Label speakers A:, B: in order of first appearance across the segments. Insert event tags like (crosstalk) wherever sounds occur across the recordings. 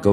A: 各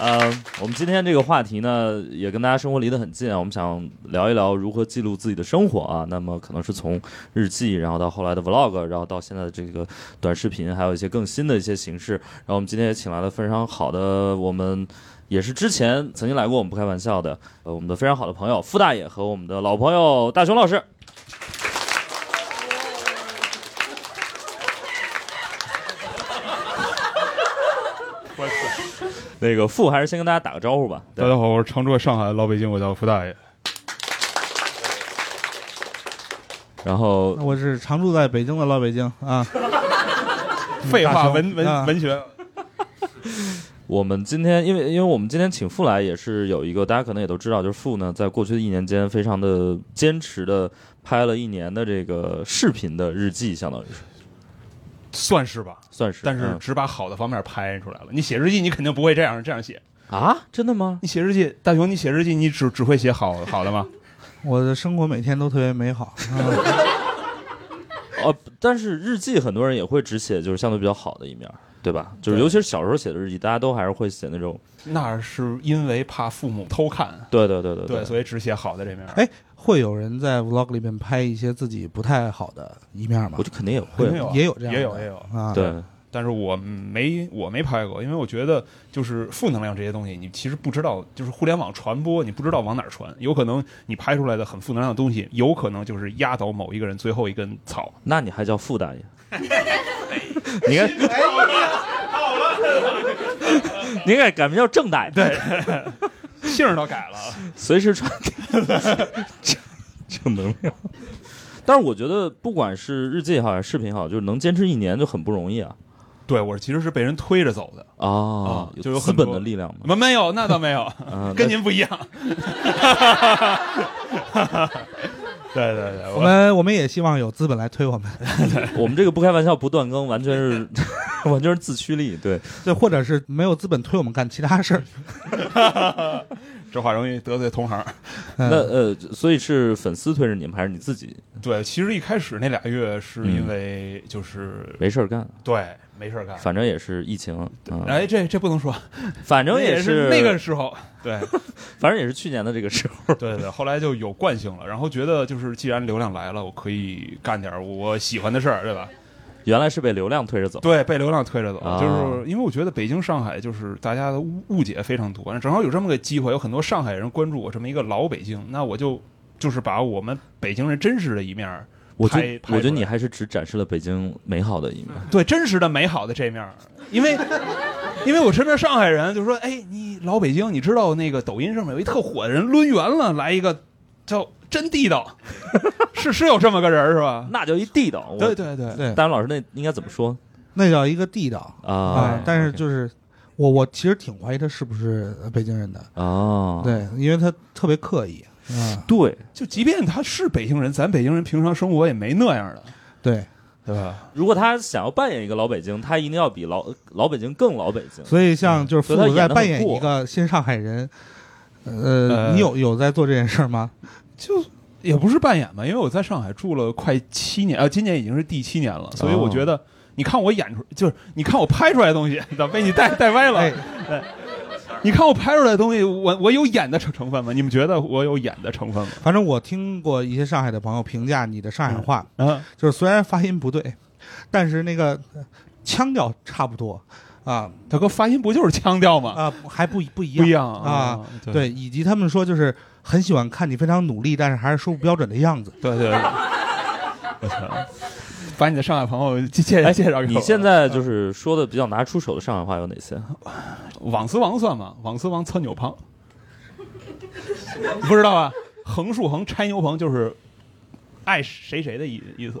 A: 呃，我们今天这个话题呢，也跟大家生活离得很近啊。我们想聊一聊如何记录自己的生活啊。那么可能是从日记，然后到后来的 vlog，然后到现在的这个短视频，还有一些更新的一些形式。然后我们今天也请来了非常好的，我们也是之前曾经来过我们不开玩笑的，呃，我们的非常好的朋友傅大爷和我们的老朋友大熊老师。那个傅还是先跟大家打个招呼吧。
B: 大家好，我是常驻上海老北京，我叫傅大爷。
A: 然后
C: 我是常住在北京的老北京啊。
B: (laughs) 废
C: 大
B: 话，
C: 熊
B: 文文
C: 啊
B: 文学，
A: 我们今天，因为因为我们今天请傅来也是有一个大家可能也都知道，就是傅呢，在过去的一年间非常的坚持的拍了一年的这个视频的日记，相当于是
B: 算是吧，
A: 算是，
B: 但是
A: 嗯
B: 只把好的方面拍出来了。你写日记，你肯定不会这样这样写。
A: 啊，真的吗？
B: 你写日记，大雄，你写日记，你只只会写好好的吗？
C: 我的生活每天都特别美好，
A: (laughs)
C: 啊、
A: 哦，但是日记很多人也会只写就是相对比较好的一面，对吧？就是
B: 对
A: 尤其是小时候写的日记，大家都还是会写那种，
B: 那是因为怕父母偷看，
A: 对对对对
B: 对，
A: 对，
B: 所以只写好的这面。
C: 哎会有人在 vlog 里面拍一些自己不太好的一面吗
A: 我？就肯定也会
B: 肯定有啊
C: 也有这样的，
B: 也有也有
C: 啊。，
B: (laughs)
A: 对
B: 但是我没我没拍过，因为我觉得就是负能量这些东西，你其实不知道，就是互联网传播，你不知道往哪儿传，有可能你拍出来的很负能量的东西，有可能就是压倒某一个人最后一根草。
A: 那你还叫傅大爷？你应
B: 哎
A: 该，你应该改名叫郑大爷，对，
B: 姓儿都改了，
A: (laughs) 随时传递正正能量。但是我觉得，不管是日记也好，还是视频也好，就是能坚持一年就很不容易啊
B: 对我其实是被人推着走的，
A: 啊
B: 就有
A: 资
B: 很多
A: 本的力量嘛。
B: 没没有，那倒没 (laughs) 有，
A: 嗯，
B: 跟您不一样。对对对，
C: 我
B: 我 (laughs)
C: 们我们也希望有资本来推我们， (laughs)
A: 那我们这个不开玩笑不断更，完全是 (laughs) 完全是自驱力。对，
C: 对，或者是没有资本推我们干其他事儿。
B: (laughs)
C: (laughs)
B: 这话容易得罪同行。
C: 嗯
A: 那呃，所以是粉丝推着你们，还是你自己
B: (laughs) 对，其实一开始那俩月是因为就是、
A: 嗯没事儿干？
B: 对没事儿干。
A: 反正也是疫情，嗯，
B: 哎，这这不能说，
A: (laughs) 反正
B: 也
A: 是
B: 那个，时候，对
A: (laughs) 反正也是去年的这个时候。
B: 对对，后来就有惯性了，然后觉得就是既然流量来了，我可以干点我喜欢的事儿，对吧？
A: 原来是被流量推着走，
B: 对，被流量推着走，
A: 啊
B: 就是因为我觉得北京、上海就是大家的误误解非常多，正好有这么个机会，有很多上海人关注我这么一个老北京，那我就就是把我们北京人真实的一面儿，
A: 我觉
B: 拍
A: 得
B: 拍
A: 我觉得
B: 出来嗯
A: 你还是只展示了北京美好的一面。
B: 对真实的美好的这面儿，因为。 (laughs) 因为我身边上海人就说：“哎，你老北京，你知道那个抖音上面有一特火的人抡圆了，来一个叫真地道， (laughs) 是是有这么个人儿是吧？
A: 那就一地道。我
B: 对，对对，
C: 对，
A: 大勇老师那应该怎么说
C: 那叫一个地道
A: 啊
C: 啊！但是就是我我其实挺怀疑他是不是呃北京人的，
B: 嗯
A: 啊，
C: 对，因为他特别刻意啊，
A: 对，
B: 就即便他是北京人，咱北京人平常生活也没那样的，
C: 对，
B: 对吧？
A: 如果他想要扮演一个老北京，他一定要比老老北京更老北京。嗯
C: 所以像就是父
A: 所以
C: 母
A: 他演
C: 在
A: 得
C: 扮
A: 很啊
C: 演
A: 过 (laughs)
C: 一个新上海人，呃，
B: 呃
C: 你有有在做这件事儿吗？
B: 就也不是扮演吧，因为我在上海住了快七年，啊，今年已经是第七年了，
C: 哦
B: 所以我觉得，你看我演出，就是你看我拍出来的东西，咋被你带带歪了？
C: 哎，
B: 你看我拍出来的东西，我我有演的成成分吗？你 (laughs) 们觉得我有演的成分吗？
C: 反正我听过一些上海的朋友评价你的上海话，
B: 啊，
C: 就是虽然发音不对，但是那个呃腔调差不多啊
B: 大哥，发音不就是腔调吗？
C: 啊，还不不一
B: 不
C: 样
B: 一样
C: 啊。，
B: 对
C: 对，以及他们说就是很喜欢看你非常努力，但是还是说不标准的样子。
B: 对对。对我操！把你的上海朋友介介介绍给我。
A: 哎你现在就是说的比较拿 (laughs) 出手的上海话有哪些？
B: 网丝王算吗？网丝王汆牛蒡， (laughs) 不知道啊？横竖横拆牛棚就是爱谁谁的意意思。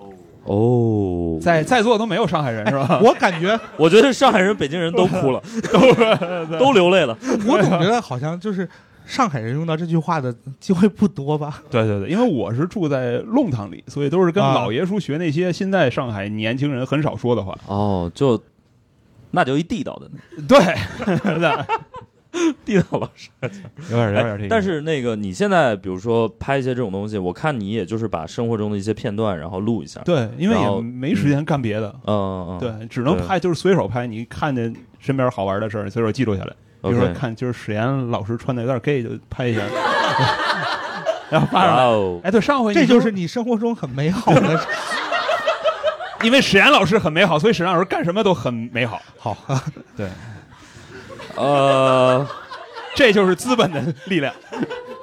A: 哦，
B: 在在座都没有上海人是吧？
C: 哎我感觉
B: (laughs)
A: 我 (laughs)
C: (laughs)
A: 觉得上海人、北京人都哭了，都都流泪了。
C: 我总觉得好像就是上海人用到这句话的机会不多吧？
B: 对对对，因为我是住在弄堂里，所以都是跟
C: 啊
B: 老爷叔学那些现在上海年轻人很少说的话。
A: 哦，就那就一地道的，
B: 对， (laughs) 对
A: 地道老师。
B: 有点有
A: 哎但是那个你现在比如说拍一些这种东西，我看你也就是把生活中的一些片段，然后录一下。
B: 对，因为
A: 然后
B: 也没时间干别的，
A: 嗯，嗯嗯，
B: 对，只能
A: 对
B: 拍，就是随手拍。你看见身边好玩的事儿，随手记录下来。比如说
A: OK
B: 看，就是史岩老师穿的有点 gay，就拍
A: (laughs)
B: 一下，然后发上
A: 哇
B: 来。
A: 哦，
B: 哎，对，上回
C: 这
B: 你
C: 就
B: 说
C: 是你生活中很美好的。
B: 因为史岩老师很美好，所以史岩老师干什么都很美好。
C: 好，
B: 对，
A: 呃，
B: 这就是资本的力量。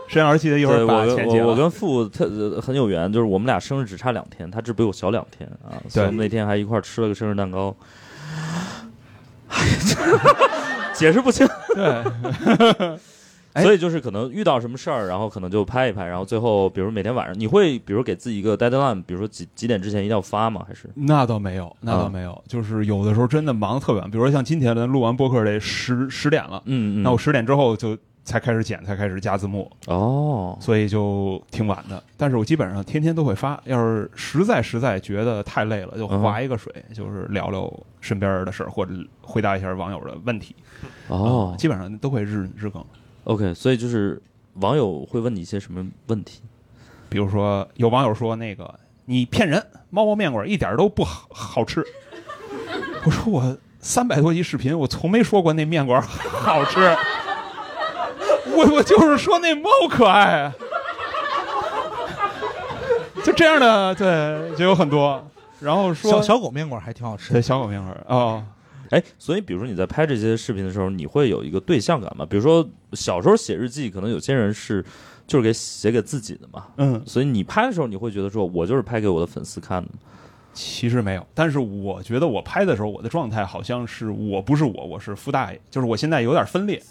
B: 史岩老师记得一会
A: 对
B: 儿
A: 我
B: 把钱结
A: 我我
B: 了。
A: 跟父特呃很有缘，就是我们俩生日只差两天，他只比我小两天啊，所以我们那天还一块儿吃了个生日蛋糕。 (laughs) 哎呀，这解释不清。
B: 对， (laughs) 哎
A: 所以就是可能遇到什么事儿，然后可能就拍一拍，然后最后比如每天晚上，你会比如给自己一个 deadline，比如说几几点之前一定要发吗？还是
B: 那倒没
A: 啊
B: 有，那倒没有，就是有的时候真的忙得特晚，比如说像今天咱录完播客得十十点了，
A: 嗯嗯，
B: 那我十点之后就才开始剪，才开始加字幕，
A: 哦，
B: 所以就挺晚的。但是我基本上天天都会发，要是实在实在觉得太累了，就
A: 嗯
B: 划一个水，就是聊聊身边的事儿，或者回答一下网友的问题。
A: 哦
B: 啊基本上都会日日更。
A: ，OK，所以就是网友会问你一些什么问题？
B: 比如说，有网友说那个你骗人，猫猫面馆一点都不好好吃。 (laughs) 我说我三百多集视频，我从没说过那面馆好吃。 (laughs) 我我就是说那猫可爱，啊 (laughs) 就这样的，对，就有很多。然后说
C: 小小狗面馆还挺好吃
B: 对
C: 的。
B: 小狗面馆哦，
A: (laughs) 哎，所以比如说你在拍这些视频的时候，你会有一个对象感吗？比如说小时候写日记，可能有些人是就是给写给自己的嘛，
B: 嗯，
A: 所以你拍的时候，你会觉得说我就是拍给我的粉丝看的。
B: 其实没有，但是我觉得我拍的时候，我的状态好像是我不是我，我是傅大爷，就是我现在有点分裂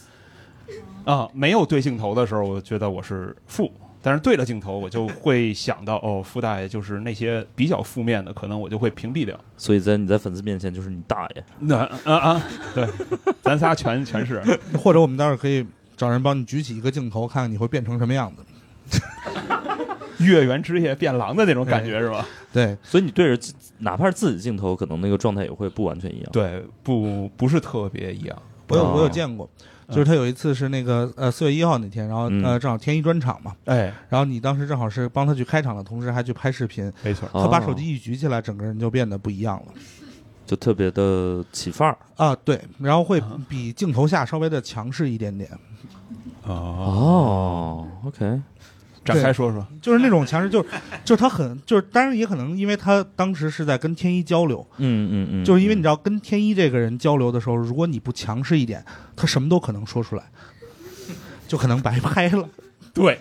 A: 嗯
B: 啊、没有对镜头的时候，我觉得我是傅，但是对了镜头，我就会想到哦，傅大爷就是那些比较负面的，可能我就会屏蔽掉。
A: 所以在你在粉丝面前就是你大爷，
B: 那
A: 嗯
B: 啊啊，对， (laughs) 咱仨全全是
C: (laughs) 或者我们待会儿可以找人帮你举起一个镜头，看看你会变成什么样子。
B: (laughs) 月圆之夜变狼的那种感觉，是吧？
C: 对，
A: 所以你对着自哪怕是自己镜头，可能那个状态也会不完全一样。
B: 对，不不是特别一样。
C: 我有
A: 哦
C: 我有见过，啊嗯就是他有一次是那个呃四月一号那天，然后
A: 嗯
C: 呃正好天一专场嘛，
B: 哎，
C: 然后你当时正好是帮他去开场的同时还去拍视频，
B: 没错，
A: 哦
C: 他把手机一举起来，整个人就变得不一样了
A: 就特别的起范儿
C: 啊，对，然后会比镜头下稍微的强势一点点，
B: 哦，
A: 哦。OK，
B: 展开说说，
C: 就是那种强势，就是就是他很就是，当然也可能因为他当时是在跟天一交流，
A: 嗯嗯嗯，
C: 就是因为你知道跟天一这个人交流的时候，如果你不强势一点，他什么都可能说出来， (laughs) 就可能白拍了。
B: 对，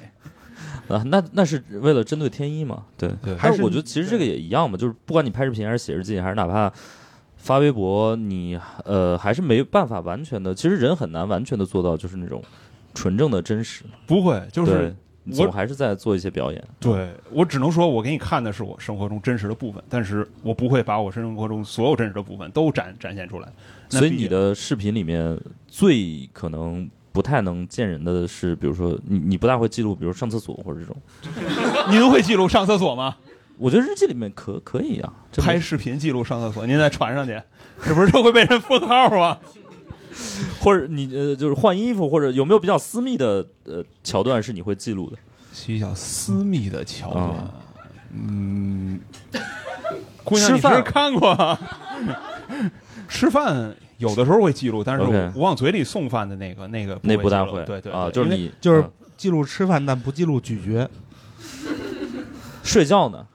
A: 啊，那那是为了针对天一嘛？对
B: 对
A: 还
C: 还
A: 是
C: 是
A: 我觉得其实这个也一样嘛，就是不管你拍视频还是写日记，还是哪怕发微博，你呃还是没办法完全的。其实人很难完全的做到就是那种纯正的真实，
B: 不会，就是
A: 对你
B: 我
A: 总还是在做一些表演。
B: 对我只能说，我给你看的是我生活中真实的部分，但是我不会把我生活中所有真实的部分都展展现出来。那
A: 所以
B: 毕
A: 你
B: 竟
A: 的视频里面最可能不太能见人的是，比如说你你不大会记录，比如上厕所或者这种。
B: (laughs) 您会记录上厕所吗？
A: 我觉得日记里面可可以啊，这
B: 拍视频记录上厕所，您再传上去，这不是就会被人封号吗？ (laughs)
A: 或者你呃就是换衣服，或者有没有比较私密的呃桥段是你会记录的？啊
B: 比较私密的桥段，嗯，姑娘，
A: 吃
B: 你是不
A: 饭
B: 是看过啊？ (laughs) 吃饭有的时候会记录，但是
A: OK
B: 我往嘴里送饭的那个那个
A: 那不
B: 不
A: 大
B: 记录
A: 会，
B: 对对
A: 啊，
B: 对
A: (laughs) 就是
B: 因为
A: 你
C: 就是
A: 嗯
C: 记录吃饭，但不记录咀嚼
A: 睡觉呢，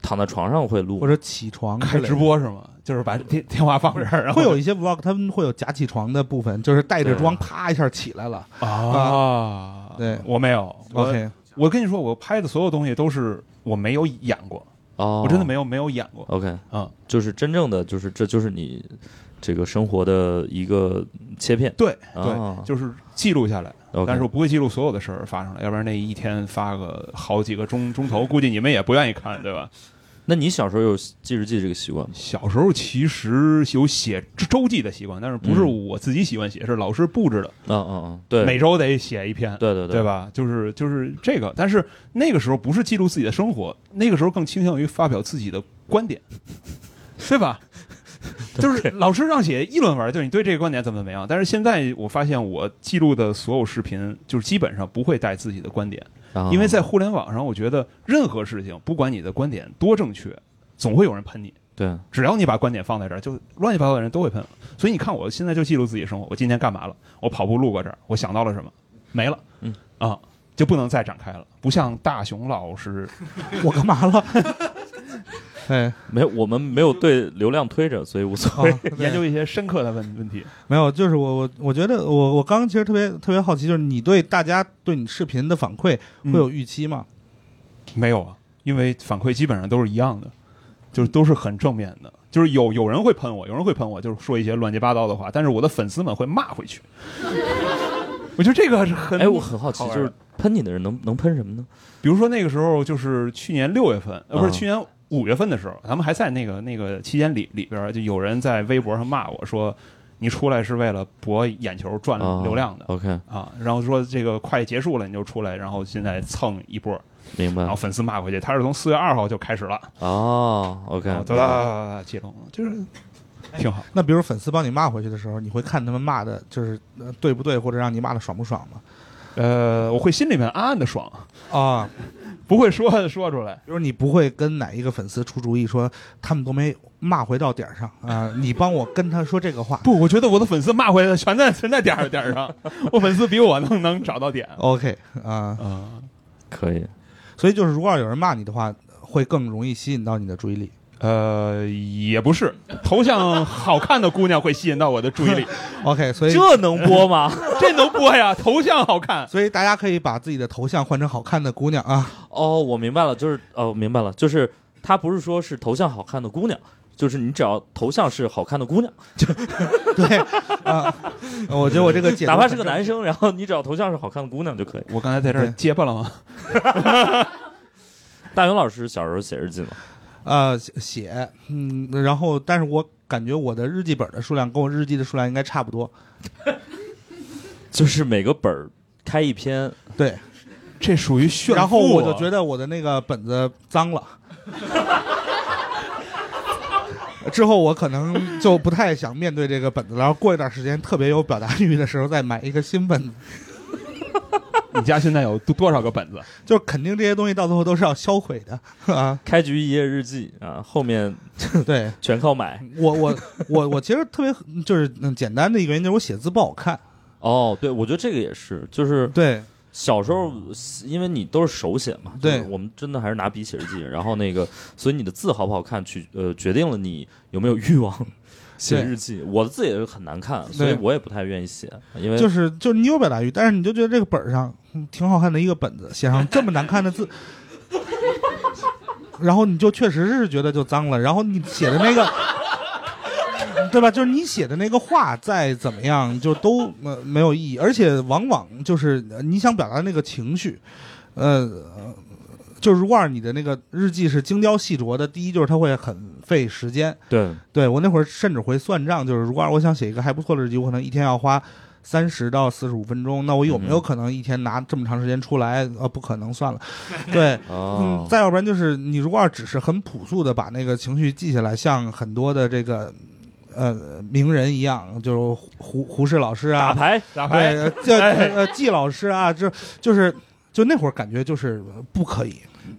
A: 躺在床上会录
C: 或，者起床之
B: 开
C: 类的
B: 直。播是吗？就是把电电话放这儿，然后
C: 会有一些 vlog，他们会有假起床的部分，就是带着
A: 嗯
C: 妆啪一下起来了。
A: 哦
B: 啊
C: 对
B: 我没有。我
C: OK，
B: 我跟你说，我拍的所有东西都是我没有演过，
A: 哦，
B: 我真的没有没有演过。
A: OK，
B: 嗯，
A: 就是真正的就是这就是你这个生活的一个切片，
B: 对
A: 啊
B: 对，就是记录下来，
A: OK
B: 但是我不会记录所有的事儿发生了，要不然那一天发个好几个钟钟头，估计你们也不愿意看，对吧？
A: 那你小时候有记日记这个习惯吗？
B: 小时候其实有写周记的习惯，但是不是
A: 嗯
B: 我自己喜欢写，是老师布置的，
A: 嗯嗯嗯，对，
B: 每周得写一篇，
A: 对对
B: 对吧？就是就是这个，但是那个时候不是记录自己的生活，那个时候更倾向于发表自己的观点，对
A: (laughs)
B: 吧？就是老师让写议论文，就是你对这个观点怎么怎么样。但是现在我发现，我记录的所有视频，就是基本上不会带自己的观点，
A: 啊
B: 因为在互联网上，我觉得任何事情，不管你的观点多正确，总会有人喷你。
A: 对，
B: 只要你把观点放在这儿，就乱七八糟的人都会喷。所以你看，我现在就记录自己生活，我今天干嘛了？我跑步路过这儿，我想到了什么？没了，
A: 嗯
B: 啊，就不能再展开了。不像大熊老师， (laughs)
C: 我干嘛了？哎，
A: 没有我们没有对流量推着，所以无所
B: (laughs)
C: 好
A: 谓。，
C: 对
B: 研究一些深刻的问问题。
C: 没有，就是我我我觉得我我刚刚其实特别特别好奇，就是你对大家对你视频的反馈
A: 嗯
C: 会有预期吗？
B: 没有啊？因为反馈基本上都是一样的，就是都是很正面的。就是有有人会喷我，有人会喷我，就是说一些乱七八糟的话，但是我的粉丝们会骂回去。 (laughs) 我觉得这个是很
A: 哎，我很好奇，
B: 玩
A: 就
B: 的
A: 是喷你的人能能喷什么呢？
B: 比如说那个时候就是去年六月份，呃，不
A: 嗯
B: 是去年五月份的时候，咱们还在那个那个期间里里边儿，就有人在微博上骂我说，你出来是为了博眼球赚
A: 啊
B: 流量的。
A: OK，
B: 啊，然后说这个快结束了你就出来，然后现在蹭一波，
A: 明
B: 然后
A: 白。
B: 粉丝骂回去，他是从四月二号就开始了，啊
A: 哦，OK，
B: 然后哒哒哒哒哒接龙，就是挺好。
C: 那比如粉丝帮你骂回去的时候，你会看他们骂的，就是呃对不对，或者让你骂的爽不爽吗？
B: 呃，我会心里面暗暗的爽，
C: 啊，
B: 不会说说出来。
C: 比如你不会跟哪一个粉丝出主意说他们都没骂回到点儿上啊、你帮我跟他说这个话。
B: 不，我觉得我的粉丝骂回来全在 (laughs) 全在点儿点儿上，我粉丝比我能能找到点
C: OK 啊、
B: 啊。
A: 可以。
C: 所以就是如果要有人骂你的话，会更容易吸引到你的注意力。
B: 呃，也不是，头像好看的姑娘会吸引到我的注意力，
C: (laughs) OK，所以
A: 这能播吗？
B: (laughs) 这能播呀？头像好看，
C: 所以大家可以把自己的头像换成好看的姑娘啊，
A: 哦，我明白了，就是哦，明白了，就是他不是说是头像好看的姑娘，就是你只要头像是好看的姑娘， (laughs)
C: 对啊，我觉得我这个解读
A: 哪怕是个男生，然后你只要头像是好看的姑娘就可以。
B: 我刚才在这儿
C: 对
B: 结巴了吗？
A: 大勇老师 (laughs) 小时候写日记吗？
C: 呃写，嗯，然后但是我感觉我的日记本的数量跟我日记的数量应该差不多，
A: 就是每个本儿开一篇，
C: 对，
B: 这属于炫富啊
C: 然后我就觉得我的那个本子脏了。之后我可能就不太想面对这个本子了，然后过一段时间特别有表达欲的时候再买一个新本子，
B: (laughs) 你家现在有多多少个本子？
C: 就是肯定这些东西到最后都是要销毁的啊。
A: 开局一页日记啊，后面
C: 对
A: 全靠买。
C: 我我我我其实特别就是嗯简单的一个原因就是我写字不好看，
A: 哦，对，我觉得这个也是，就是
C: 对
A: 小时候，因为你都是手写嘛，
C: 对
A: 就是我们真的还是拿笔写日记，然后那个，所以你的字好不好看，取呃决定了你有没有欲望写日记。我的字也是很难看，所以
C: 对
A: 我也不太愿意写，因为
C: 就是就是你有表达欲，但是你就觉得这个本儿上、嗯挺好看的一个本子，写上这么难看的字，然后你就确实是觉得就脏了，然后你写的那个。对吧？就是你写的那个话再怎么样，就都呃没有意义，而且往往就是呃你想表达的那个情绪，呃，就是如果要是你的那个日记是精雕细琢的，第一就是它会很费时间，
A: 对
C: 对我那会儿甚至会算账，就是如果我想写一个还不错的日记，我可能一天要花三十到四十五分钟，那我有没有
A: 嗯
C: 可能一天拿这么长时间出来？呃，不可能，
A: (laughs)
C: 算了。对，嗯
A: 哦，，
C: 再要不然就是你如果要只是很朴素的把那个情绪记下来，像很多的这个呃名人一样，就是胡胡适老师
A: 打
C: 啊，
A: 牌
B: 打
C: 哎
B: 牌，，
C: 呃这呃季老师啊，这就是就那会儿感觉就是不可以。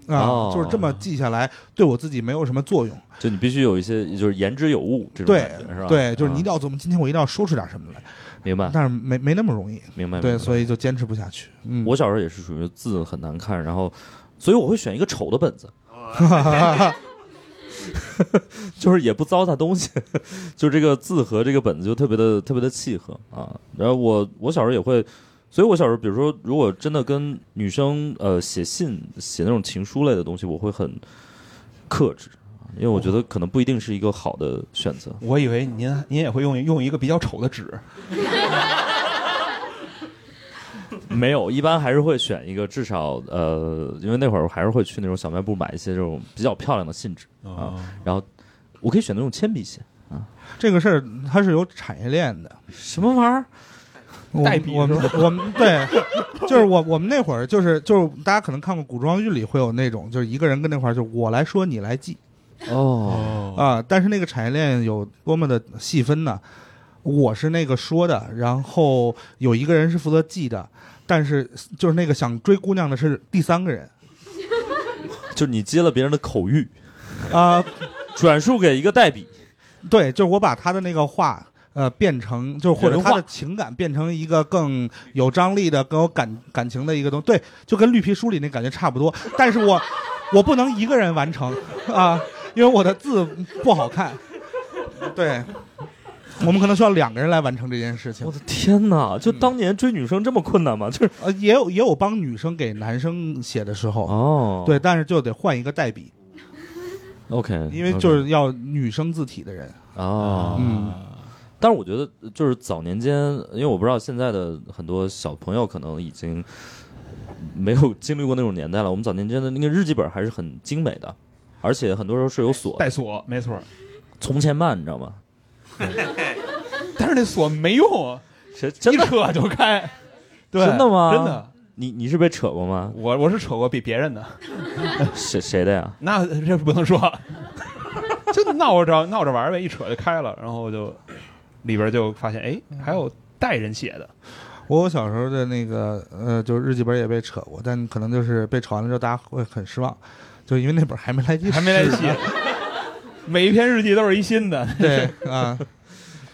C: 啊，
A: 哦
C: 就是这么记下来，对我自己没有什么作用。
A: 就你必须有一些就是言之有物这种
C: 对
A: 感觉是吧？
C: 对，就是你一
A: 啊
C: 定要琢磨，今天我一定要说出点什么来。
A: 明白
C: 但是没没那么容易，
A: 明白
C: 对，
A: 明白
C: 所以就坚持不下去。嗯，
A: 我小时候也是属于字很难看，然后，所以我会选一个丑的本子， (laughs) 就是也不糟蹋东西， (laughs) 就是这个字和这个本子就特别的特别的契合啊。然后我我小时候也会，所以我小时候比如说如果真的跟女生呃写信写那种情书类的东西，我会很克制，啊因为我觉得
C: 哦
A: 可能不一定是一个好的选择。
B: 我以为您您也会用用一个比较丑的纸，
A: 没有，一般还是会选一个至少呃，因为那会儿还是会去那种小卖部买一些这种比较漂亮的信纸，
B: 啊，
A: 然后我可以选那种铅笔线，
C: 这个事儿它是有产业链的。
A: 什么玩意儿？
C: 我
B: 代笔
C: 我们
B: 是
C: 我们对，就是我我们那会儿就是就是大家可能看过古装剧里会有那种就是一个人跟那块儿就是我来说你来记
A: 哦，
B: 哦，
C: 啊、但是那个产业链有多么的细分呢？我是那个说的，然后有一个人是负责记的，但是就是那个想追姑娘的是第三个人
A: (laughs) 就是你接了别人的口谕，
C: 啊、
A: 转述给一个代笔，
C: 对，就是我把他的那个话，呃，变成就是或者他的情感变成一个更有张力的、更有感感情的一个东对，就跟绿皮书里那感觉差不多。但是我 (laughs) 我不能一个人完成啊、因为我的字不好看。对，我们可能需要两个人来完成这件事情
A: 我。的天哪！就当年追女生这么困难吗？就是
C: 呃，也有也有帮女生给男生写的时候，
A: 哦，
C: 对，但是就得换一个代笔，
A: ，OK，
C: 因为就是要女生字体的人。
A: 哦，
C: 嗯
A: 但是我觉得，呃就是早年间，因为我不知道现在的很多小朋友可能已经没有经历过那种年代了。我们早年间的那个日记本还是很精美的，而且很多时候是有锁的，
B: 带锁没错，
A: 从前慢，你知道吗？
B: 但是那锁没用啊，
A: 谁真
B: 一
A: 的
B: 扯就开，对，
A: 真的吗？
B: 真，的，
A: 你你是被扯过吗？
B: 我我是扯过比别人的，
A: (laughs) 谁谁的呀？
B: 那这不能说， (laughs) 就闹着闹着玩儿呗，一扯就开了，然后就里边就发现，哎，
C: 嗯
B: 还有带人写的，
C: 我小时候的那个呃，就是日记本也被扯过，但可能就是被扯完了之后，大家会很失望，就因为那本还没来及，
B: 还没来写，每一篇日记都是一新的，
C: 对啊，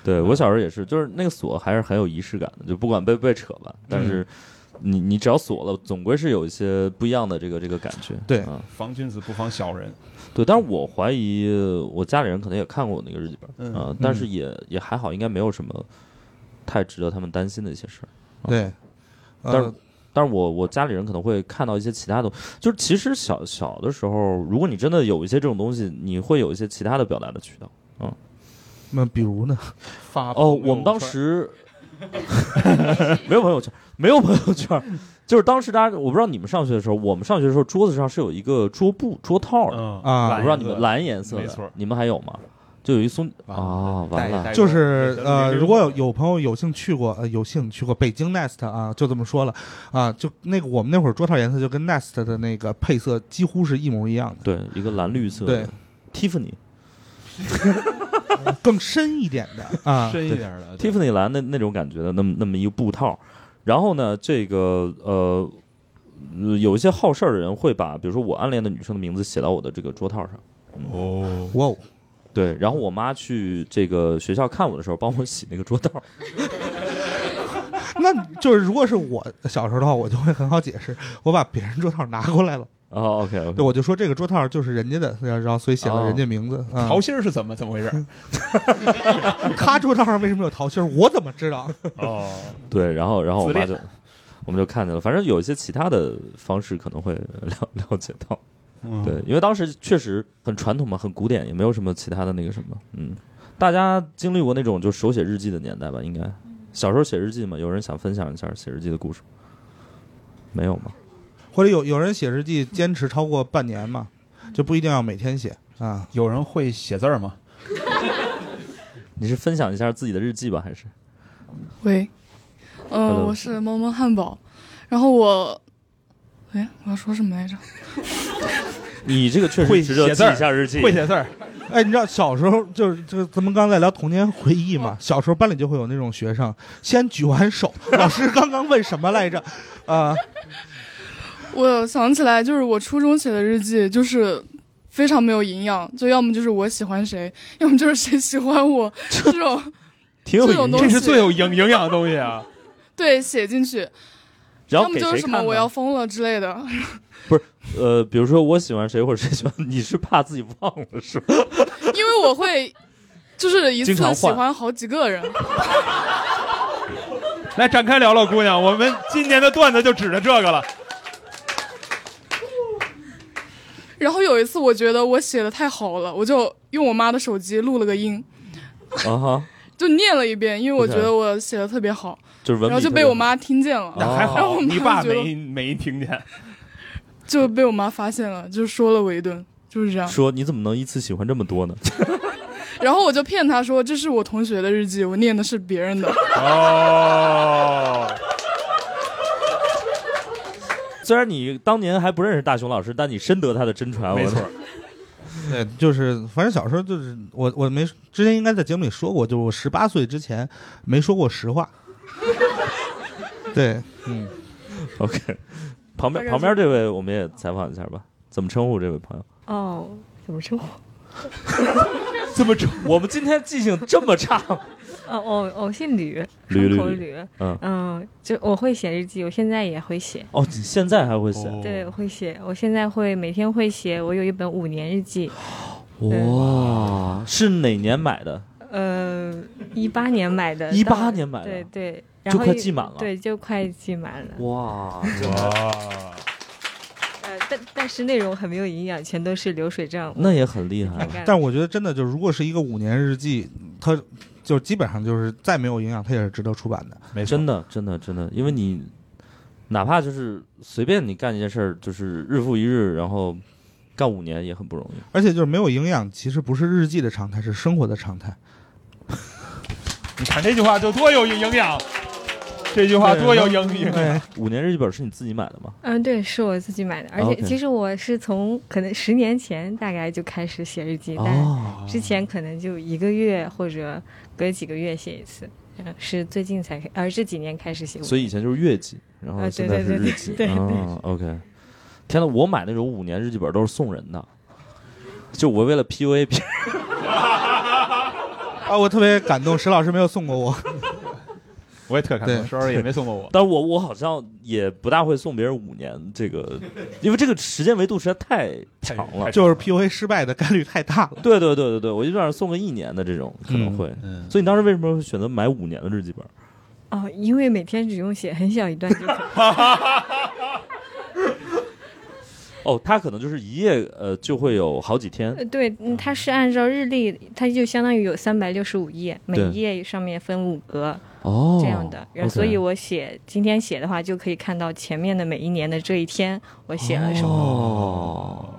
A: 对我小时候也是，就是那个锁还是很有仪式感的，就不管被不被扯吧，但
B: 嗯
A: 是你你只要锁了，总归是有一些不一样的这个这个感觉。
C: 对
A: 啊，
B: 防君子不防小人，
A: 对，但是我怀疑呃我家里人可能也看过我那个日记本
B: 嗯
A: 啊、但是也、也还好，应该没有什么太值得他们担心的一些事儿。
C: 对，
A: 但是
C: 呃，
A: 但是我我家里人可能会看到一些其他的，就是其实小小的时候，如果你真的有一些这种东西，你会有一些其他的表达的渠道。
C: 那比如呢，
B: 发
A: 哦，我们当时没有朋友圈，没有朋友圈，就是当时大家我不知道你们上学的时候，我们上学的时候桌子上是有一个桌布桌套的，
B: 嗯
C: 啊
A: 我不知道你们蓝颜色的，
B: 没错
A: 你们还有吗？就有一松
B: 完
A: 啊，完了，
C: 就是呃，如果有有朋友有幸去过，呃，有幸去过北京 Nest 啊，就这么说了啊，就那个我们那会儿桌套颜色就跟 Nest 的那个配色几乎是一模一样的，
A: 对，一个蓝绿色的，，Tiffany
C: (laughs) 更深一点的啊，
B: 深一点的
A: Tiffany 蓝那那种感觉的，那么那么一个布套。然后呢，这个呃，呃有一些好事儿的人会把，比如说我暗恋的女生的名字写到我的这个桌套上。嗯
B: 哦，
C: 哇哦，
A: 对，然后我妈去这个学校看我的时候，帮我洗那个桌套。
C: 那就是如果是我小时候的话，我就会很好解释，我把别人桌套拿过来了。
A: 哦，OK 哦 OK，
C: 对，我就说这个桌套就是人家的，然后所以写了人家名字。啊
B: 桃心儿是怎么怎么回
C: (laughs)
B: 事？
C: 他桌套上为什么有桃心儿？我怎么知道？
B: 哦，
A: 对，然后然后我
B: 自
A: 妈
B: 恋
A: 就，我们就看见了。反正有一些其他的方式可能会了 (laughs) 了解到。
B: 嗯
A: 对，，因为当时确实很传统嘛，很古典，也没有什么其他的那个什么，嗯，大家经历过那种就手写日记的年代吧？应该小时候写日记嘛，有人想分享一下写日记的故事，没有吗？
C: 或者有有人写日记坚持超过半年嘛，就不一定要每天写啊。
B: 有人会写字儿吗？
A: 你是分享一下自己的日记吧，还是
D: 喂，嗯、
A: Hello
D: 我是萌萌汉堡，然后我，哎，我要说什么来着？ (laughs)
A: 你这个确
B: 会
A: 实值得
B: 写
A: 记
B: 字儿
A: 一下日记，
B: 会写字儿，
C: 哎，你知道小时候就是这个，咱们刚才在聊童年回忆嘛，小时候班里就会有那种学生先举完手，老 (laughs) 师刚刚问什么来着？啊，
D: 我想起来，就是我初中写的日记，就是非常没有营养，就要么就是我喜欢谁， (laughs) 要么就是谁喜欢我，这种
A: (laughs) 挺有
D: 这种
A: 意
D: 东
A: 思。
D: 西
B: 这是最有营营养的东西啊！
D: 对写进去，
A: 然
D: 要
A: 后
D: 么
A: 给
D: 就是
A: 谁
D: 什么
A: 看
D: 我要
A: 呢？
D: 疯了之类的。 (laughs)
A: 呃，比如说我喜欢谁或者谁喜欢，你是怕自己忘了
B: (laughs)
A: 是吧？
D: 因为我会就是一
A: 经常
D: 次喜
A: 换
D: 欢好几个人，
B: 来展开聊聊，姑娘，我们今年的段子就指着这个了。
D: 然后有一次我觉得我写的太好了，我就用我妈的手机录了个音，
A: 啊哈，
D: 就念了一遍，因为我
A: OK
D: 觉得我写的特别好，
A: 就是文
D: 然后
A: 笔
D: 就
A: 特
D: 被
A: 别
D: 我
A: 好
D: 妈听见了，
A: 哦
B: 那还
D: 然后
B: 好，
D: 哦我
B: 你
D: 妈
B: 爸
D: 就觉得
B: 没没听见，
D: 就被我妈发现了，就说了我一顿，就是这样。
A: 说你怎么能一次喜欢这么多呢？
D: 然后我就骗她说这是我同学的日记，我念的是别人的。
B: 哦，
A: 虽然你当年还不认识大雄老师，但你深得他的真传。
B: 没
A: 我
B: 错，
C: 对， (laughs) 就是反正小时候就是我我没之前应该在节目里说过，就是我十八岁之前没说过实话。对，嗯，
A: ，OK。旁边
D: 大概是
A: 旁边这位，我们也采访一下吧。怎么称呼这位朋友？
E: (laughs) 哦，怎么称呼？
A: (laughs) 这么称？我们今天记性这么差？
E: 哦，我我姓吕，
A: 吕
E: 双口
A: 吕
E: 吕。
A: 嗯
E: 嗯，就我会写日记，我现在也会写。
A: (laughs) 哦，你现在还会写？
E: 对，我会写，我现在会每天会写。我有一本五年日记，
A: 哇，是哪年买的？
E: 呃，一八年买
A: (laughs)
E: 的，
A: 18
E: 到
A: 年买的
E: 对对，
A: 就
E: 然后
A: 快
E: 一
A: 记满了
E: 对，就快记满了。
A: (laughs) 哇，
B: 哇，
E: 呃，但但是内容很没有营养，全都是流水账。
A: (laughs) 那也很
E: (laughs)
A: 厉害
E: 看
A: 了。
E: 看，
C: 但我觉得真的就如果是一个五年日记，它就基本上就是再没有营养，它也是值得出版的。
B: 没错
A: 真的，真的，真的，因为你哪怕就是随便你干一件事儿，就是日复一日，然后干五年也很不容易。
C: 而且就是没有营养，其实不是日记的常态，是生活的常态。
B: 你看这句话就多有营养，这句话啊多有营养。
C: 对，
A: 五年日记本是你自己买的吗？
E: 嗯，对，是我自己买的，而且
A: OK
E: 其实我是从可能十年前大概就开始写日记，但
A: 哦，
E: 之前可能就一个月或者隔几个月写一次，嗯，是最近才，开，呃，这几年开始写。
A: 所以以前就是月记，然后
E: 啊对
A: 现在是
E: 对对
A: 日记。
E: 对对对
A: 啊，OK。天呐，我买那种五年日记本都是送人的，就我为了 PUA 别人
C: 啊，我特别感动，石老师没有送过我。 (laughs)
B: 我也特感
C: 对
B: 动，说说也没送过我。
A: (laughs) 但我我好像也不大会送别人五年这个，因为这个时间维度实在太
B: 太
A: 长了
B: 太。
C: 就是 PUA 失败的概率太大了。
A: 对对对对对，我就想送个一年的这种可能会。
B: 嗯，
A: 所以你当时为什么会选择买五年的日记本？
E: 哦，因为每天只用写很小一段就可以。
A: (laughs) 哦，它可能就是一页，呃，就会有好几天。
E: 呃对，嗯它是按照日历，它就相当于有三百六十五页，每
A: 对
E: 一页上面分五格
A: 哦，
E: 这样的。然后，所以
A: OK
E: 我写今天写的话，就可以看到前面的每一年的这一天我写了什么。
A: 哦，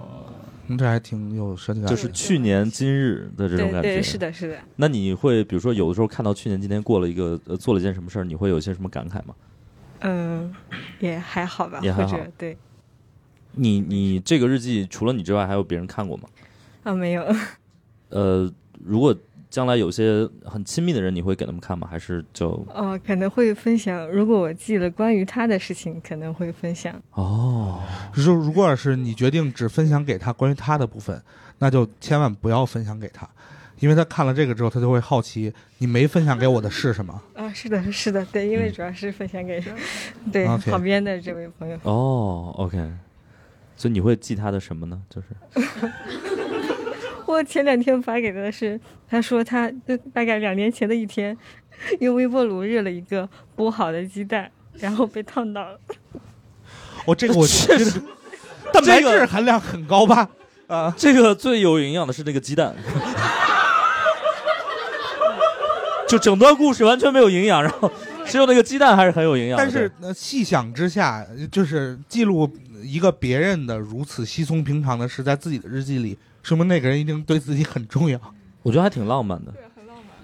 C: 嗯这还挺有设计感的，
A: 就是去年今日的这种
E: 对
A: 感觉。
E: 对，是。的，是的。
A: 那你会比如说有的时候看到去年今天过了一个呃做了一件什么事儿，你会有一些什么感慨吗？
E: 嗯，也还好吧，
A: 也还
E: 或
A: 好
E: 者对
A: 你你这个日记除了你之外，还有别人看过吗？
E: 啊，没有， (laughs)
A: 呃，如果将来有些很亲密的人，你会给他们看吗？还是就
E: 哦，可能会分享。如果我记了关于他的事情，可能会分享。
A: 哦，
C: 如如果是你决定只分享给他关于他的部分，那就千万不要分享给他，因为他看了这个之后，他就会好奇你没分享给我的是什么。
E: 啊，是的，是的，
A: 嗯
E: 对，因为主要是分享给、对
A: 啊
C: OK
E: 旁边的这位朋友。
A: 哦，OK，所以你会记他的什么呢？就是
E: 我前两天发给他的是，他说他就大概两年前的一天，用微波炉热了一个剥好的鸡蛋，然后被烫到了。
C: 我、哦这个
A: (laughs)
C: 我
A: 确
C: 觉
A: 实
C: 得蛋白
A: 这
C: 质
A: 个
C: 含量很高吧？啊，
A: 这个最有营养的是那个鸡蛋，就整段故事完全没有营养，然后只有那个鸡蛋还是很有营养的。
C: 但是呃细想之下，就是记录一个别人的如此稀松平常的事，在自己的日记里，说明那个人一定对自己很重要。
A: 我觉得还挺浪漫的，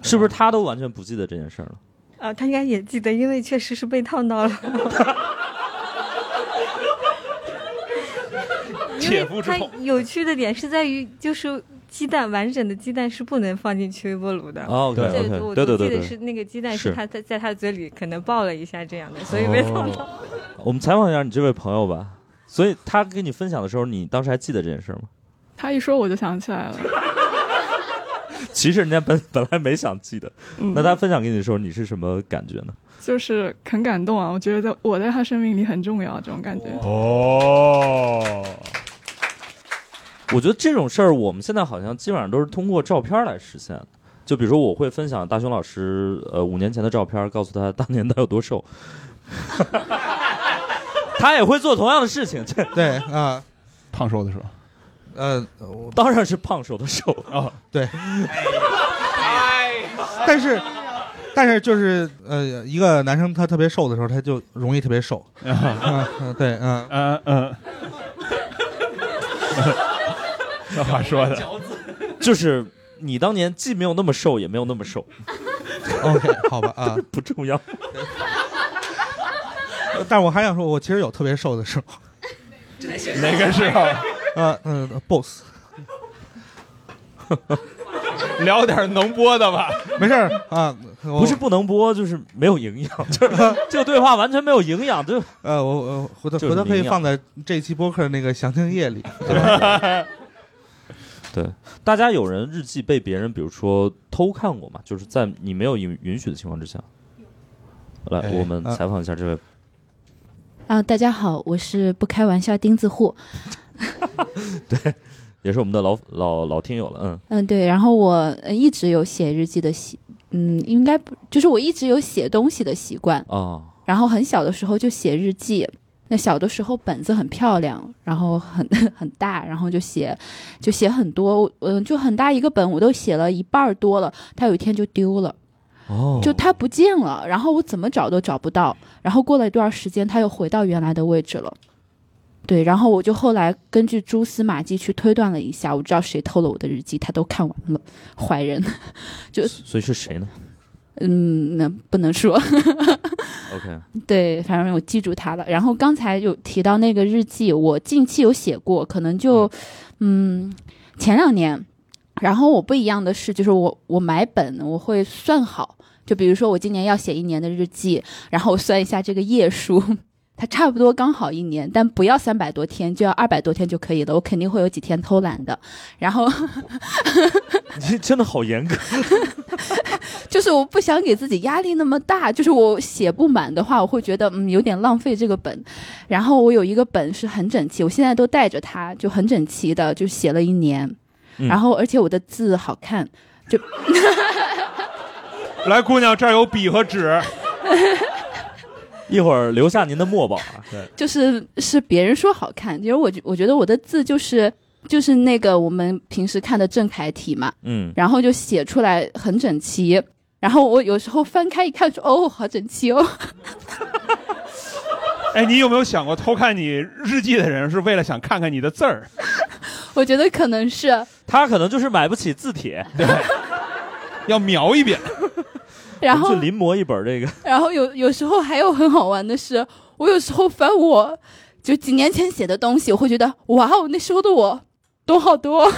A: 是不是？他都完全不记得这件事儿了。
E: 啊，他应该也记得，因为确实是被烫到
A: (laughs)
E: 了。因
B: 切
E: 为
B: 肤之
E: 它
B: 痛
E: 有趣的点是在于，就是鸡蛋完整的鸡蛋是不能放进去微波炉的。
A: 哦，OK
B: 对
E: 这
A: OK，
E: 我
A: 对对
E: 记
A: 对
E: 得
A: 对
E: 是。那个鸡蛋
A: 是
E: 是他在在他的嘴里可能爆了一下这样的，所以被烫到。
A: 哦我们采访一下你这位朋友吧。所以他跟你分享的时候，你当时还记得这件事儿吗？
D: (laughs) 她一说我就想起来了，
A: 其实人家本本来没想记得，
E: 嗯
A: 那他分享给你的时候，你是什么感觉呢？
D: 就是很感动啊！我觉得我在她生命里很重要，这种感觉。
B: 哦，
A: 我觉得这种事儿，我们现在好像基本上都是通过照片儿来实现的。就比如说，我会分享大雄老师呃五年前的照片儿，告诉他当年他有多
E: (laughs)
A: 瘦， (laughs) 他也会做同样的事情。这
C: (laughs) 对啊，
B: 胖瘦的时候，
C: 呃，我
B: 哦
A: 当然是胖瘦的瘦，
C: (laughs) 但是但是就是呃，一个男生他特别瘦的时候，他就容易特
B: (laughs)
C: 别瘦。
B: 啊
C: 嗯嗯，对，嗯
B: 嗯嗯， (laughs) 这话说的，
A: 就是你当年既没有那么瘦，也没有那么瘦，
C: ，OK，好吧啊。
A: (laughs) 不重
C: (laughs)
A: 要。
C: 但我还想说，我其实有特别瘦的时候。
B: (laughs) 哪个是好？
C: 呃嗯、呃、，boss，
B: 聊点能播的吧？
C: 没事儿啊、我
A: 不是不能播，就是没有营养， (laughs) 就是这个对话完全没有营养，就
C: 呃，我我回头
A: 就是
C: 回头可以
A: 营养
C: 放在这期播客的那个详
A: (laughs)
C: 情页里。
A: 对。大家有人日记被别人，比如说偷看过嘛？就是在你没有允允许的情况之下。来，
B: 哎
A: 我们
C: 啊
A: 采访一下这位，
F: 啊，大家好，我是不开玩笑钉子户。
A: 也是我们的老老老听友了，嗯，
F: 嗯，对，然后我呃一直有写日记的习，嗯，应该不就是我一直有写东西的习惯。
A: 啊，
F: 然后很小的时候就写日记，那小的时候本子很漂亮，然后很很大，然后就写就写很多，嗯、就很大一个本，我都写了一半儿多了，它有一天就丢了。
A: 哦，
F: 就它不见了，然后我怎么找都找不到，然后过了一段时间，它又回到原来的位置了。对，然后我就后来根据蛛丝马迹去推断了一下，我知道谁偷了我的日记，他都看完了，坏人。
A: 所以是谁
B: (laughs)
A: 呢
F: 嗯，那不能说，
A: ？OK，
F: (laughs) 对，反正我记住他了。然后刚才有提到那个日记，我近期有写过，可能就嗯前两年。然后我不一样的是，就是我我买本我会算好，就比如说我今年要写一年的日记，然后我算一下这个页数。它差不多刚好一年，但不要三百多天，就要二百多天就可以了。我肯定会有几天偷懒的，然后
A: 你真的好严格，
F: 就是我不想给自己压力那么大，就是我写不满的话，我会觉得嗯有点浪费这个本。然后我有一个本是很整齐，我现在都带着它，就很整齐的，就写了一年。
A: 嗯
F: 然后而且我的字好看， (laughs)
B: 来，姑娘，这儿有笔和纸，
A: 一会儿留下您的墨宝啊，对，
F: 就是是别人说好看，因为我觉我觉得我的字就是就是那个我们平时看的正楷体嘛，
A: 嗯，
F: 然后就写出来很整齐。然后我有时候翻开一看说，哦，好整齐哦。
B: (laughs)
F: (laughs)
B: 哎，你有没有想过偷看你日记的人是为了想看看你的字儿？
F: 我觉得可能是，
A: 他可能就是买不起字帖，
B: 要描一遍，
F: 然后
A: 去临摹一本这个，
F: 然后有有时候还有很好玩的是，我有时候翻我就几年前写的东西，我会觉得哇哦，那时候的我懂好多。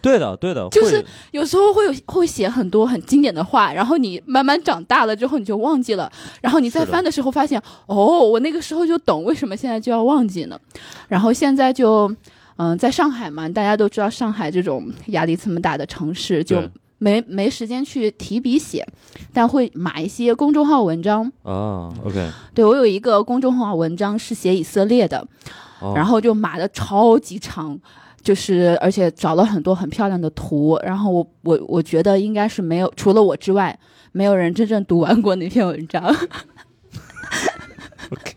A: 对的，对的，
F: 就是
A: 会
F: 有时候会有会写很多很经典的话，然后你慢慢长大了之后你就忘记了，然后你再
A: 是的
F: 翻的时候发现，哦，我那个时候就懂，为什么现在就要忘记呢？然后现在就，嗯、在上海嘛，大家都知道上海这种压力这么大的城市，就
A: 对
F: 没没时间去提笔写，但会买一些公众号文章。
A: 啊，OK，
F: 对我有一个公众号文章是写以色列的，
A: 哦
F: 然后就码的超级长，就是而且找了很多很漂亮的图，然后我我我觉得应该是没有除了我之外，没有人真正读完过那篇文章。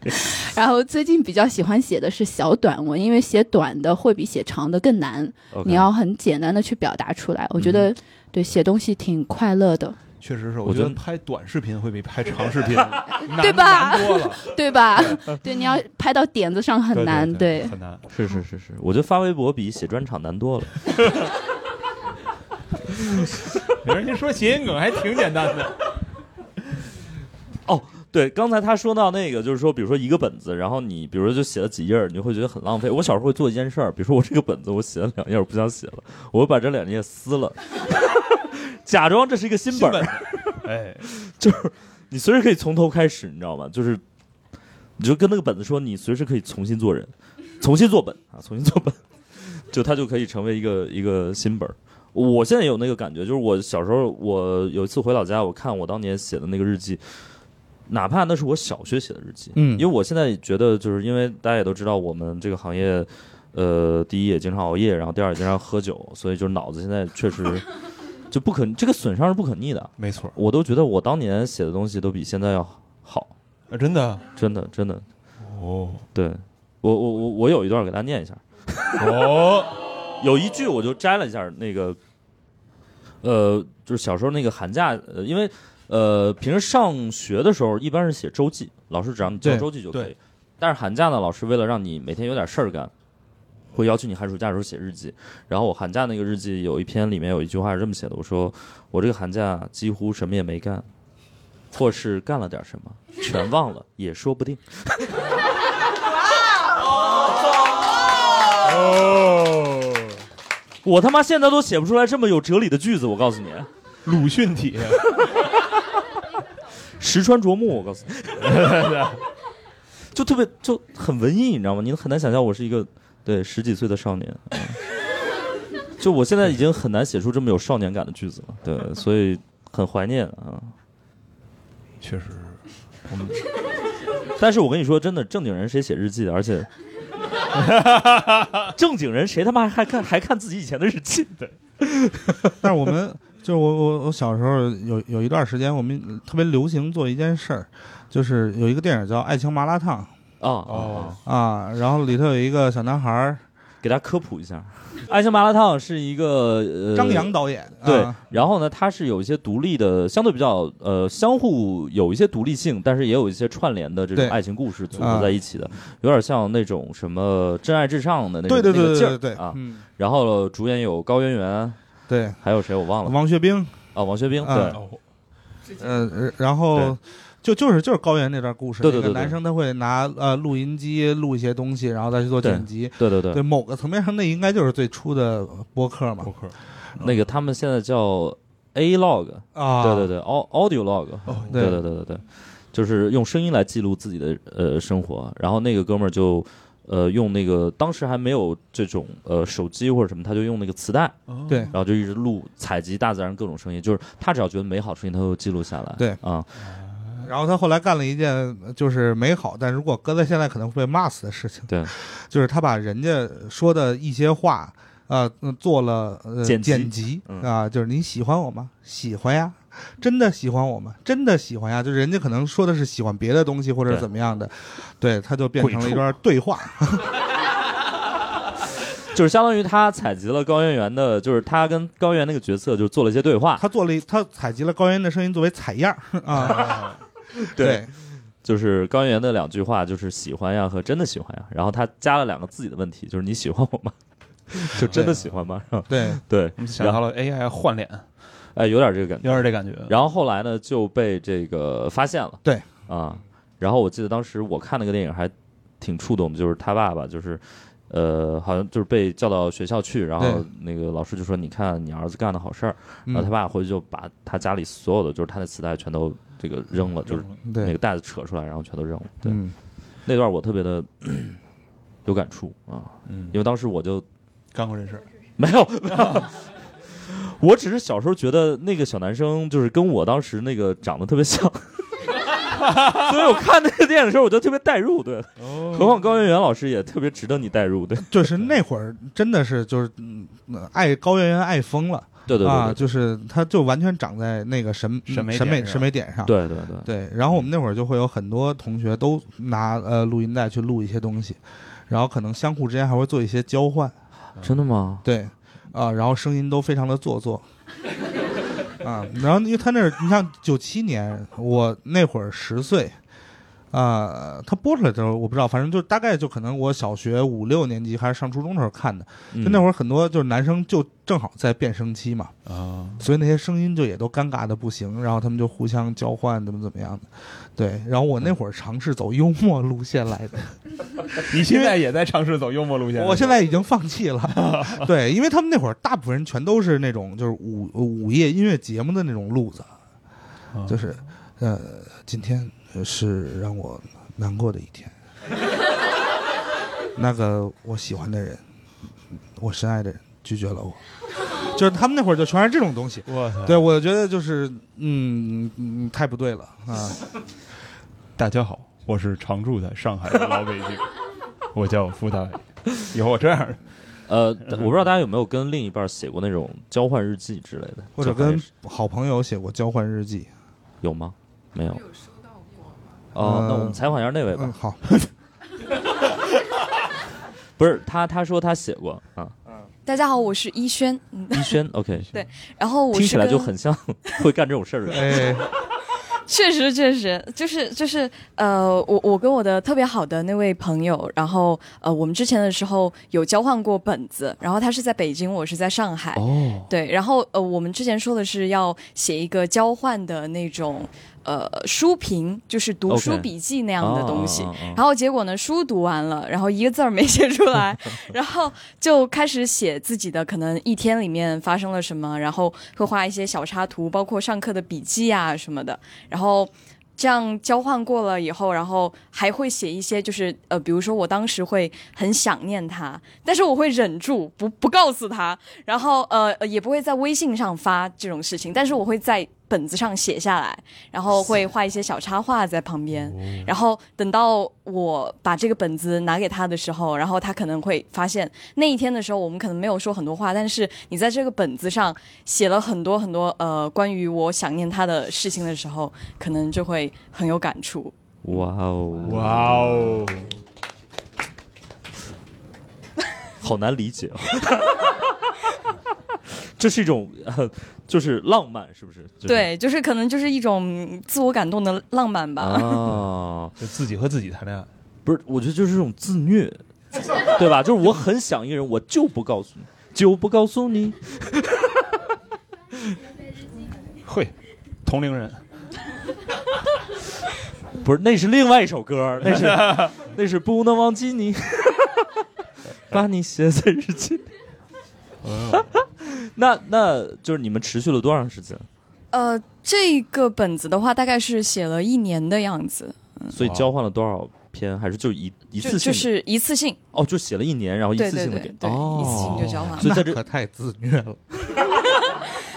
F: (laughs) 然后最近比较喜欢写的是小短文，因为写短的会比写长的更难
A: OK
F: 你要很简单的去表达出来。我觉
B: 嗯
F: 得、对写东西挺快乐的，
B: 确实是，
A: 我觉得
B: 拍短视频会比拍长视频难
F: 对吧
B: 难多了， (laughs)
F: 对吧？ (laughs) 对，你要拍到点子上很
B: 对
F: 难，
B: 对很难。
A: 是是是是，我觉得发微博比写专场难多了。
B: 人家说谐音梗还挺简单的，
A: 哦对，刚才他说到那个，就是说，比如说一个本子，然后你比如说就写了几页儿，你会觉得很浪费。我小时候会做一件事儿，比如说我这个本子我写了两页儿，我不想写了，我会把这两页撕了， (laughs) 假装这是一个新本儿， (laughs)
B: 哎，
A: 就是你随时可以从头开始，你知道吗？就是你就跟那个本子说，你随时可以重新做人，重新做本啊，重新做本， (laughs) 就它就可以成为一个一个新本儿。我现在也有那个感觉，就是我小时候，我有一次回老家，我看我当年写的那个日记，哪怕那是我小学写的日记，
C: 嗯
A: 因为我现在觉得，就是因为大家也都知道，我们这个行业，呃，第一也经常熬夜，然后第二也经常喝酒，所以就是脑子现在
B: (laughs)
A: 确实就不可，这个损伤是不可逆的。
B: 没错，
A: 我都觉得我当年写的东西都比现在要好，
B: 啊真的
A: 真的真的。
B: 哦
A: 对我我我我有一段给大家念一下，
B: 哦，
A: 有一句我就摘了一下那个，呃，就是小时候那个寒假，呃、因为呃，平时上学的时候一般是写周记，老师只让你交
C: 对
A: 周记就可以
C: 对。
A: 但是寒假呢，老师为了让你每天有点事儿干，会要求你寒暑假的时候写日记。然后我寒假那个日记有一篇里面有一句话是这么写的：我说我这个寒假几乎什么也没干，或是干了点什么，全忘了也说不定。
B: 哦，
A: 我他妈现在都写不出来这么有哲理的句子，我告诉你，
B: 鲁迅体，
A: (laughs) 石川啄木，我告诉你， (laughs) 就特别就很文艺，你知道吗？你很难想象我是一个对十几岁的少年。啊 (laughs) 就我现在已经很难写出这么有少年感的句子了，对，所以很怀念啊。
B: 确实，
A: 但是我跟你说，真的，正经人谁写日记的？而且， (laughs) 正经人谁他妈还看还看自己以前的日记的？
C: 但是我们就是我我我小时候有有一段时间，我们特别流行做一件事儿，就是有一个电影叫《爱情麻辣烫
A: 啊、
B: 哦，》
C: 啊，然后里头有一个小男孩儿，
A: 给大家科普一下，《爱情麻辣烫》是一个呃
C: 张扬导演，
A: 对
C: 啊，
A: 然后呢，它是有一些独立的，相对比较呃，相互有一些独立性，但是也有一些串联的这种
C: 对
A: 爱情故事组合
C: 啊
A: 在一起的，有点像那种什么《真爱至上》的那种
C: 对对对
A: 那个
C: 对
A: 劲
C: 对
A: 儿
C: 对，
A: 啊。
C: 嗯，
A: 然后主演有高圆圆，
C: 对，
A: 还有谁我忘了
C: 王学兵，
A: 啊，王学兵
C: 啊
A: 对。
B: 哦
C: 呃，然后就就是就是高原那段故事，
A: 对对
C: 那
A: 对
C: 个
A: 对
C: 男生他会拿呃录音机录一些东西，然后再去做
A: 对
C: 剪辑。
A: 对对对，
C: 对某个层面上，那应该就是最初的播客嘛
B: 播客，
A: 那个他们现在叫 A log，、
C: 啊，
A: 对对对，au- audio log，
B: 哦
A: 对对对对对，就是用声音来记录自己的呃生活。然后那个哥们儿就呃用那个当时还没有这种呃手机或者什么，他就用那个磁带，
B: 哦
C: 对
A: 然后就一直录采集大自然各种声音，就是他只要觉得美好的声音，他就记录下来。
C: 对
A: 啊、
C: 然后他后来干了一件就是美好，但如果搁在现在可能会被骂死的事情。
A: 对，
C: 就是他把人家说的一些话，呃，嗯做了、呃、
A: 剪
C: 剪
A: 辑
C: 辑
A: 嗯
C: 啊、就是你喜欢我吗？喜欢呀，真的喜欢我吗？真的喜欢呀，就是人家可能说的是喜欢别的东西或者
A: 对
C: 怎么样的，对，他就变
B: 鬼
C: 成了
B: 畜
C: 一段对话。
A: 就是相当于他采集了高圆圆的，就是他跟高圆圆那个角色就做了一些对话，
C: 他做了一，他采集了高音的声音作为采样儿 (laughs)
A: (laughs)
C: 啊，对
A: 就是高圆圆的两句话，就是喜欢呀和真的喜欢呀，然后他加了两个自己的问题，就是你喜欢我吗？ (laughs) 就真的喜欢吗？ (laughs) 然后
C: 对，
A: 对，
B: 我们想到了 AI 换脸，
A: 哎，有点这个感觉。
B: 有点这感觉。
A: 然后后来呢就被这个发现了，
C: 对
A: 啊，然后我记得当时我看那个电影还挺触动的，就是他爸爸就是。呃，好像就是被叫到学校去，然后
C: 对
A: 那个老师就说：“你看你儿子干的好事儿。然后他
C: 嗯，
A: 爸回去就把他家里所有的，就是他的磁带全都这个扔了，就是那
C: 对
A: 个，袋子扯出来，然后全都扔了。对，
C: 嗯，
A: 那段我特别的有感触啊，
B: 嗯
A: 因为当时我就
B: 干过这事儿，
A: (laughs) 没有，没有。我只是小时候觉得那个小男生就是跟我当时那个长得特别像， (laughs) 所以我看那个电影的时候我就特别代入，对。
B: 哦
A: 何况高圆圆老师也特别值得你代入，对。
C: 就是那会儿真的是就是嗯爱高圆圆爱疯了。
A: 对对
C: 啊，
A: 对
C: 就是他就完全长在那个审
B: 审美点
C: 审美
B: 上
C: 审美点上。
A: 对对对对。
C: 对然后我们那会儿就会有很多同学都拿呃录音带去录一些东西，然后可能相互之间还会做一些交换。
A: 真的吗？
C: 对，啊、然后声音都非常的做作。 (laughs) 啊，然后因为他那是你像九七年，我那会儿十岁，啊、他播出来的时候我不知道，反正就大概就可能我小学五六年级还是上初中的时候看的，就那会
A: 儿
C: 儿很多就是男生就正好在变声期嘛，
B: 啊，
C: 所以那些声音就也都尴尬的不行，然后他们就互相交换怎么怎么样的，对，然后我那会儿尝试走幽默路线来的，
B: 你现在也在尝试走幽默路线？
C: 我现在已经放弃了， (laughs) 对，因为他们那会儿大部分人全都是那种就是午呃午夜音乐节目的那种路子，
B: 啊
C: 就是呃，今天是让我难过的一 (laughs) 天，那个我喜欢的人，我深爱的人拒绝了 (laughs) 我，就是他们那会儿就全是这种东西。
B: 我操，
C: 对，我觉得就是，嗯，嗯太不对了 (laughs) 啊！
B: 大家好，我是常住在上海的老北京，我叫傅大伟。 (laughs) 有我这样的，
A: 呃，我不知道大家有没有跟另一半写过那种交换日记之类的，
C: 或者
A: 交换
C: 跟
A: 日记
C: 好朋友写过交换日记。
A: 有吗？没有。哦，那我们采访一下那位吧
C: 呃嗯，。好，
A: (laughs) 不是他，他说他写过啊，
B: 嗯
G: 大家好，我是依轩，嗯， (laughs)
A: 一轩，OK，
G: 然后我
A: 听起
G: 是
A: 来就 (laughs)
G: 跟
A: 很像会干这种事儿的人。
C: 哎，
G: (laughs) 确实确实，就是就是呃，我我跟我的特别好的那位朋友，然后呃，我们之前的时候有交换过本子，然后他是在北京，我是在上海，
A: 哦，
G: 对，然后呃，我们之前说的是要写一个交换的那种呃书评，就是读书
A: OK
G: 笔记那样的东西。
A: 啊啊啊啊
G: 然后结果呢，书读完了，然后一个字儿没写出来， (laughs) 然后就开始写自己的可能一天里面发生了什么，然后会画一些小插图，包括上课的笔记啊什么的，然后。这样交换过了以后，然后还会写一些，就是呃，比如说我当时会很想念他，但是我会忍住不 (laughs) 不告诉他，然后呃呃也不会在微信上发这种事情，但是我会在本子上写下来，然后会画一些小插画在旁边，
A: 哦
G: 然后等到我把这个本子拿给他的时候，然后他可能会发现那一天的时候，我们可能没有说很多话，但是你在这个本子上写了很多很多呃关于我想念他的事情的时候，可能就会很有感触。
A: 哇哦，
B: 哇哦，
A: 好难理解、哦。 (laughs) 这是一种，呃、就是浪漫，是不是？就是、
G: 对，就是可能就是一种自我感动的浪漫吧。
A: 啊，
B: (laughs) 就自己和自己谈恋爱，
A: 不是，我觉得就是这种自虐，对吧？就是我很想一个人，我就不告诉你，就不告诉你。
B: 会，同龄人，
A: (laughs) 不是，那是另外一首歌，那是
B: (laughs)
A: 那是不能忘记你， (laughs) 把你写在日记里。
B: 哎
A: (laughs) 那那就是你们持续了多长时间？
G: 呃，这个本子的话，大概是写了一年的样子，
A: 所以交换了多少篇？还是就一一
G: 就
A: 次
G: 就
A: 性的？
G: 是一次性，
A: 哦，就写了一年，然后一
G: 对
A: 次
G: 对
A: 性的
G: 对
A: 给哦
G: 对，一次性就交换了。
A: 所以在
C: 那
A: 这
C: 可太自虐了。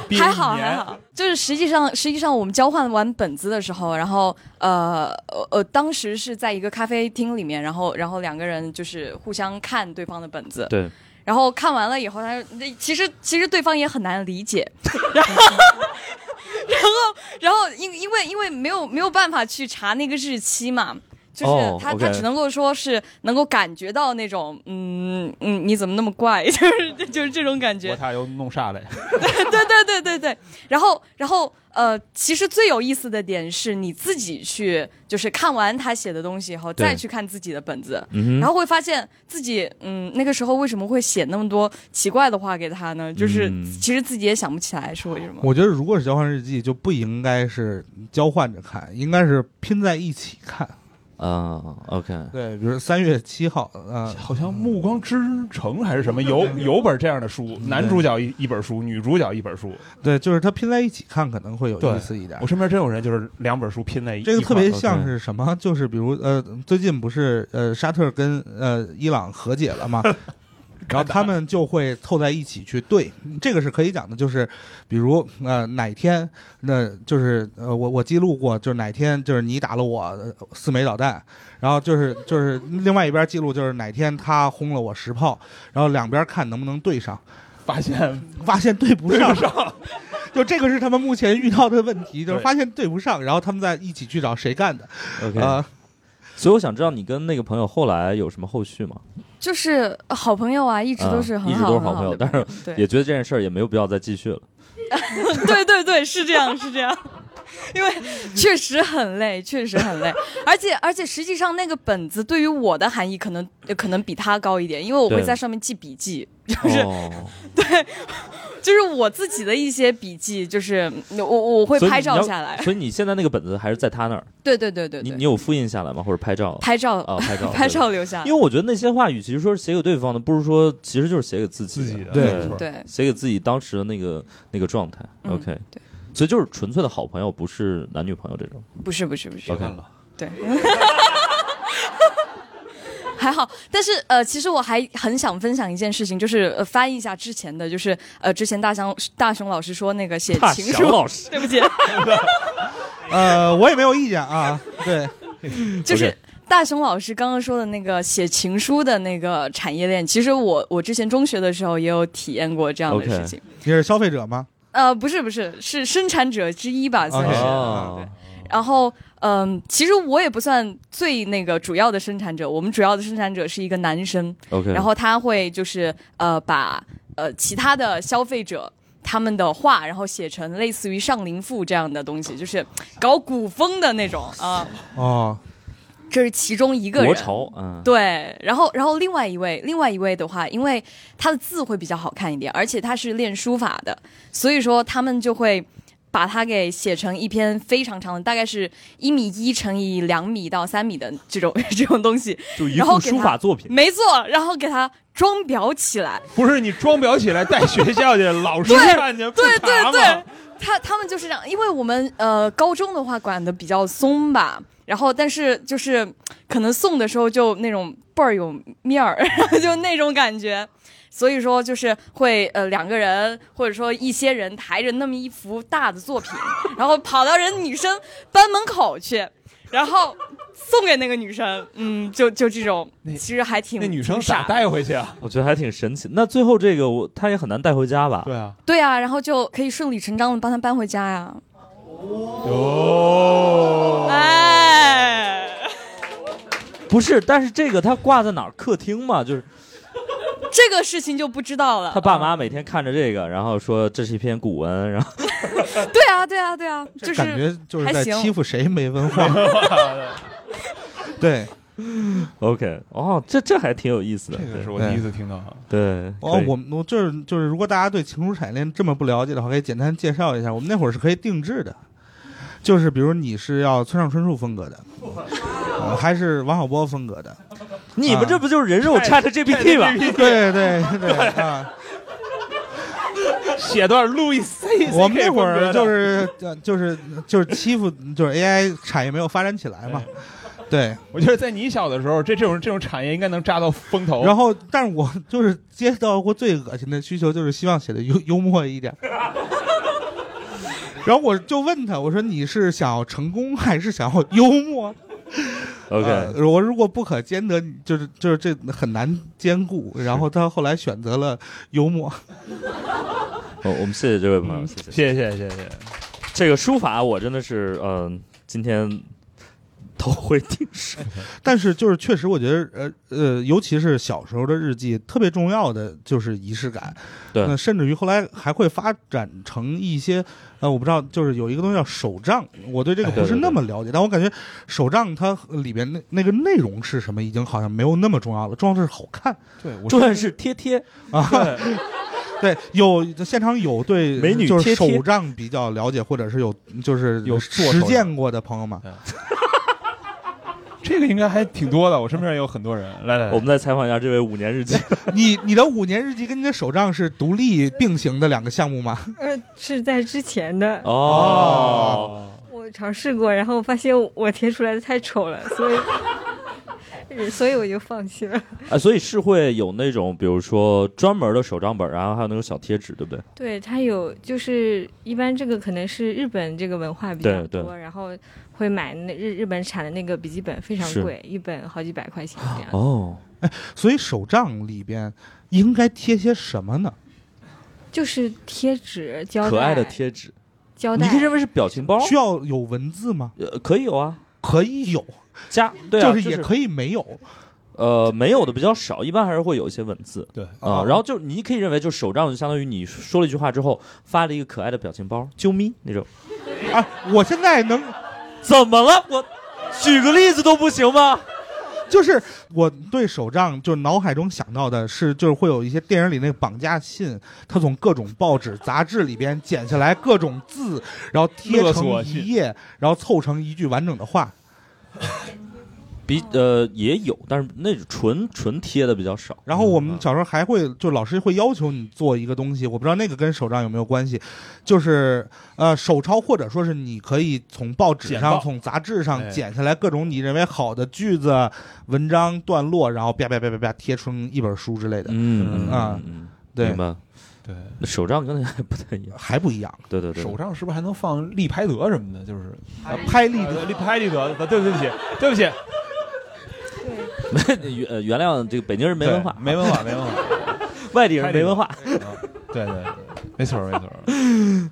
B: 毕业
G: 还
B: 一
G: 好还
B: 年
G: 好，就是实际上实际上我们交换完本子的时候，然后呃呃呃，当时是在一个咖啡厅里面，然后然后两个人就是互相看对方的本子，
A: 对，
G: 然后看完了以后，他那其实其实对方也很难理解， (laughs) 然后然后然后因因为因为没有没有办法去查那个日期嘛。就是
A: 哦
G: 他
A: OK
G: 他只能够说是能够感觉到那种，嗯嗯，你怎么那么怪， (laughs) (laughs) 就是就是这种感觉
B: 我。他又弄啥嘞？
G: 对 (laughs) 对对对对。然后，然后，呃，其实最有意思的点是你自己去，就是看完他写的东西以后，
A: 对
G: 再去看自己的本子，
A: 嗯
G: 然
A: 哼，
G: 后会发现自己，嗯，那个时候为什么会写那么多奇怪的话给他呢？就是
A: 嗯
G: 其实自己也想不起来是为什么。
C: 我觉得如果是交换日记，就不应该是交换着看，应该是拼在一起看。
A: (laughs) 啊，OK，
C: 对，比如三月七号，呃，
B: 好像《暮光之城》还是什么，有有本这样的书，男主角一一本书，女主角一本书。
C: 对，就是它拼在一起看可能会有
B: 对
C: 意思一点
B: 我。身边真有人就是两本书拼在一
C: 这个
B: 一
C: 特
B: 块儿
C: 别
A: 块儿
C: 像
A: OK
C: 是什么？就是比如呃，最近不是呃沙特跟呃伊朗和解了
B: (laughs)
C: 嘛，然后他们就会凑在一起去对，这个是可以讲的，就是比如呃哪天，那就是呃我我记录过，就是哪天就是你打了我呃四枚导弹，然后就是就是另外一边记录就是哪天他轰了我十炮，然后两边看能不能对上，
B: 发现
C: 发现对不上。 (laughs) 就这个是他们目前遇到的问题，就是
B: 对
C: 发现对不上，然后他们再一起去找谁干的
A: OK，、
C: 啊、
A: 所以我想知道你跟那个朋友后来有什么后续吗？
G: 就是好朋友啊，一直都是
A: 啊
G: 很
A: 一直
G: 好、
A: 都是
G: 很
A: 好朋友
G: 的
A: 但
G: 对
A: 也觉得这件事儿也没有必要再继续了。
G: (laughs) 对对对，是这样，是这样。 (laughs) 因为确实很累，确实很累，而且而且实际上那个本子对于我的含义可能呃可能比它高一点，因为我会
A: 对
G: 在上面记笔记， (laughs) 就是、
A: 哦、
G: 就是我自己的一些笔记，就是嗯我我会
A: 所以
G: 拍
A: 你要
G: 照下来，
A: 所以你现在那个本子还是在他那儿，
G: 对对对对
A: 你你
G: 对，
A: 有复印下来吗？或者拍照？
G: 拍照、
A: 啊，拍照，
G: (laughs) 拍
A: 对。
G: 照留下
A: 因为，我觉得那些话，与其说是写给对方的，不如说其实就是写给自己
B: 自己
A: 的，
B: 的
C: 对
B: 没错
G: 对
A: 写给自己当时的那个那个状态。
G: 嗯
A: OK，
G: 对，
A: 所以就是纯粹的好朋友，不是男女朋友这种。
G: 不是不是不是
A: OK，
B: 了。
G: 对。 (laughs) 还好，但是呃，其实我还很想分享一件事情，就是呃，翻译一下之前的，就是呃，之前大熊大熊老师说那个写
A: 大
G: 情
A: 祥
G: 书，
A: 老
G: (laughs)
A: 师，
G: 对不起，
C: 呃，我也没有意见啊。对，
G: (laughs) 就是。
A: OK
G: 大熊老师刚刚说的那个写情书的那个产业链，其实我我之前中学的时候也有体验过这样的
A: OK
G: 事情。
C: 你是消费者吗？
G: 呃，不是不是，是生产者之一吧，算
C: OK
G: 是。
A: 哦
G: 然后，嗯，其实我也不算最那个主要的生产者，我们主要的生产者是一个男生，
A: ，OK，
G: 然后他会就是呃把呃其他的消费者。他们的话，然后写成类似于《上林赋》这样的东西，就是搞古风的那种啊。
C: 哦，
G: 这是其中一个
A: 国
G: 人。
A: 潮，嗯，
G: 对，然后然后另外一位，另外一位的话，因为他的字会比较好看一点，而且他是练书法的，所以说他们就会把它给写成一篇非常长的，大概是一米一乘以两米到三米的这种 (laughs) 这种东西，
A: 就一
G: 然后
A: 幅
G: 给
A: 书
G: 他
A: 法作品，
G: 没错，然后给它装裱起
A: (laughs)
G: 来。
B: 不是你装裱起来带学校去，老师
G: 对
B: 看见不
G: 对
B: 查
G: 对
B: 吗
G: 对？，他他们就是这样，因为我们呃高中的话管的比较松吧，然后但是就是可能送的时候就那种倍儿有面儿， (laughs) 就那种感觉。所以说，就是会呃两个人或者说一些人抬着那么一幅大的作品，然后跑到人女生班门口去，然后送给那个女生，嗯，就就这种
B: 那，
G: 其实还挺
B: 那女
G: 挺
B: 生
G: 傻
B: 咋
G: 的
B: 带回去啊？
A: (laughs) 我觉得还挺神奇。那最后这个我他也很难带回家吧？
B: 对啊，
G: 对啊，然后就可以顺理成章的帮她搬回家呀、
B: 哦，
G: 哎，
A: 不是，但是这个他挂在哪儿？客厅嘛，就是
G: 这个事情就不知道 (laughs) 了。
A: 他爸妈每天看着这个，然后说这是一篇古文，然后
C: (laughs)
G: 对啊，对啊，对啊，就
C: 感
G: 是
C: 觉就是
G: 还
C: 在
G: 行
C: 欺负谁没文
B: (laughs)
C: 化。对，
A: OK，哦，这这还挺有意思
B: 这
A: 的，
B: 个
A: 对
B: 是我第一次听到啊。
A: 对，
C: 哦
A: 可，以
C: 我们我就是就是，如果大家对情书产业链这么不了解的话，可以简单介绍一下。我们那会儿是可以定制的，就是比如你是要村上春树风格的，呃还是王小波风格的？
A: (laughs)
C: 啊
A: 你们这不就是人肉 Chat GPT 吧？
C: 对对对
A: (laughs)
C: 啊！
B: 写段路易 C，
C: (laughs) 我们那会儿就是呃就是就是欺负，就是 AI 产业没有发展起来嘛。对，
B: 我觉得在你小的时候，这这种这种产业应该能扎到风头。
C: 然后，但是我就是接到过最恶心的需求，就是希望写的幽幽默一点。 (laughs) 然后我就问他，我说你是想要成功还是想要幽默
A: OK，
C: 呃我如果不可兼得，就是就是这很难兼顾。然后他后来选择了幽默。
A: 我我们谢谢这位朋友，谢谢。
B: 嗯谢谢谢谢谢谢，
A: 这个书法我真的是，嗯、今天头回听 (laughs) 说，
C: (laughs) 但是就是确实，我觉得呃呃，尤其是小时候的日记，特别重要的就是仪式感。
A: 对
C: 那甚至于后来还会发展成一些呃，我不知道，就是有一个东西叫手账，我对这个
A: 哎对
C: 不是
A: 对
C: 那么了解，但我感觉手账它里边那那个内容是什么，已经好像没有那么重要了，重要的是好看
B: 对我
A: 重要是贴贴， (laughs)
C: 啊。对，有现场有对
A: 美女
C: 就是
A: 贴贴
C: 手账比较了解，或者是有就是
B: 有做手
C: 实
B: 账
C: 践过的朋友们，
A: 嗯
B: (laughs) 这个应该还挺多的，我身边也有很多人。来来，
A: 我们再采访一下这位五年日记，
C: (laughs) 你你的五年日记跟你的手账是独立并行的两个项目吗？
E: 呃，是在之前的，
A: 哦，
E: 我尝试过，然后发现我贴出来的太丑了，所以。呃所以 (laughs) 我就放弃了。
A: 啊，所以是会有那种，比如说专门的手账本，然后还有那种小贴纸，对不对？
E: 对，它有就是一般这个可能是日本这个文化比较
A: 对
E: 多，然后会买那日日本产的那个笔记本，非常
A: 是
E: 贵，一本好几百块钱这样。
A: 哦，
C: 哎所以手账里边应该贴些什么呢？
E: 就是贴纸、胶带、
A: 可爱的贴纸，
E: 胶带，
A: 你可以认为是表情包，
C: 需要有文字吗？
A: 呃，可以有啊，
C: 可以有，
A: 加对啊，
C: 就
A: 就是
C: 也可以没有。
A: 呃，没有的比较少，一般还是会有一些文字
B: 对
A: 啊、
C: 哦
A: 然后就你可以认为，就手账就相当于你说了一句话之后发了一个可爱的表情包，啾咪那种。
C: 啊，我现在能，
A: 怎么了？我举个例子都不行吗？
C: 就是我对手账，就是脑海中想到的是，就是会有一些电影里那个绑架信，他从各种报纸、杂志里边剪下来各种字，然后贴
B: 勒索
C: 成
B: 信
C: 一页，然后凑成一句完整的话。
A: 比呃也有，但是那纯纯贴的比较少。
C: 然后我
A: 嗯
C: 们小时候还会，就老师会要求你做一个东西，我不知道那个跟手账有没有关系，就是呃手抄或者说是你可以从报纸
B: 剪
C: 上、
B: 报
C: 从杂志
B: 哎
C: 上剪下来各种你认为好的句子、文章段落，然后啪啪啪啪啪贴成一本书之类的。
A: 嗯
B: 嗯
A: 嗯
C: 啊
A: 嗯，
C: 对
A: 明，白。
B: 对，
A: 手账跟那还不太一样。
C: 还不一样，
A: 对对对， (laughs)
B: 手账是不是还能放利拍德什么的？就是
C: 拍立得
B: 呃利拍立得，对对不起，对不起，
A: 没原呃原谅这个北京人没文化，
B: 对没文化，没文化。
A: 外地人没文化。
B: 对对对，没错没错。啊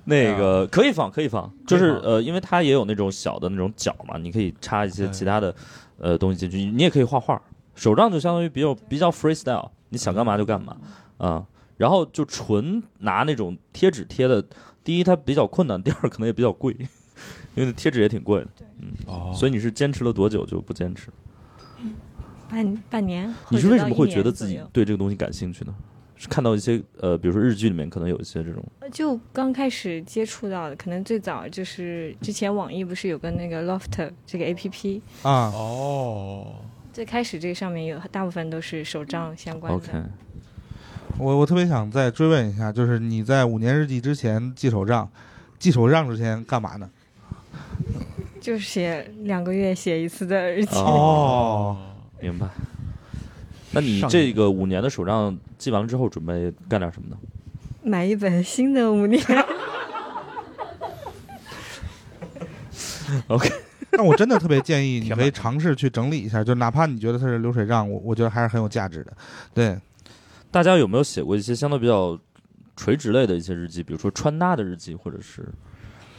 A: 那个可以放，可以放，就是
B: 可以放
A: 呃，因为它也有那种小的那种角嘛，你可以插一些
B: 对
A: 其他的呃东西进去，你也可以画画。手账就相当于比较比较 freestyle，你想干嘛就干嘛啊、然后就纯拿那种贴纸贴的，第一它比较困难，第二可能也比较贵， (laughs) 因为那贴纸也挺贵的。嗯
B: 哦
A: 所以你是坚持了多久就不坚持？
E: 半半年。
A: 你是为什么会觉得
E: 或者到
A: 自
E: 一
A: 己
E: 年左右
A: 对这个东西感兴趣呢？是看到一些呃，比如说日剧里面可能有一些这种，
E: 就刚开始接触到的，可能最早就是之前网易不是有个那个 Loft 这个 A P P，
C: 啊，
B: 哦，
E: 最开始这上面有大部分都是手账相关的。
A: OK，
C: 我我特别想再追问一下，就是你在五年日记之前记手账，记手账之前干嘛呢？
E: 就是写两个月写一次的日记，
A: 哦
C: 哦，
A: 明白。那你
B: 上
A: 这个五年的手账记完了之后，准备干点什么呢？
E: 买一本新的五年。
C: (laughs) 那我真的特别建议
A: (laughs)
C: 你
B: 填
C: 可
B: 满
C: 以尝试去整理一下，就哪怕你觉得它是流水账，我我觉得还是很有价值的。对，
A: 大家有没有写过一些相对比较垂直类的一些日记，比如说穿搭的日记，或者是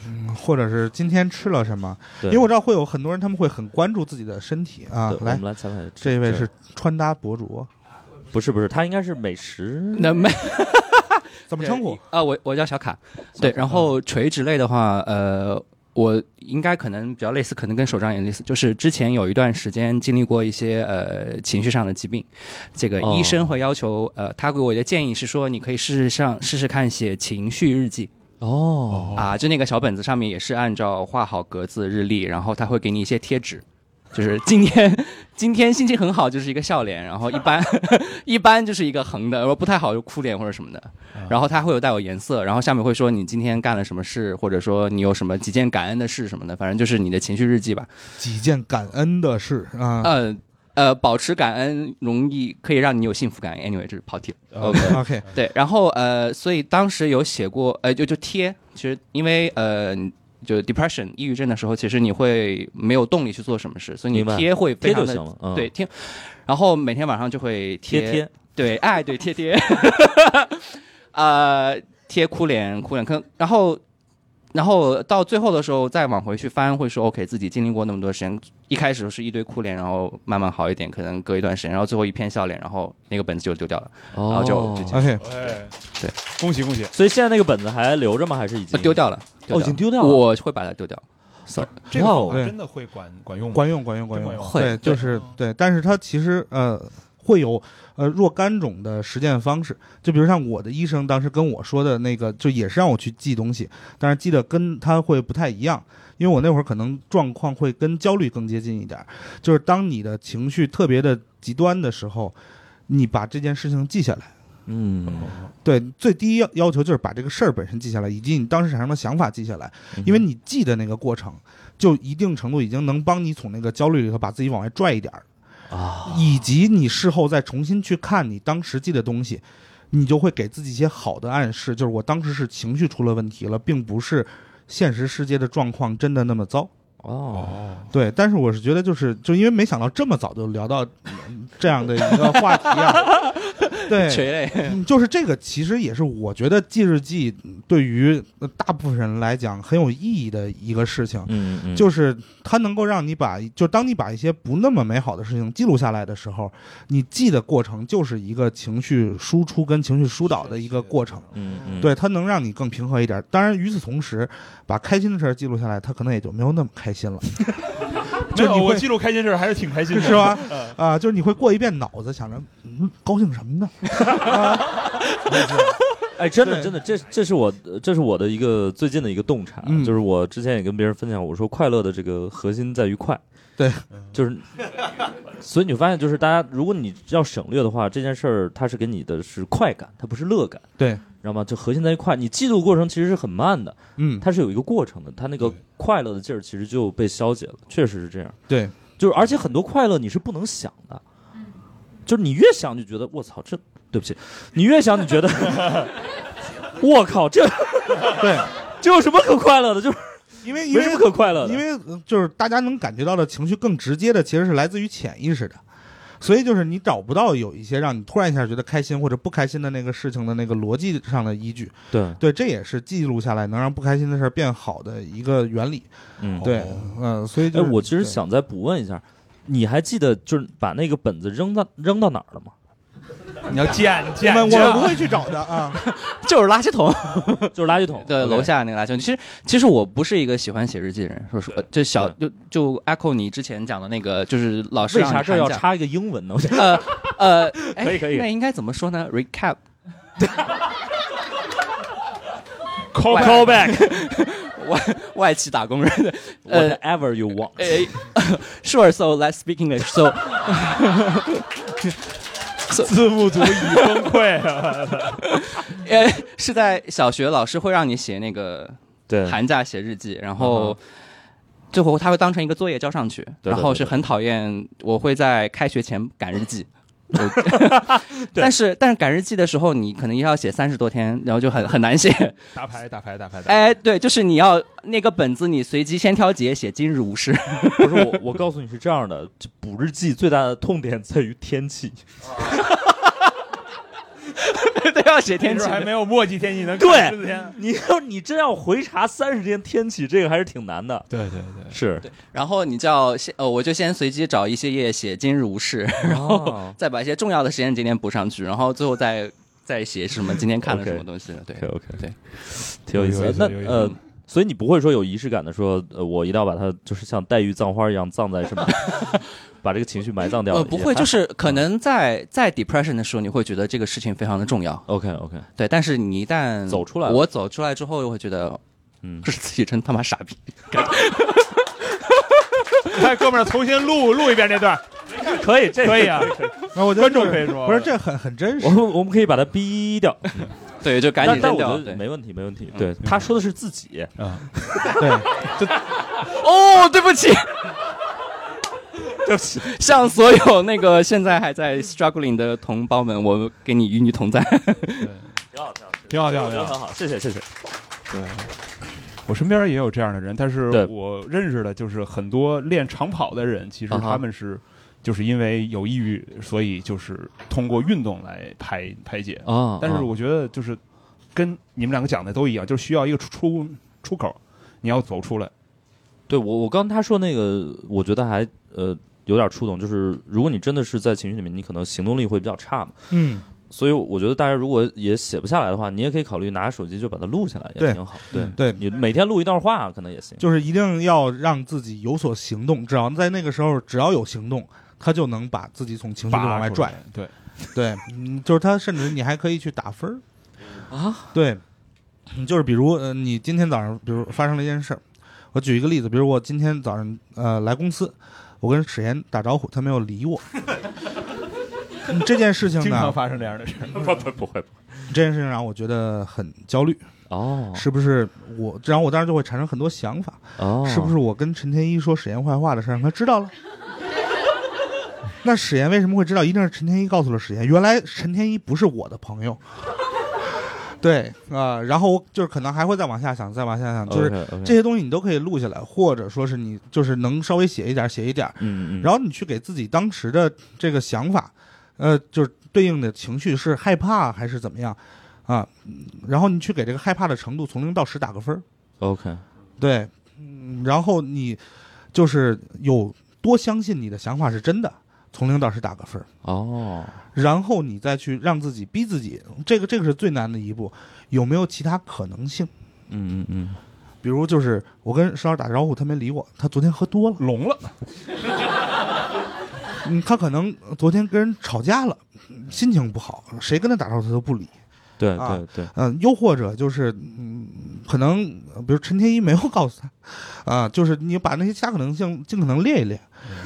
C: 嗯或者是今天吃了什么，
A: 对
C: 因为我知道会有很多人他们会很关注自己的身体啊
A: 对，。我
C: 来
A: 们，来采访
C: 这一位
A: 这
C: 是穿搭博主，
A: 不是不是，他应该是美食
H: 那没
C: 怎么称呼？
H: 啊，我我叫小卡， (laughs) 对，然后垂直类的话，呃，我应该可能比较类似，可能跟手账也类似，就是之前有一段时间经历过一些呃情绪上的疾病，这个
A: 哦
H: 医生会要求，呃，他给我的建议是说，你可以试试上试试看写情绪日记
A: 哦，
H: 啊，就那个小本子上面也是按照画好格子日历，然后他会给你一些贴纸。
A: (laughs)
H: 就是今天，今天心情很好，就是一个笑脸，然后一般 (laughs) 一般就是一个横的，如果不太好就哭脸或者什么的。
A: 啊
H: 然后它会有带有颜色，然后下面会说你今天干了什么事，或者说你有什么几件感恩的事什么的，反正就是你的情绪日记吧。
C: 几件感恩的事啊。
H: 呃呃，保持感恩容易可以让你有幸福感。Anyway，这是跑题了。
A: 哦
B: OK，
C: OK，
H: 对，然后呃，所以当时有写过，呃，就就贴，其实因为呃。就 depression 抑郁症的时候，其实你会没有动力去做什么事，所以你
A: 明白
H: 贴会非
A: 贴就
H: 常
A: 行
H: 的
A: 了，嗯、
H: 对贴，然后每天晚上就会
A: 贴贴，
H: 对，哎，对，贴贴，呃，贴哭脸，哭脸坑，然后，然后到最后的时候再往回去翻，会说 OK，自己经历过那么多时间，一开始是一堆哭脸，然后慢慢好一点，可能隔一段时间，然后最后一片笑脸，然后那个本子就丢掉了，
A: 哦
H: 然后就就这样
C: OK，
B: 哎，
H: 对，
B: 恭喜恭喜！
A: 所以现在那个本子还留着吗？还是已
H: 呃
A: 经
H: 丢？掉了，
A: 哦，已经丢掉了。
H: 我会把它丢掉。
B: 这个
A: 哇哦
B: 方法真的会管管用吗？
C: 管用，管用，管
B: 真管
C: 用。
B: 用
C: 对，
H: 会
C: 就是对，但是它其实呃会有呃若干种的实践方式，就比如像我的医生当时跟我说的那个，就也是让我去记东西，但是记得跟他会不太一样，因为我那会儿可能状况会跟焦虑更接近一点儿，就是当你的情绪特别的极端的时候，你把这件事情记下来。
A: 嗯，
C: 对，最低要要求就是把这个事儿本身记下来，以及你当时产生的想法记下来，因为你记的那个过程，就一定程度已经能帮你从那个焦虑里头把自己往外拽一点儿，
A: 啊，
C: 以及你事后再重新去看你当时记的东西，你就会给自己一些好的暗示，就是我当时是情绪出了问题了，并不是现实世界的状况真的那么糟。
A: 哦，
B: 哦，
C: 对，但是我是觉得，就是就因为没想到这么早就聊到嗯这样的一个话题啊，对，
H: 垂泪，
C: 嗯，就是这个，其实也是我觉得记日记对于呃大部分人来讲很有意义的一个事情，
A: 嗯嗯，
C: 就是它能够让你把，就当你把一些不那么美好的事情记录下来的时候，你记的过程就是一个情绪输出跟情绪疏导的一个过程。
A: 嗯嗯，
C: 对，它能让你更平和一点。当然，与此同时，把开心的事儿记录下来，它可能也就没有那么开
A: (laughs)
C: 心了，就
B: 没有，
C: 你
B: 我
C: 会
B: 记录开心事儿还是挺开心的，
C: 是
B: (laughs)
C: 吧？
B: 嗯？
C: 啊、就是你会过一遍脑子，想着嗯，高兴什么呢？
A: 哎，真的
C: 对
A: 真的，这这是我呃这是我的一个最近的一个洞察，
C: 嗯
A: 就是我之前也跟别人分享，我说快乐的这个核心在于快，
C: 对，
A: 就是，所以你发现就是大家，如果你要省略的话，这件事儿它是给你的是快感，它不是乐感，
C: 对，
A: 知道吗？就核心在于快，你记录过程其实是很慢的，
C: 嗯，
A: 它是有一个过程的，它那个快乐的劲儿其实就被消解了，确实是这样。
C: 对。
A: 就是而且很多快乐你是不能想的，就是你越想就觉得我操这对不起，你越想你觉得我靠这
C: 对，
A: 这有什么可快乐的？就是
C: 因为因
A: 没
C: 为
A: 什么可快乐的，
C: 因为呃就是大家能感觉到的情绪更直接的，其实是来自于潜意识的，所以就是你找不到有一些让你突然一下觉得开心或者不开心的那个事情的那个逻辑上的依据。
A: 对，
C: 对，这也是记录下来能让不开心的事儿变好的一个原理。
A: 嗯。
C: 对，嗯、所以
A: 哎，
C: 就是
A: 我其实
C: 对
A: 想再补问一下，你还记得就是把那个本子扔到扔到哪儿了吗？
B: 你要见见
C: 我
B: 见
C: 我不会 (laughs) 去找的啊。
H: 就是垃圾 (laughs) 桶，
A: 就是垃圾桶。
H: 对，
A: OK
H: 楼下那个垃圾桶。其实其实我不是一个喜欢写日记的人，说实话，就小就就 echo 你之前讲的那个，就是老师
A: (laughs) 为
H: 让
A: 啥
H: 你
A: 这要
H: 寒假
A: 插一个英文呢？我觉得
H: 呃呃，哎
A: 可以可以
H: 那应该怎么说呢？recap
A: call
H: 外
A: call back
H: (laughs) 外外企打工人，呃
A: whatever you want。
H: 哎 (laughs) ，sure so let's speak English so (laughs)
B: 字幕组已崩溃啊！
A: (laughs)
H: (laughs) 呃是在小学老师会让你写那个
A: 对，嗯
H: 寒假写日记，然后最后他会当成一个作业交上去，
A: 对对
H: 然后
A: 对
H: 是
A: 对
H: 很讨厌，我会在开学前赶日
A: (laughs)
H: 记。我但是但是赶日记的时候，你可能要写三十多天，然后就很很难
A: (laughs)
H: 写。
B: 打牌，打牌，打牌，打牌。
H: 哎，对，就是你要那个本子，你随机先挑几页写今日无事。
A: 不是我，我告诉你是这样的，这补日记最大的痛点在于天气。
H: 对，要写天
B: 那时
H: 气
B: 候还
H: 的。
B: 没有墨迹天气能
A: 对
B: 看十四天
A: 你要你真要回查三十天天气，这个还是挺难的。
B: 对对对，
A: 是，
H: 然后你叫先，呃，我就先随机找一些页写今日无事， (laughs)
A: 然
H: 后再把一些重要的时间节点补上去，然后最后再再写什么今天看了什
A: OK
H: 么东西。对
A: OK，OK，
H: 对，
A: 挺有意思的。那
B: 有意思有意思
A: 呃，所以你不会说有仪式感的说，呃，我一定要把它就是像黛玉葬花一样葬在什么， (laughs) 把这个情绪埋葬掉。
H: 呃，不会，
A: (laughs)
H: 就是可能在在 depression 的时候，你会觉得这个事情非常的重要，
A: OK OK，
H: 对。但是你一旦
A: 走出来了
H: 我走出来之后，又会觉得 (laughs)
A: 嗯
H: 这，是自己真他妈傻逼。 (laughs)
B: 来，哎哥们儿，重新录录一遍这段，可以，这可以啊，
C: 那我觉得
B: 观
C: 就
B: 众
C: 是
B: 可以说
C: 不是这很很真实
A: 我。们我们可以把它逼掉，
H: (laughs) 对，就赶
A: 嗯但
H: 紧扔
A: 但我
H: 掉。
A: 觉得
H: 对，嗯
A: 没问题，没问题。对，他说的是自己，
B: 嗯
A: (laughs)
C: 对，
H: 哦，对不起，
A: 对不起，
H: 向所有那个现在还在 struggling 的同胞们，我给你与你同在。 (laughs)
A: 挺好，挺好，
B: 挺好，挺好，
A: 我
B: 挺
A: 觉得
B: 好。
A: 很好，谢谢，谢谢。
B: 对，我身边也有这样的人，但是
A: 对
B: 我认识的就是很多练长跑的人，其实
H: 啊哈
B: 他们是。就是因为有抑郁，所以就是通过运动来排排解。
A: 啊
B: 但是我觉得就是跟你们两个讲的都一样，就是需要一个出出口，你要走出来。
A: 对我，我刚他说那个，我觉得还呃有点触动，就是如果你真的是在情绪里面，你可能行动力会比较差嘛。
C: 嗯，
A: 所以我觉得大家如果也写不下来的话，你也可以考虑拿手机就把它录下来，也
C: 对
A: 挺好。对，
B: 嗯
C: 对，
A: 你每天录一段话可能也行。
C: 就是一定要让自己有所行动，只要在那个时候只要有行动，他就能把自己从情绪里往外
B: 拔出
C: 拽。，
B: 对，
C: (laughs) 对，嗯，就是他，甚至你还可以去打分儿啊。对，嗯就是比如呃，你今天早上，比如发生了一件事儿，我举一个例子，比如我今天早上呃来公司，我跟史岩打招呼，他没有理我。嗯这件事情
B: 经常
C: 呢，嗯
B: 发生这样的事。
A: 不不不会
C: 这件事情让我觉得很焦虑，
A: 哦
C: 是不是我？然后我当时就会产生很多想法，
A: 哦，
C: 是不是我跟陈天一说史岩坏话的事儿，让他知道了？ (laughs) 那史岩为什么会知道？一定是陈天一告诉了史岩。原来陈天一不是我的朋友。对啊、呃然后我就是可能还会再往下想，再往下想，就是
A: OK，OK
C: 这些东西你都可以录下来，或者说是你就是能稍微写一点，写一点，
A: 嗯嗯，
C: 然后你去给自己当时的这个想法，呃，就是对应的情绪是害怕还是怎么样啊？嗯然后你去给这个害怕的程度从零到十打个分儿。
A: 后 OK
C: 对，嗯，然后你就是有多相信你的想法是真的，从零到十打个分儿，
A: 哦，
C: 然后你再去让自己逼自己，这个这个是最难的一步。有没有其他可能性？
A: 嗯嗯嗯，
C: 比如就是我跟石老师打招呼，他没理我，他昨天喝多了，
B: 聋了，
C: (laughs) 嗯，他可能昨天跟人吵架了，心情不好，谁跟他打招呼他都不理。
A: 对
C: 啊
A: 对对，
C: 嗯、又或者就是，嗯，可能呃比如陈天一没有告诉他，啊、就是你把那些其他可能性尽可能列一列，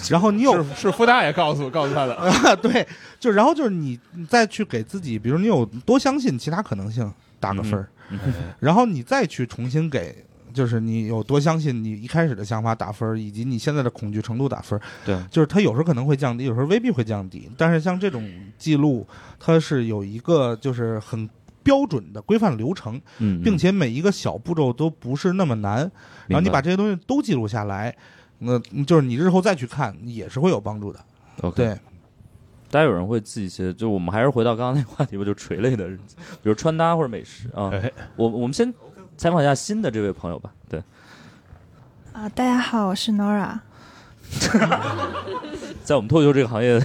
C: 然后你有
B: 嗯是是傅大爷告诉告诉他的。
C: 啊， (laughs) 对，就然后就是你你再去给自己，比如你有多相信其他可能性，打个分儿，
A: 嗯
C: (laughs) 然后你再去重新给，就是你有多相信你一开始的想法打分儿，以及你现在的恐惧程度打分儿，
A: 对，
C: 就是它有时候可能会降低，有时候未必会降低，但是像这种记录，它是有一个就是很。标准的规范流程，
A: 嗯，嗯
C: 并且每一个小步骤都不是那么难，然后你把这些东西都记录下来，那、就是你日后再去看也是会有帮助的。
A: OK
C: 对，
A: 大家有人会记一些，就我们还是回到刚刚那个话题吧，就垂类的日记，比如穿搭或者美食啊。
B: 哎
A: 我我们先采访一下新的这位朋友吧。对，
I: 啊、大家好，我是 Nora。
A: (laughs) 在我们脱口秀这个行业，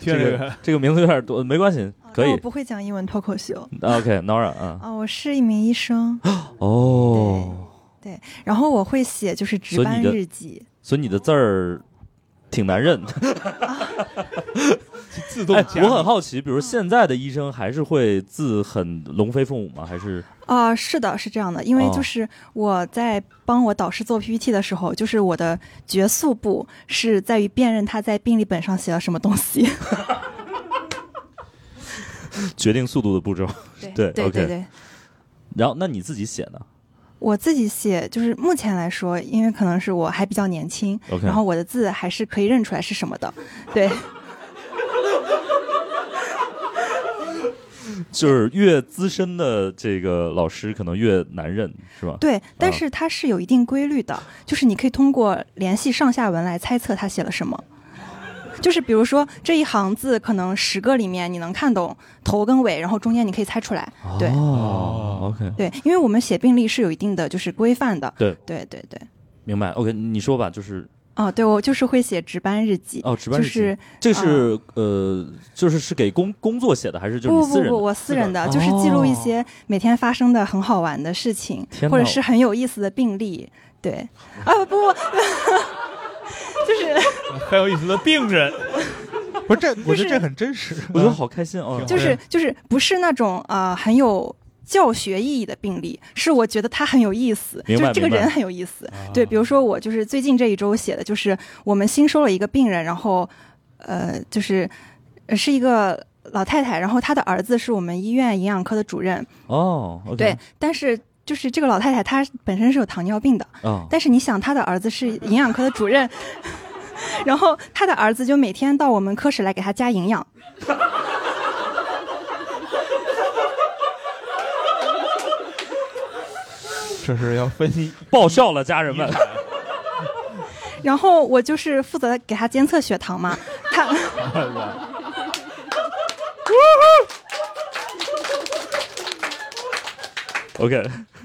A: 这个这个名字有点多，没关系，可
I: 但我
A: 以。
I: 不会讲英文脱口秀
A: OK，Nora 啊，
I: 啊，我是一名医生， (laughs)
A: 哦，
I: 然后我会写就是值
A: 所以
I: 班
A: 你的
I: 日记。
A: 所以你的字儿挺难
I: (laughs)
A: 认。
B: 自
A: 哎，我很好奇，比如现在的医生还是会字很龙飞凤舞吗？还是
I: 啊、是的，是这样的，因为
A: 哦
I: 就是我在帮我导师做 PPT 的时候，就是我的角速部是在于辨认他在病历本上写了什么东西。
A: 决定速度的步骤？ (laughs) 对
I: 对对
A: OK
I: 对，
A: 然后那你自己写呢？
I: 我自己写就是目前来说，因为可能是我还比较年轻
A: OK
I: 然后我的字还是可以认出来是什么的。对，
A: 就是越资深的这个老师可能越难认，是吧？
I: 对，但
A: 啊
I: 是它是有一定规律的，就是你可以通过联系上下文来猜测他写了什么。就是比如说这一行字，可能十个里面你能看懂头跟尾，然后中间你可以猜出来。对、
A: 哦，OK，
I: 对，因为我们写病历是有一定的就是规范的。
A: 对
I: 对对对。
A: 明白。OK，你说吧，就是
I: 哦，对，我就是会写值班日记。
A: 哦，值班
I: 就
A: 日记
I: 是嗯啊
A: 这是呃，就是是给工工作写的，还是就是你私
I: 不不
A: 人的？哦
I: 不，我私人的，就是记录一些每天发生的很好玩的事情，
A: 天
I: 或者
A: 哪
I: 是很有意思的病例。对，啊不不，就是
B: 很有意思的病人，
C: 不是这，我觉得
I: 就是
C: 这很真实。
A: 我觉得好开心哦。
I: 就是就是不是那种啊、呃很有。教学意义的病例是我觉得他很有意思，就
A: 明白
I: 是这个
A: 明白哦
I: 人很有意思。对，比如说我就是最近这一周写的，就是我们新收了一个病人，然后呃，就是呃是一个老太太，然后她的儿子是我们医院营养科的主任，
A: 哦，OK，
I: 对，但是就是这个老太太她本身是有糖尿病的，
A: 啊，
I: 但是你想她的儿子是营养科的主任， (laughs) 然后她的儿子就每天到我们科室来给她加营养，
B: 这是要分析
A: 爆笑了，家人 (laughs) 们。
I: 然后我就是负责给她监测血糖
A: (laughs)
I: 嘛，她
A: OK，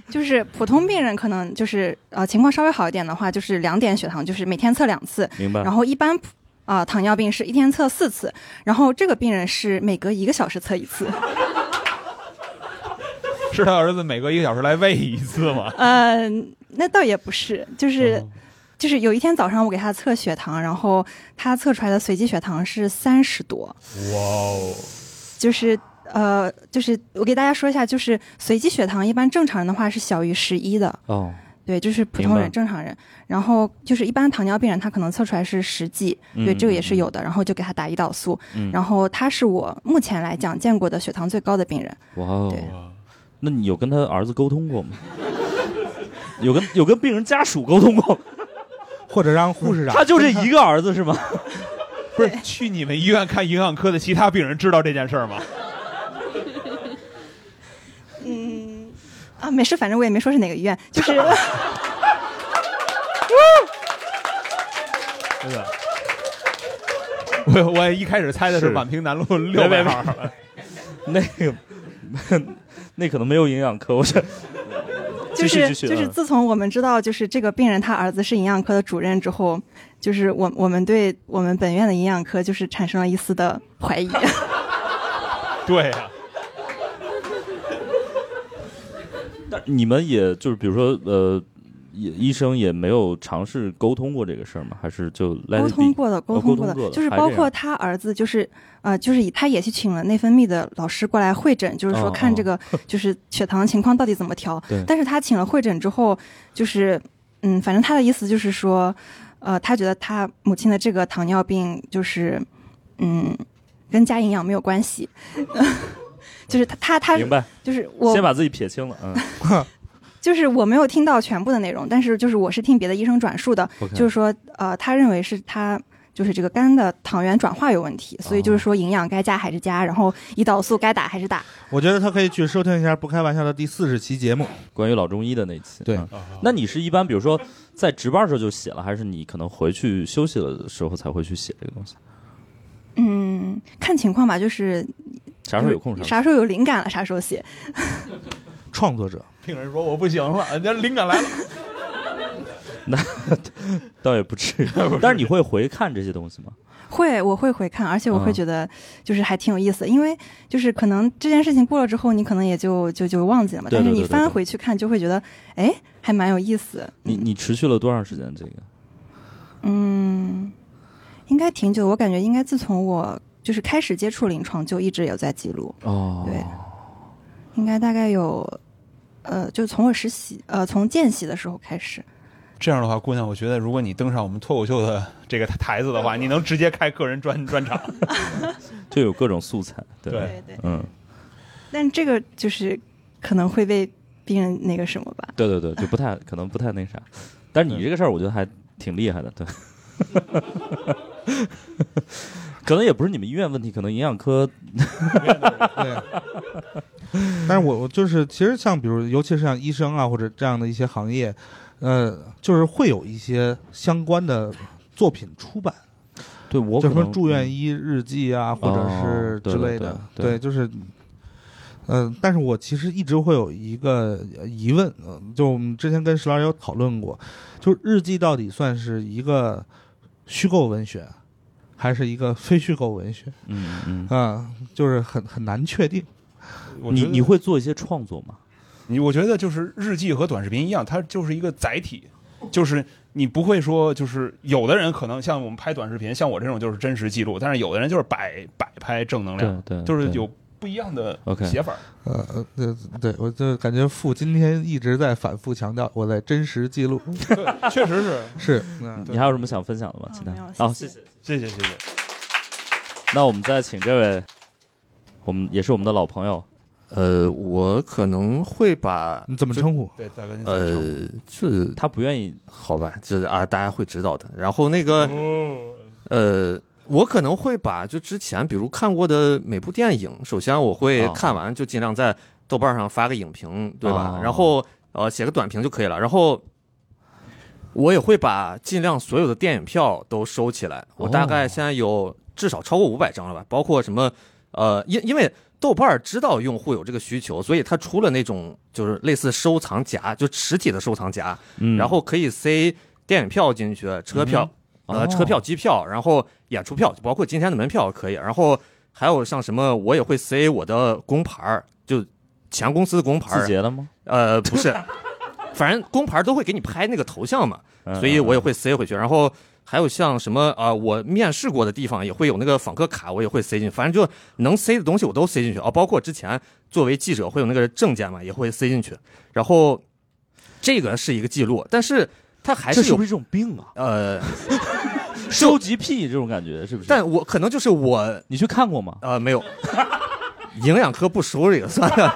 I: 就是普通病人可能就是呃情况稍微好一点的话，就是两点血糖，就是每天测两次，
A: 明白
I: 然。后一般普。啊、糖尿病是一天测四次，然后这个病人是每隔一个小时测
A: (laughs)
I: 一次。
B: 是他儿子每隔一个小时来喂一次吗？
I: 嗯，那倒也不是，就是、
A: 哦
I: 就是有一天早上我给他测血糖，然后他测出来的随机血糖是三十多，
B: 哇哦，
I: 就是呃，就是我给大家说一下，就是随机血糖一般正常人的话是小于十一的，
A: 哦，
I: 对，就是普
A: 明
I: 通
A: 白
I: 人正常人，然后就是一般糖尿病人他可能测出来是十几，对，
A: 嗯
I: 这个也
A: 嗯
I: 是有的，然后就给他打胰岛素，
A: 嗯
I: 然后他是我目前来讲见过的血糖最高的病人，
A: 哇哦
I: 对，
A: 那你有跟他儿子沟通过吗？ (laughs) 有跟有跟病人家属沟通过吗？
C: 或者让护士长
A: 他就这一个儿子是吗？
B: 不是去你们医院看营养科的其他病人知道这件事儿吗？
I: 嗯，啊，没事，反正我也没说是哪个医院，
A: (laughs)
I: 就是
B: 对吧？我我一开始猜的是
A: 是
B: 宛平南路六百号，
A: (laughs) 那个， (laughs) 那可能没有营养科，我想。
I: 就
A: 继续
I: 是
A: 继续
I: 就是
A: 嗯
I: 自从我们知道就是这个病人他儿子是营养科的主任之后，就是我我们对我们本院的营养科就是产生了一丝的怀疑。 (laughs)
B: (laughs) 对呀、
A: 但你们也就是比如说呃，也医生也没有尝试沟通过这个事儿吗？还是就 let it
I: 沟通
A: be？哦
I: 过的，沟
A: 呃沟通
I: 通过
A: 过的
I: 的，就是
A: 还
I: 包
A: 这
I: 括
A: 样
I: 他儿子，就是呃，就是以他也去请了内分泌的老师过来会诊，就是
A: 哦
I: 说看
A: 哦
I: 这
A: (laughs)
I: 个就是血糖情况到底怎么调
A: 对。
I: 但是他请了会诊之后，就是嗯，反正他的意思就是说，呃，他觉得他母亲的这个糖尿病就是嗯，跟加营养没有关系， (laughs) 就是他他他
A: 明白，
I: 就是我
A: 先把自己撇清了，
I: (laughs)
A: 嗯
I: 就是我没有听到全部的内容，但是就是我是听别的医生转述的，
A: ，OK，
I: 就是说，呃，他认为是他就是这个肝的糖原转化有问
A: 哦
I: 题，所以就是说营养该加还是加，然后胰岛素该打还是打。
C: 我觉得他可以去收听一下《不开玩笑》的第四十期节目。
A: 关于老中医的那期，
C: 对
A: 嗯那你是一般比如说在值班的时候就写了，还是你可能回去休息了的时候才会去写这个东西？
I: 嗯，看情况吧，就是
A: 啥时候有空啥时
I: 啥时候有灵感了，啥时候写。
C: 创作者
B: 病人说我不行了，人家灵感来了，
A: 那 (laughs) 倒也不至
C: (laughs)
A: 于。但是你会回看这些东西吗？
I: 会，我会回看，而且我
A: 嗯
I: 会觉得就是还挺有意思的，因为就是可能这件事情过了之后，你可能也就就就忘记了嘛。
A: 对
I: 但是
A: 对
I: 你
A: 对对
I: 翻
A: 对
I: 回去看，就会觉得，哎，还蛮有意思。
A: 你你持续了多长时间？这个
I: 嗯，应该挺久，我感觉应该自从我就是开始接触临床，就一直有在记录，
A: 哦
I: 对应该大概有，呃，就从我实习，呃，从见习的时候开始。
B: 这样的话，姑娘，我觉得如果你登上我们脱口秀的这个台子的话，你能直接开个人专专场。
A: (laughs) 就有各种素材，对吧
B: 对
I: 对，
A: 嗯，
I: 但这个就是可能会被病人那个什么吧。
A: 对对对，就不太可能不太那啥。但是你这个事儿，我觉得还挺厉害的，对。 (laughs) 可能也不是你们医院问题，可能营养科 (laughs)
C: 对。但是我我就是其实像比如，尤其是像医生啊或者这样的一些行业，呃，就是会有一些相关的作品出版，
A: 对我
C: 就
A: 可
C: 什么
A: 能嗯
C: 住院医日记啊，或者是之类的，
A: 哦对对对对
C: 就是。嗯、但是我其实一直会有一个呃疑问，呃就我们之前跟石老师有讨论过，就是日记到底算是一个虚构文学，还是一个非虚构文学？
A: 嗯嗯，
C: (laughs) 啊、就是很很难确定。
B: 我
A: 你
B: 觉得
A: 你会做一些创作吗？
B: 你我觉得就是日记和短视频一样，它就是一个载体，就是你不会说就是有的人可能像我们拍短视频，像我这种就是真实记录，但是有的人就是摆摆拍正能量，
A: 对对
B: 就是
A: 对
B: 有不一样的
A: OK
B: 写法。
C: 呃，对对，我就感觉傅今天一直在反复强调我在真实记录，
B: 对，确实是，
C: 是，嗯，
A: 你还有什么想分享的吗？其他
I: 哦没有
A: 好，
I: 谢
A: 谢
I: 谢
A: 谢。
B: 谢谢谢谢。
A: 那我们再请这位，我们也是我们的老朋友，
J: 呃，我可能会把
C: 你怎么称呼？
B: 对，大哥您呃，
J: 呃，这
A: 他不愿意
J: 好吧，这啊大家会知道的。然后那
C: 哦
J: 个
C: 嗯
J: 呃，我可能会把就之前比如看过的每部电影，首先我会
A: 哦
J: 看完就尽量在豆瓣上发个影评，对吧
A: 哦？
J: 然后呃写个短评就可以了。然后我也会把尽量所有的电影票都收起来。我大概
A: 哦
J: 现在有至少超过五百张了吧，包括什么呃，因因为。豆瓣儿知道用户有这个需求，所以它出了那种就是类似收藏夹，就实体的收藏夹，
A: 嗯
J: 然后可以塞电影票进去，车票、
A: 哦
J: 呃车票、机票，然后演出票，包括今天的门票可以，然后还有像什么我也会塞我的工牌儿，就前公司的工牌
A: 字
J: 儿，
A: 节的吗？
J: 呃不是， (laughs) 反正工牌儿都会给你拍那个头像嘛，
A: 嗯
J: 所以我也会塞回去，然后。还有像什么啊、呃我面试过的地方也会有那个访客卡，我也会塞进去。反正就能塞的东西我都塞进去啊、包括之前作为记者会有那个证件嘛，也会塞进去。然后这个是一个记录，但是它还
A: 这是
J: 是有
A: 不是一种病啊？
J: 呃，
A: (laughs) 收集癖这种感觉是不是？
J: 但我可能就是我
A: 你去看过吗？
J: 呃没有， (laughs) 营养科不收这个算了。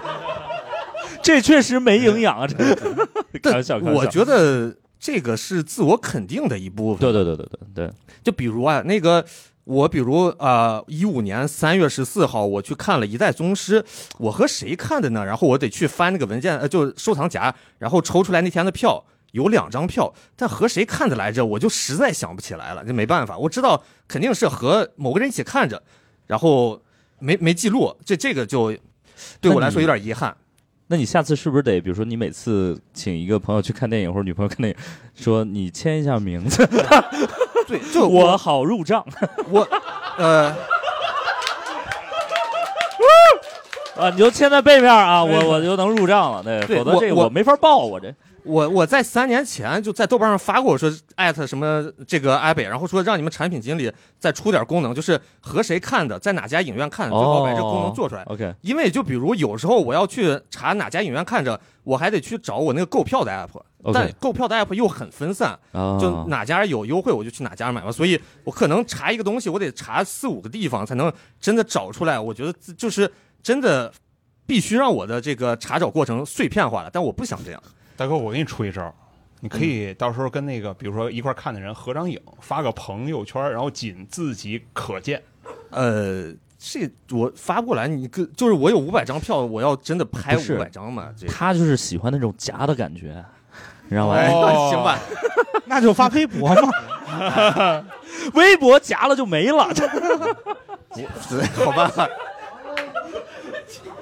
A: (laughs) 这确实没营养啊！这个开
J: 但
A: 玩笑，开玩笑
J: 我觉得这个是自我肯定的一部分。
A: 对对对对对对，
J: 就比如啊，那个我比如啊，一、5五年三月十四号我去看了《一代宗师》，我和谁看的呢？然后我得去翻那个文件，呃，就收藏夹，然后抽出来那天的票。有两张票，但和谁看的来着，我就实在想不起来了，这没办法。我知道肯定是和某个人一起看着，然后没没记录，这这个就对我来说有点遗憾。
A: 那你下次是不是得，比如说你每次请一个朋友去看电影或者女朋友看电影，说你签一下名字， (laughs)
J: 对，就
A: 我好入账。
J: (laughs) 我呃，
A: 啊，你就签在背面啊，我我就能入账了。对，
J: 对
A: 否则这个
J: 我
A: 我没法报，我这
J: 我我在三年前就在豆瓣上发过，我说艾特什么这个阿北，然后说让你们产品经理再出点功能，就是和谁看的，在哪家影院看的，最好把这个
A: 哦
J: 功能做出来。
A: OK，
J: 因为就比如有时候我要去查哪家影院看着，我还得去找我那个购票的 app，、
A: OK
J: 但购票的 app 又很分散，
A: 啊，
J: 就哪家有优惠我就去哪家买嘛，所以我可能查一个东西，我得查四五个地方才能真的找出来。我觉得自就是真的必须让我的这个查找过程碎片化了，但我不想这样。
B: 大哥，我给你出一招，你可
A: 嗯
B: 以到时候跟那个比如说一块儿看的人合张影，发个朋友圈，然后仅自己可见。
J: 呃，这我发不过来，你个就是我有五百张票，我要真的拍
A: 不是
J: 五百张嘛？这个
A: 他就是喜欢那种夹的感觉，你知道吗？
B: 哎
A: (laughs)
B: 哦
J: (laughs) 行吧，
C: 那就发微博嘛。
A: 微博
J: (laughs)
A: 夹了就没了。
J: 好吧。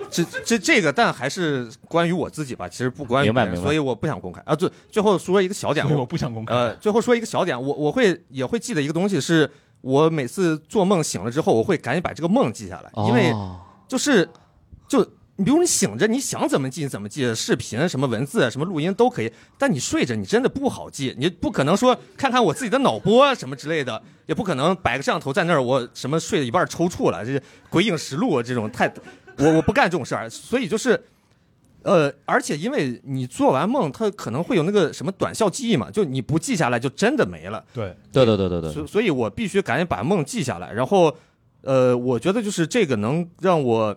J: 这这这个，但还是关于我自己吧，其实不关于
A: 明白
J: 别人
A: 明白
J: 所以我不想公开啊。最最后说一个小点，
B: 所以我不想公开
J: 呃，最后说一个小点，我我会也会记得一个东西，是我每次做梦醒了之后，我会赶紧把这个梦记下来，因为
A: 哦
J: 就是就你比如你醒着，你想怎么记怎么记，视频什么文字什么录音都可以，但你睡着你真的不好记，你不可能说看看我自己的脑波啊什么之类的，也不可能摆个摄像头在那儿，我什么睡了一半抽搐了，这《鬼影实录》啊这种太，我我不干这种事儿，所以就是。呃，而且因为你做完梦，它可能会有那个什么短效记忆嘛，就你不记下来，就真的没了。
B: 对
A: 对对对对对，
J: 所所以我必须赶紧把梦记下来。然后，呃，我觉得就是这个能让我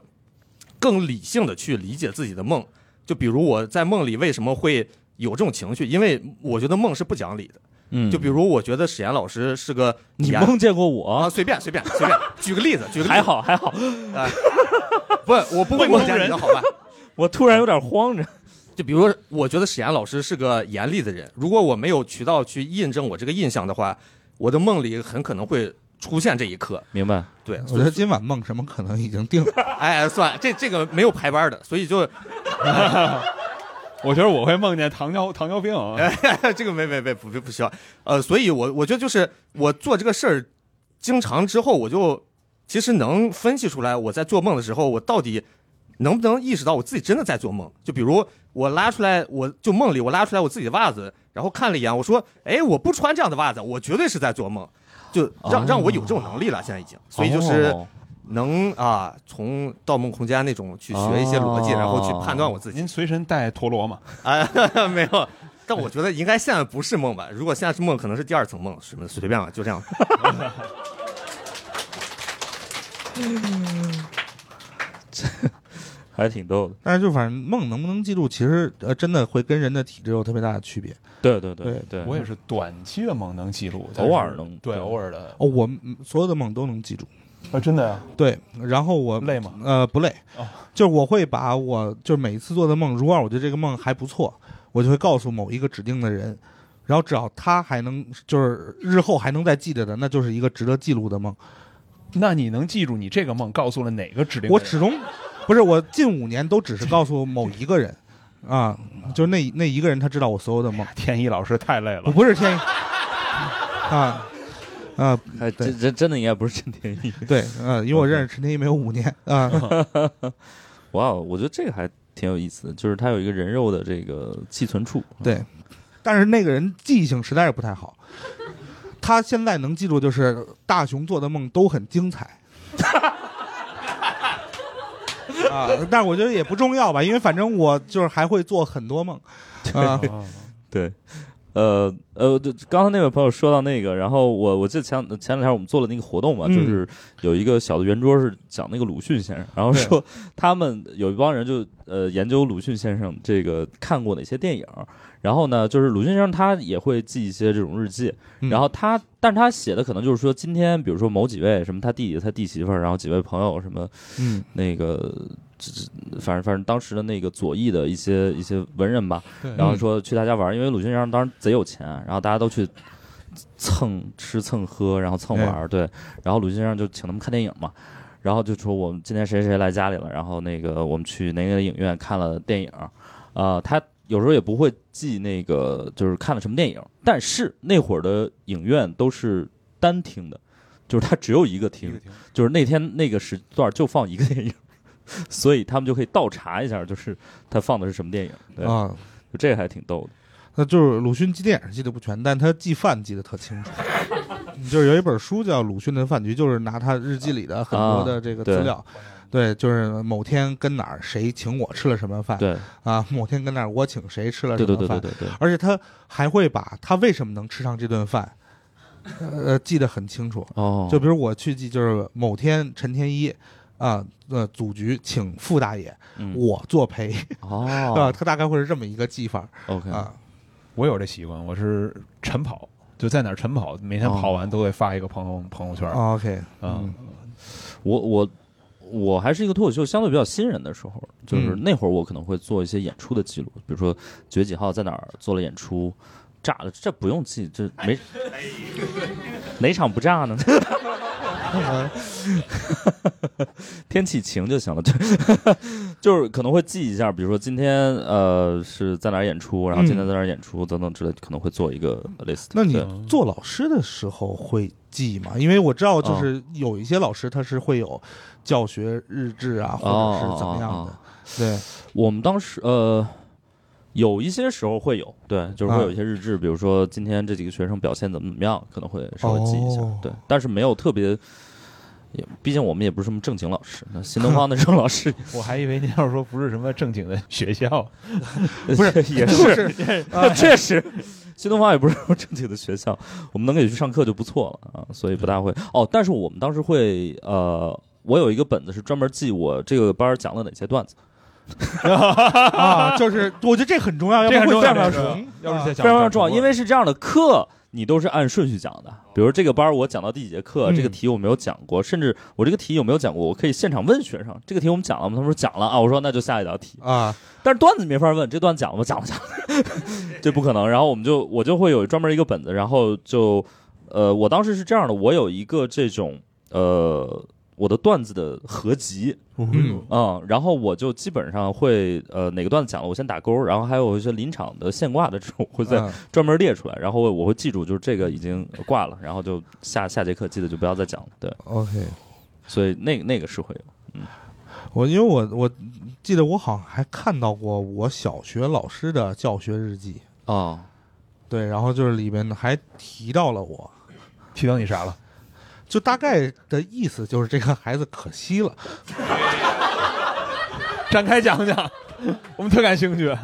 J: 更理性的去理解自己的梦。就比如我在梦里为什么会有这种情绪，因为我觉得梦是不讲理的。
A: 嗯
J: 就比如我觉得史岩老师是个
A: 你
J: 演
A: 梦见过我
J: 啊，随便随便随便， (laughs) 举个例子，举个例子
A: 还好还好，
J: 啊，不，我不会梦见你的好吧？
A: (laughs) 我突然有点慌着。
J: 就比如说，我觉得史岩老师是个严厉的人，如果我没有渠道去印证我这个印象的话，我的梦里很可能会出现这一刻。
A: 明白，
J: 对，
C: 我觉得今晚梦什么可能已经定了。
J: 哎，算了，这这个没有排班的，所以就
B: (laughs) 我觉得我会梦见糖尿糖尿病啊，
J: 哎 (laughs) 这个没没没不不不需要。呃，所以我我觉得就是我做这个事儿，经常之后我就其实能分析出来，我在做梦的时候，我到底能不能意识到我自己真的在做梦？就比如我拉出来，我就梦里我拉出来我自己的袜子，然后看了一眼，我说，哎，我不穿这样的袜子，我绝对是在做梦，就让让我有这种能力了，现在已经，所以就是。
A: 哦
J: 能啊，从《盗梦空间》那种去学一些逻辑，
A: 哦
J: 然后去判断我自己
B: 您随身带陀
J: (laughs)
B: 螺吗？
J: 啊，没有。但我觉得应该现在不是梦吧？如果现在是梦，可能是第二层梦，什么随便吧，就这样。
E: 嗯
A: 还挺逗的。
C: 但是就反正梦能不能记住，其实呃真的会跟人的体质有特别大的区别。
A: 对对
C: 对
A: 对，
B: 我也是短期的梦能记录，但是
A: 偶尔能
B: 对偶尔的
C: 哦，我嗯所有的梦都能记住。
B: 啊，真的呀，
C: 对，然后我
B: 累吗？
C: 呃不累
B: 哦，
C: (laughs) 就是我会把我就是每一次做的梦，如果我觉得这个梦还不错，我就会告诉某一个指定的人，然后只要他还能就是日后还能再记得的，那就是一个值得记录的梦。
B: 那你能记住你这个梦告诉了哪个指令的人？
C: 我始终不是我近五年都只是告诉某一个人啊，就是那那一个人他知道我所有的梦，
B: (laughs) 天一老师太累
C: 我
B: 了，
C: 不是天意啊啊
A: 哎，这
C: 对
A: 这真的应该不是陈天意。
C: 对
J: 嗯
C: 呃，因为我认识陈天一没有五年啊，
A: (laughs) 哇哦，我觉得这个还挺有意思的，就是它有一个人肉的这个寄存处。
C: 对，但是那个人记性实在是不太好，他现在能记住就是大熊做的梦都很精彩。啊，但是我觉得也不重要吧，因为反正我就是还会做很多梦， (laughs) 啊，
A: 对，呃呃，对刚才那位朋友说到那个，然后我我记得前前两天我们做了那个活动嘛，
C: 嗯
A: 就是有一个小的圆桌是讲那个鲁迅先生，然后说他们有一帮人就呃研究鲁迅先生这个看过哪些电影，然后呢，就是鲁迅先生他也会记一些这种日记，
C: 嗯
A: 然后他但是他写的可能就是说今天比如说某几位什么他弟弟他弟媳妇儿，然后几位朋友什么
C: 嗯，
A: 那个。这这反正反正当时的那个左翼的一些一些文人吧，
B: 对
A: 然后说去他家玩儿，因为鲁迅先生当时贼有钱，然后大家都去蹭吃蹭喝，然后蹭玩儿，对。然后鲁迅先生就请他们看电影嘛，然后就说我们今天谁谁来家里了，然后那个我们去哪个影院看了电影，呃，他有时候也不会记那个就是看了什么电影，但是那会儿的影院都是单厅的，就是他只有一个厅，就是那天那个时段就放一个电影。 (laughs) 所以他们就可以倒查一下，就是他放的是什么电影。对，
C: 啊，
A: 就这个还挺逗的。
C: 那就是鲁迅记电影记得不全，但他记饭记得特清楚。就是有一本书叫《鲁迅的饭局》，就是拿他日记里的很
A: 啊
C: 多的这个资料，对，就是某天跟哪儿谁请我吃了什么饭，
A: 对，
C: 啊，某天跟哪儿我请谁吃了什
A: 对
C: 么饭，
A: 对对对对对，
C: 而且他还会把他为什么能吃上这顿饭，呃，记得很清楚。
A: 哦，
C: 就比如我去记，就是某天陈天一。啊，呃，组局请傅大爷，
A: 嗯
C: 我作陪，啊，
A: 哦
C: 他大概会是这么一个记法
A: ，OK，
C: 啊。
B: 我有这习惯，我是晨跑，就在哪儿晨跑，每天跑
A: 哦
B: 完都会发一个朋友朋友圈。
C: 啊哦 OK，
B: 嗯，
A: 啊我我我还是一个脱口秀相对比较新人的时候，就是
C: 嗯
A: 那会儿我可能会做一些演出的记录，比如说几月几号在哪儿做了演出，炸了，这不用记，这没哪场不炸呢？ (laughs) 天气晴就行了， (laughs) 就就是可能会记一下，比如说今天呃是在哪儿演出，然后今天在哪儿演出等等之类，可能会做一个 list 对。
C: 嗯那你做老师的时候会记吗？因为我知道，
K: 哦
C: 就是有一些老师他是会有教学日志啊，或者是怎么样
K: 哦
C: 的。对，
A: 我们当时呃，有一些时候会有，对，就是
C: 啊
A: 会有一些日志，比如说今天这几个学生表现怎么怎么样，可能会稍微记一下，
C: 哦
A: 对，但是没有特别。也，毕竟我们也不是什么正经老师，那新东方的这种
C: (laughs)
B: (laughs)
A: 老师
K: 我还以为您要是说不是什么正经的学校，
A: (laughs) 不
B: (laughs)
A: 是 (laughs) 也，
K: 就是
C: (laughs)
A: 确实，新东方也不是什么正经的学校，我们能给去上课就不错了啊，所以不大会哦。但是我们当时会呃，我有一个本子是专门记我这个班儿讲了哪些段子，
C: 啊，就是我觉得这很重要，要不
B: 这
C: 然
B: 很
C: 会
B: 重要，
C: 非常
B: 这个要
K: 啊
B: 是再
A: 非
B: 讲
A: 常非常重要，因
B: 为
A: 为是这样的课。你都是按顺序讲的，比如这个班儿我讲到第几节课，
C: 哦嗯
A: 这个题我没有讲过，甚至我这个题有没有讲过，我可以现场问学生，这个题我们讲了吗？他们说讲了啊，我说那就下一道题，
C: 啊，
A: 但是段子没法问，这段讲了吗？讲了讲了，这不可能。然后我们就我就会有专门一个本子，然后就呃，我当时是这样的，我有一个这种呃我的段子的合集，
C: 嗯
A: 嗯，然后我就基本上会呃哪个段子讲了，我先打勾，然后还有一些临场的现挂的这种，我会再
C: 嗯
A: 专门列出来，然后我会记住，就是这个已经挂了，然后就下下节课记得就不要再讲了。对，
C: ，OK。
A: 所以那那个是会有
C: 我因为我我记得我好像还看到过我小学老师的教学日记，
A: 哦，
C: 对，然后就是里面还提到了我，
K: 提到你啥了？
C: 就大概的意思就是这个孩子可惜了，
B: 展开讲讲，我们特感兴趣。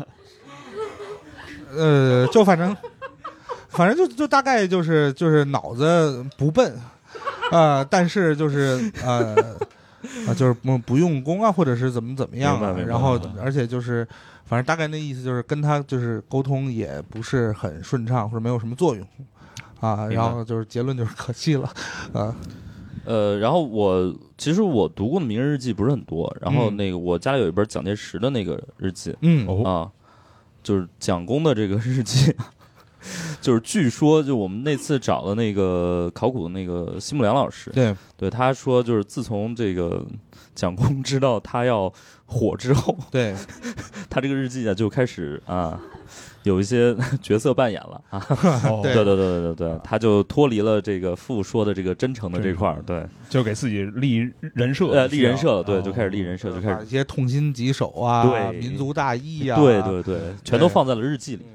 C: 呃，就反正反正就就大概就是就是脑子不笨，呃，但是就是呃。啊，就是不不用功啊，或者是怎么怎么样
A: 明白
C: 啊
A: 明，白
C: 然后
A: 明白
C: 而且就是，反正大概那意思就是跟他就是沟通也不是很顺畅，或者没有什么作用，啊，
K: 明白
C: 然后就是结论就是可惜了，啊，
A: 呃，然后我其实我读过的名人日记不是很多，然后
C: 嗯
A: 那个我家里有一本蒋介石的那个日记，
C: 嗯，
K: 哦
A: 啊，就是蒋公的这个日记， (laughs) 就是据说就我们那次找的那个考古的那个西木良老师，
C: 对，
A: 对他说就是自从这个蒋公知道他要火之后，
C: 对，
A: (laughs) 他这个日记啊就开始啊有一些角色扮演了啊，
B: 哦
A: (laughs) 对对对对对对，他就脱离了这个父说的这个真诚的这块儿，对，
B: 就给自己立人设，
A: 呃立人设了，对，
B: 哦
A: 就开始立人设，就开
C: 把
A: 始
C: 一。些痛心疾首啊，
A: 对
C: 民族大义嗯啊，
A: 对对对，全都放在了日记里。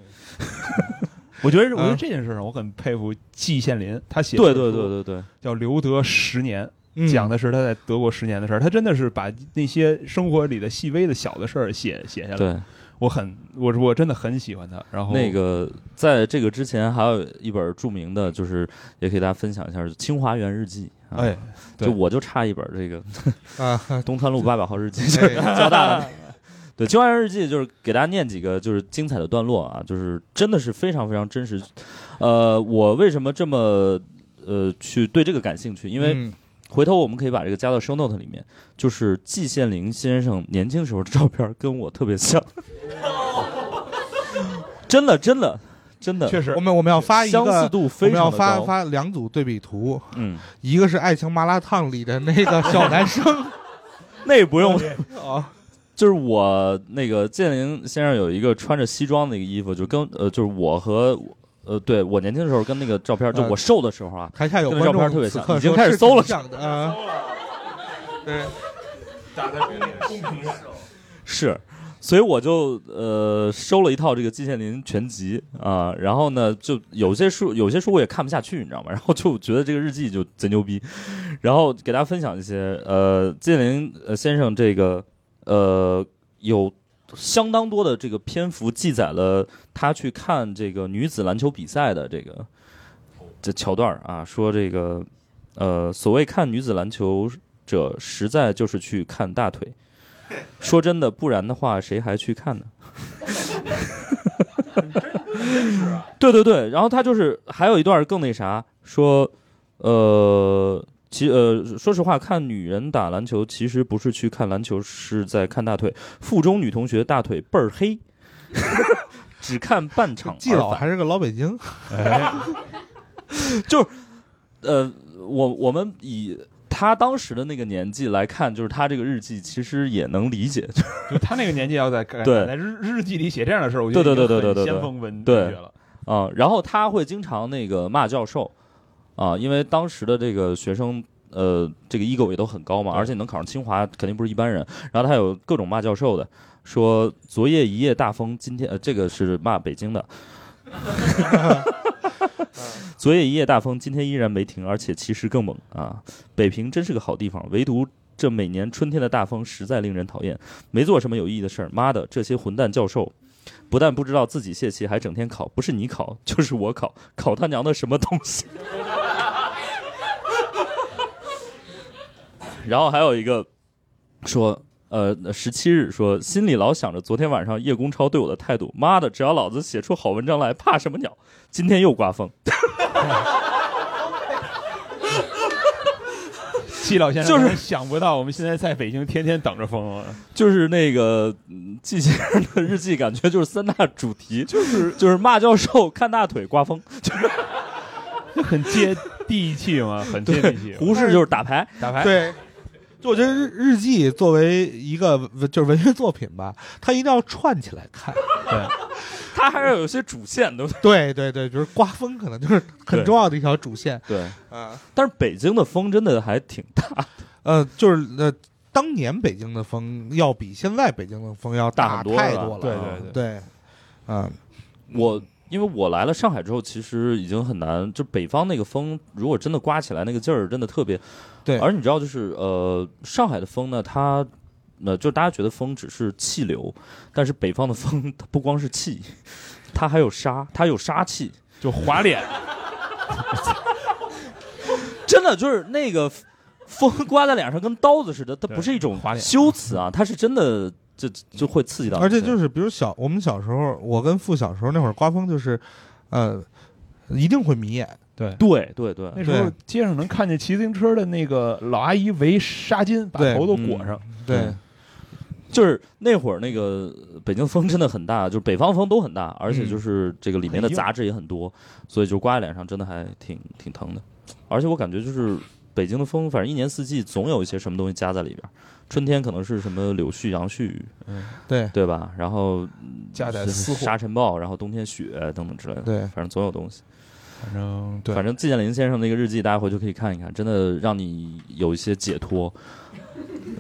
B: 我觉得，我觉得
C: 嗯
B: 这件事上，我很佩服季羡林，他写
A: 对
B: 的
A: 对
B: 书
A: 对对对，
B: 叫《留德十年》，
C: 嗯，
B: 讲的是他在德国十年的事儿。他真的是把那些生活里的细微的小的事儿写写下来。
A: 对，
B: 我很，我我真的很喜欢他。然后
A: 那个在这个之前还有一本著名的，就是也给大家分享一下，就是《清华园日记》。啊、
B: 哎，对
A: 就我就差一本这个《
C: 啊，
A: (laughs) 东川路八百号日记》就是
C: 哎
A: 交大的。对《清华园日记》就是给大家念几个就是精彩的段落啊，就是真的是非常非常真实。呃，我为什么这么呃去对这个感兴趣？因为
C: 嗯
A: 回头我们可以把这个加到 show note 里面，就是季羡林先生年轻时候的照片跟我特别像，真的真的真的，
B: 确实
C: 我，们我们要发一个
A: 相似度
C: 我
A: 非
C: 们要
A: 常的
C: 发
A: 高。
C: 发两组对比图，
A: 嗯，
C: 一个是《爱情麻辣烫》里的那个小男生
A: (laughs) 那不 (laughs) 用，
C: 啊，
A: 就是我那个建林先生有一个穿着西装的一个衣服，就跟呃，就是我和呃，对我年轻的时候跟那个照片，就
C: 呃
A: 我瘦的时候啊，
C: 台下有
A: 跟
C: 观
A: 那
C: 众
A: 照片特别
C: 此
A: 像
C: 刻
A: 已经
C: 说
A: 开始
C: 是
A: 搜了
C: 挺像的啊，对，
A: 是，所以我就呃收了一套这个季羡林全集啊、然后呢，就有些书有些书我也看不下去，你知道吗？然后就觉得这个日记就贼牛逼，然后给大家分享一些呃季羡林呃先生这个呃有相当多的这个篇幅记载了他去看这个女子篮球比赛的这个这桥段儿啊，说这个呃所谓看女子篮球者，实在就是去看大腿。说真的，不然的话，谁还去看呢？ (laughs) 对对对，然后他就是还有一段更那啥，说，呃，其呃，说实话，看女人打篮球其实不是去看篮球，是在看大腿。附中女同学大腿倍儿黑， (laughs) 只看半场
C: 季老
A: 而返
C: 还是个老北京， (laughs)
B: 哎，
A: 呃，我我们以他当时的那个年纪来看，就是他这个日记其实也能理解，
B: 就他那个年纪要在在
A: 对
B: 日日记里写这样的事儿，我觉
A: 对
B: 得
A: 对对对对
B: 已经很
A: 对对，
B: 先锋文
A: 对
B: 学了。
A: 啊、然后他会经常那个骂教授啊、因为当时的这个学生。呃，这个 ego 也都很高嘛，而且能考上清华肯定不是一般人。然后他有各种骂教授的，说昨夜一夜大风，今天呃，这个是骂北京的。 (laughs) 昨夜一夜大风，今天依然没停，而且其实更猛啊！北平真是个好地方，唯独这每年春天的大风实在令人讨厌，没做什么有意义的事儿。妈的，这些混蛋教授！不但不知道自己泄气，还整天考，不是你考就是我考，考他娘的什么东西！然后还有一个说，呃，十七日说，心里老想着昨天晚上叶公超对我的态度，妈的，只要老子写出好文章来，怕什么鸟？今天又刮风，
B: 季老先生
A: 就是
B: 可能想不到，我们现在在北京天天等着风啊。
A: 就是那个嗯季先生的日记，感觉就是三大主题，就是就是骂教授、看大腿、刮风，就是
B: (laughs) 很接地气嘛，很接地气。
A: 胡适就是打牌，
B: 打牌
C: 对，就我觉得日日记作为一个文就是文学作品吧，它一定要串起来看。
A: 他还是有些主线的。
C: 对对对，比如刮风可能就是很重要的一条主线。
A: 对，
C: 啊，
A: 但是北京的风真的还挺大，
C: 呃，就是呃，当年北京的风要比现在北京的风要
A: 大
C: 大
A: 很多
C: 太
A: 是吧
C: 多了。
A: 对
C: 啊
A: 对对
C: 对，嗯，
A: 我因为我来了上海之后，其实已经很难，就北方那个风，如果真的刮起来，那个劲儿真的特别。
C: 对
A: 而你知道，就是呃，上海的风呢，它。呃，就大家觉得风只是气流，但是北方的风它不光是气，它还有沙，它有杀气，
B: 就滑脸，
A: (laughs) 真的就是那个风刮在脸上跟刀子似的，它
B: 对
A: 不是一种
B: 滑脸
A: 修辞啊，它是真的就就会刺激到你，
C: 而且就是比如小我们小时候，我跟父小时候那会儿刮风就是，呃，一定会迷眼。
B: 对。
A: 对对对，
B: 那时候
C: 对
B: 街上能看见骑自行车的那个老阿姨围纱巾把
C: 对嗯
B: 头都裹上，嗯
C: 对，
A: 嗯就是那会儿那个北京风真的很大，就是北方风都很大，而
C: 嗯
A: 且就是这个里面的杂质也很多，所以就刮在脸上真的还挺挺疼的。而且我感觉就是北京的风，反正一年四季总有一些什么东西夹在里边儿。春天可能是什么柳絮、杨絮，
C: 嗯对
A: 对吧？然后
B: 夹带
A: 是
B: 私货。
A: 沙尘暴，然后冬天雪等等之类的，
C: 对
A: 反正总有东西。
B: 反正
C: 对
A: 反正季羡林先生那个日记，大家回去可以看一看，真的让你有一些解
C: (laughs)
A: 脱。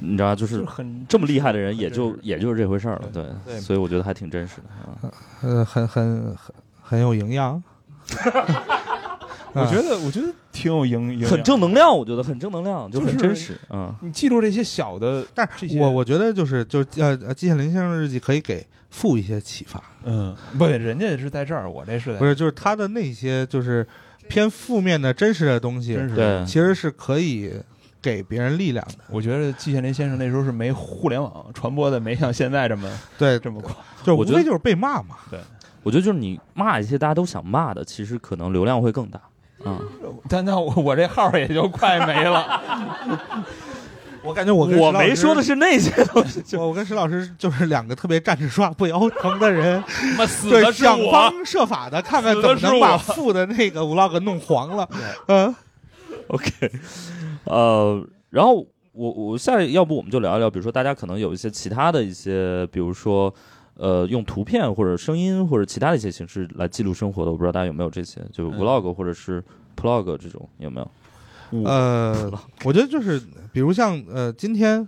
A: 你知道吧，就是
B: 很
A: 这么厉害的人，也就也就是这回事儿了，对，
C: 对
A: 所以我觉得还挺真实的。啊、
C: 呃，很很很很有营
B: (laughs)
C: 养。嗯
B: 我觉得，我觉得挺有营营养，
A: 很正能量，我觉得很正能量，就
B: 就是
A: 很真实。嗯，
B: 你记住这些小的，
C: 但
B: 这
C: 是
B: 些
C: 我我觉得就是就是呃呃，季羡林先生的日记可以给父一些启发，
B: 嗯，不，人家是在这儿，我这是在
C: 不是就是他的那些就是偏负面的真实的东西，
B: 真是。
A: 对，
C: 其实是可以给别人力量的。
B: 我觉得季羡林先生那时候是没互联网传播的，没像现在这么
C: (laughs) 对，
B: 这么快。
C: 就无
A: 我觉得
C: 非就是被骂嘛。
A: 我觉得就是你骂一些大家都想骂的，其实可能流量会更大。啊、
B: 但那我我这号儿也就快没了。 (laughs)
C: 我感觉我跟
A: 我
C: 石老师
A: 没说的是那些
C: (laughs)
A: 东西，
C: 我我跟石老师就是两个特别站着说话不腰疼的人，
B: 妈死
C: 对，
B: 的是
C: 想
B: 我，
C: 方设法的看看
B: 死
C: 怎
B: 的
C: 么
B: 是
C: 能
B: (laughs)
C: 把
B: 我
C: 父的那个 vlog 弄黄了。嗯，
A: (laughs) OK，呃，然后我我下要不我们就聊一聊，比如说大家可能有一些其他的一些，比如说呃，用图片或者声音或者其他的一些形式来记录生活的，我不知道大家有没有这些，就 vlog 或者是 plog 这种有没有？
C: 呃，我觉得就是比如像呃，今天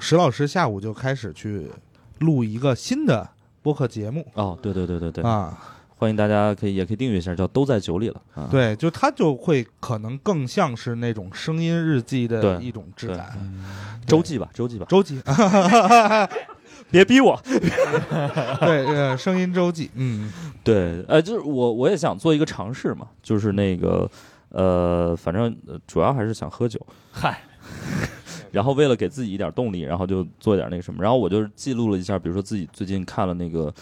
C: 石老师下午就开始去录一个新的播客节目
A: 哦，对对对对对，
C: 啊，
A: 欢迎大家可以也可以订阅一下，叫都在酒里了啊。
C: 对，就他就会可能更像是那种声音日记的
A: 对
C: 一种质
A: 对嗯
C: 感。
A: 周记吧，周记吧，
C: 周记，
A: (laughs) 别逼我。
C: (laughs) 对，呃，声音周记，嗯，
A: 对，呃，就是我我也想做一个尝试嘛，就是那个呃，反正呃主要还是想喝酒，
B: (laughs) 嗨，
A: (laughs) 然后为了给自己一点动力，然后就做一点那个什么，然后我就是记录了一下，比如说自己最近看了那个。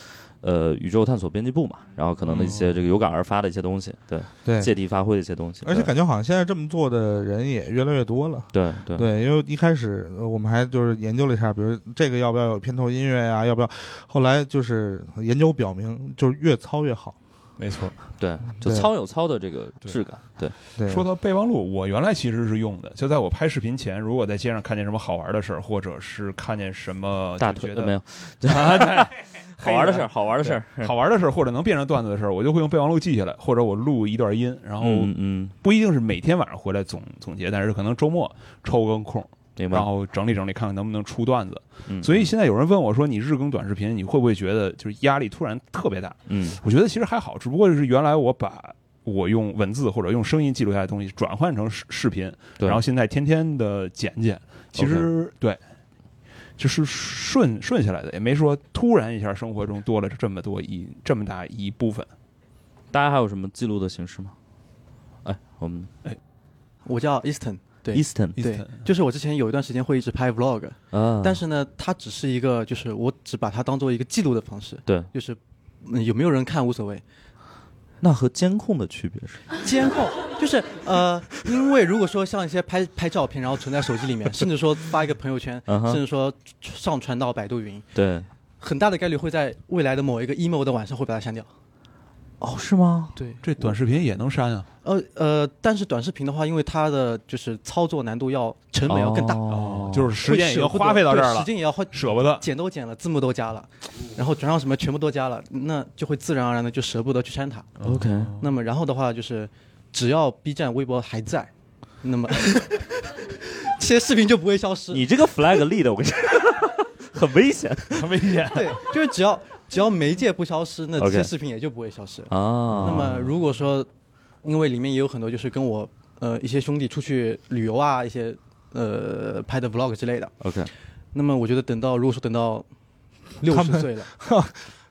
A: 呃，宇宙探索编辑部嘛，然后可能的一
B: 哦
A: 些这个有感而发的一些东西，对，
C: 对。
A: 借题发挥的一些东西，
C: 而且感觉好像现在这么做的人也越来越多了。
A: 对对对
C: 对，因为一开始呃我们还就是研究了一下，比如这个要不要有片头音乐呀、要不要？后来就是研究表明，就是越糙越好。
B: 没错，
A: 对，就
B: 对
A: 糙有糙的这个质感，对
B: 说到备忘录，我原来其实是用的，就在我拍视频前，如果在街上看见什么好玩的事儿，或者是看见什么
A: 大
B: 就
A: 腿
B: 觉得
A: 呃没有
B: (laughs) 啊对
A: (laughs) 好玩的事儿好玩的事儿
B: 对好玩的事儿，或者能变成段子的事儿，我就会用备忘录记下来，或者我录一段音，然后
A: 嗯嗯
B: 不一定是每天晚上回来总总结，但是可能周末抽个空，
A: 明
B: 白，然后整理整理，看看能不能出段子。
A: 嗯
B: 所以现在有人问我说，你日更短视频，你会不会觉得就是压力突然特别大？
A: 嗯
B: 我觉得其实还好，只不过就是原来我把我用文字或者用声音记录下来的东西转换成视视频，
A: 对
B: 然后现在天天的剪剪，其实对，就是顺顺下来的，也没说突然一下生活中多了这么多一这么大一部分。
A: 大家还有什么记录的形式吗？哎，我们
B: 哎，
L: 我叫 Easton，对
A: Easton
L: 对嗯
A: Easton，
L: 就是我之前有一段时间会一直拍 vlog，
A: 啊
L: 但是呢，它只是一个，就是我只把它当做一个记录的方式，
A: 对
L: 就是、嗯有没有人看无所谓，
A: 那和监控的区别是？
L: 监控就是呃，因为如果说像一些拍拍照片，然后存在手机里面，甚至说发一个朋友圈，
A: 嗯哼
L: 甚至说上传到百度云，
A: 对，
L: 很大的概率会在未来的某一个 emo 的晚上会把它删掉。
A: 哦，是吗？
L: 对，
B: 这短视频也能删啊。
L: 呃呃，但是短视频的话，因为它的就是操作难度要成本要更大，
B: 哦就是时
L: 会
B: 间已经
L: 舍不得
B: 花费到这儿
L: 对
B: 了
L: 时间也要花
B: 舍不得，
L: 剪都剪了，字幕都加了，然后转让什么全部都加了，那就会自然而然的就舍不得去删它。哦
A: OK
L: 那么然后的话就是，只要 B 站、微博还在，那
B: (laughs)
L: 么这些视频就不会消失。
A: 你这个 flag 立的，我跟你讲，很
L: (laughs)
A: 危险，
B: 很危险。
L: 对，就是只要只要媒介不消失，那这
A: OK
L: 些视频也就不会消失。
A: 啊
L: 那么如果说，因为里面也有很多就是跟我呃一些兄弟出去旅游啊，一些呃拍的 vlog 之类的。
A: OK
L: 那么我觉得等到如果说等到六
C: 他
L: 十
C: 们，
L: 岁了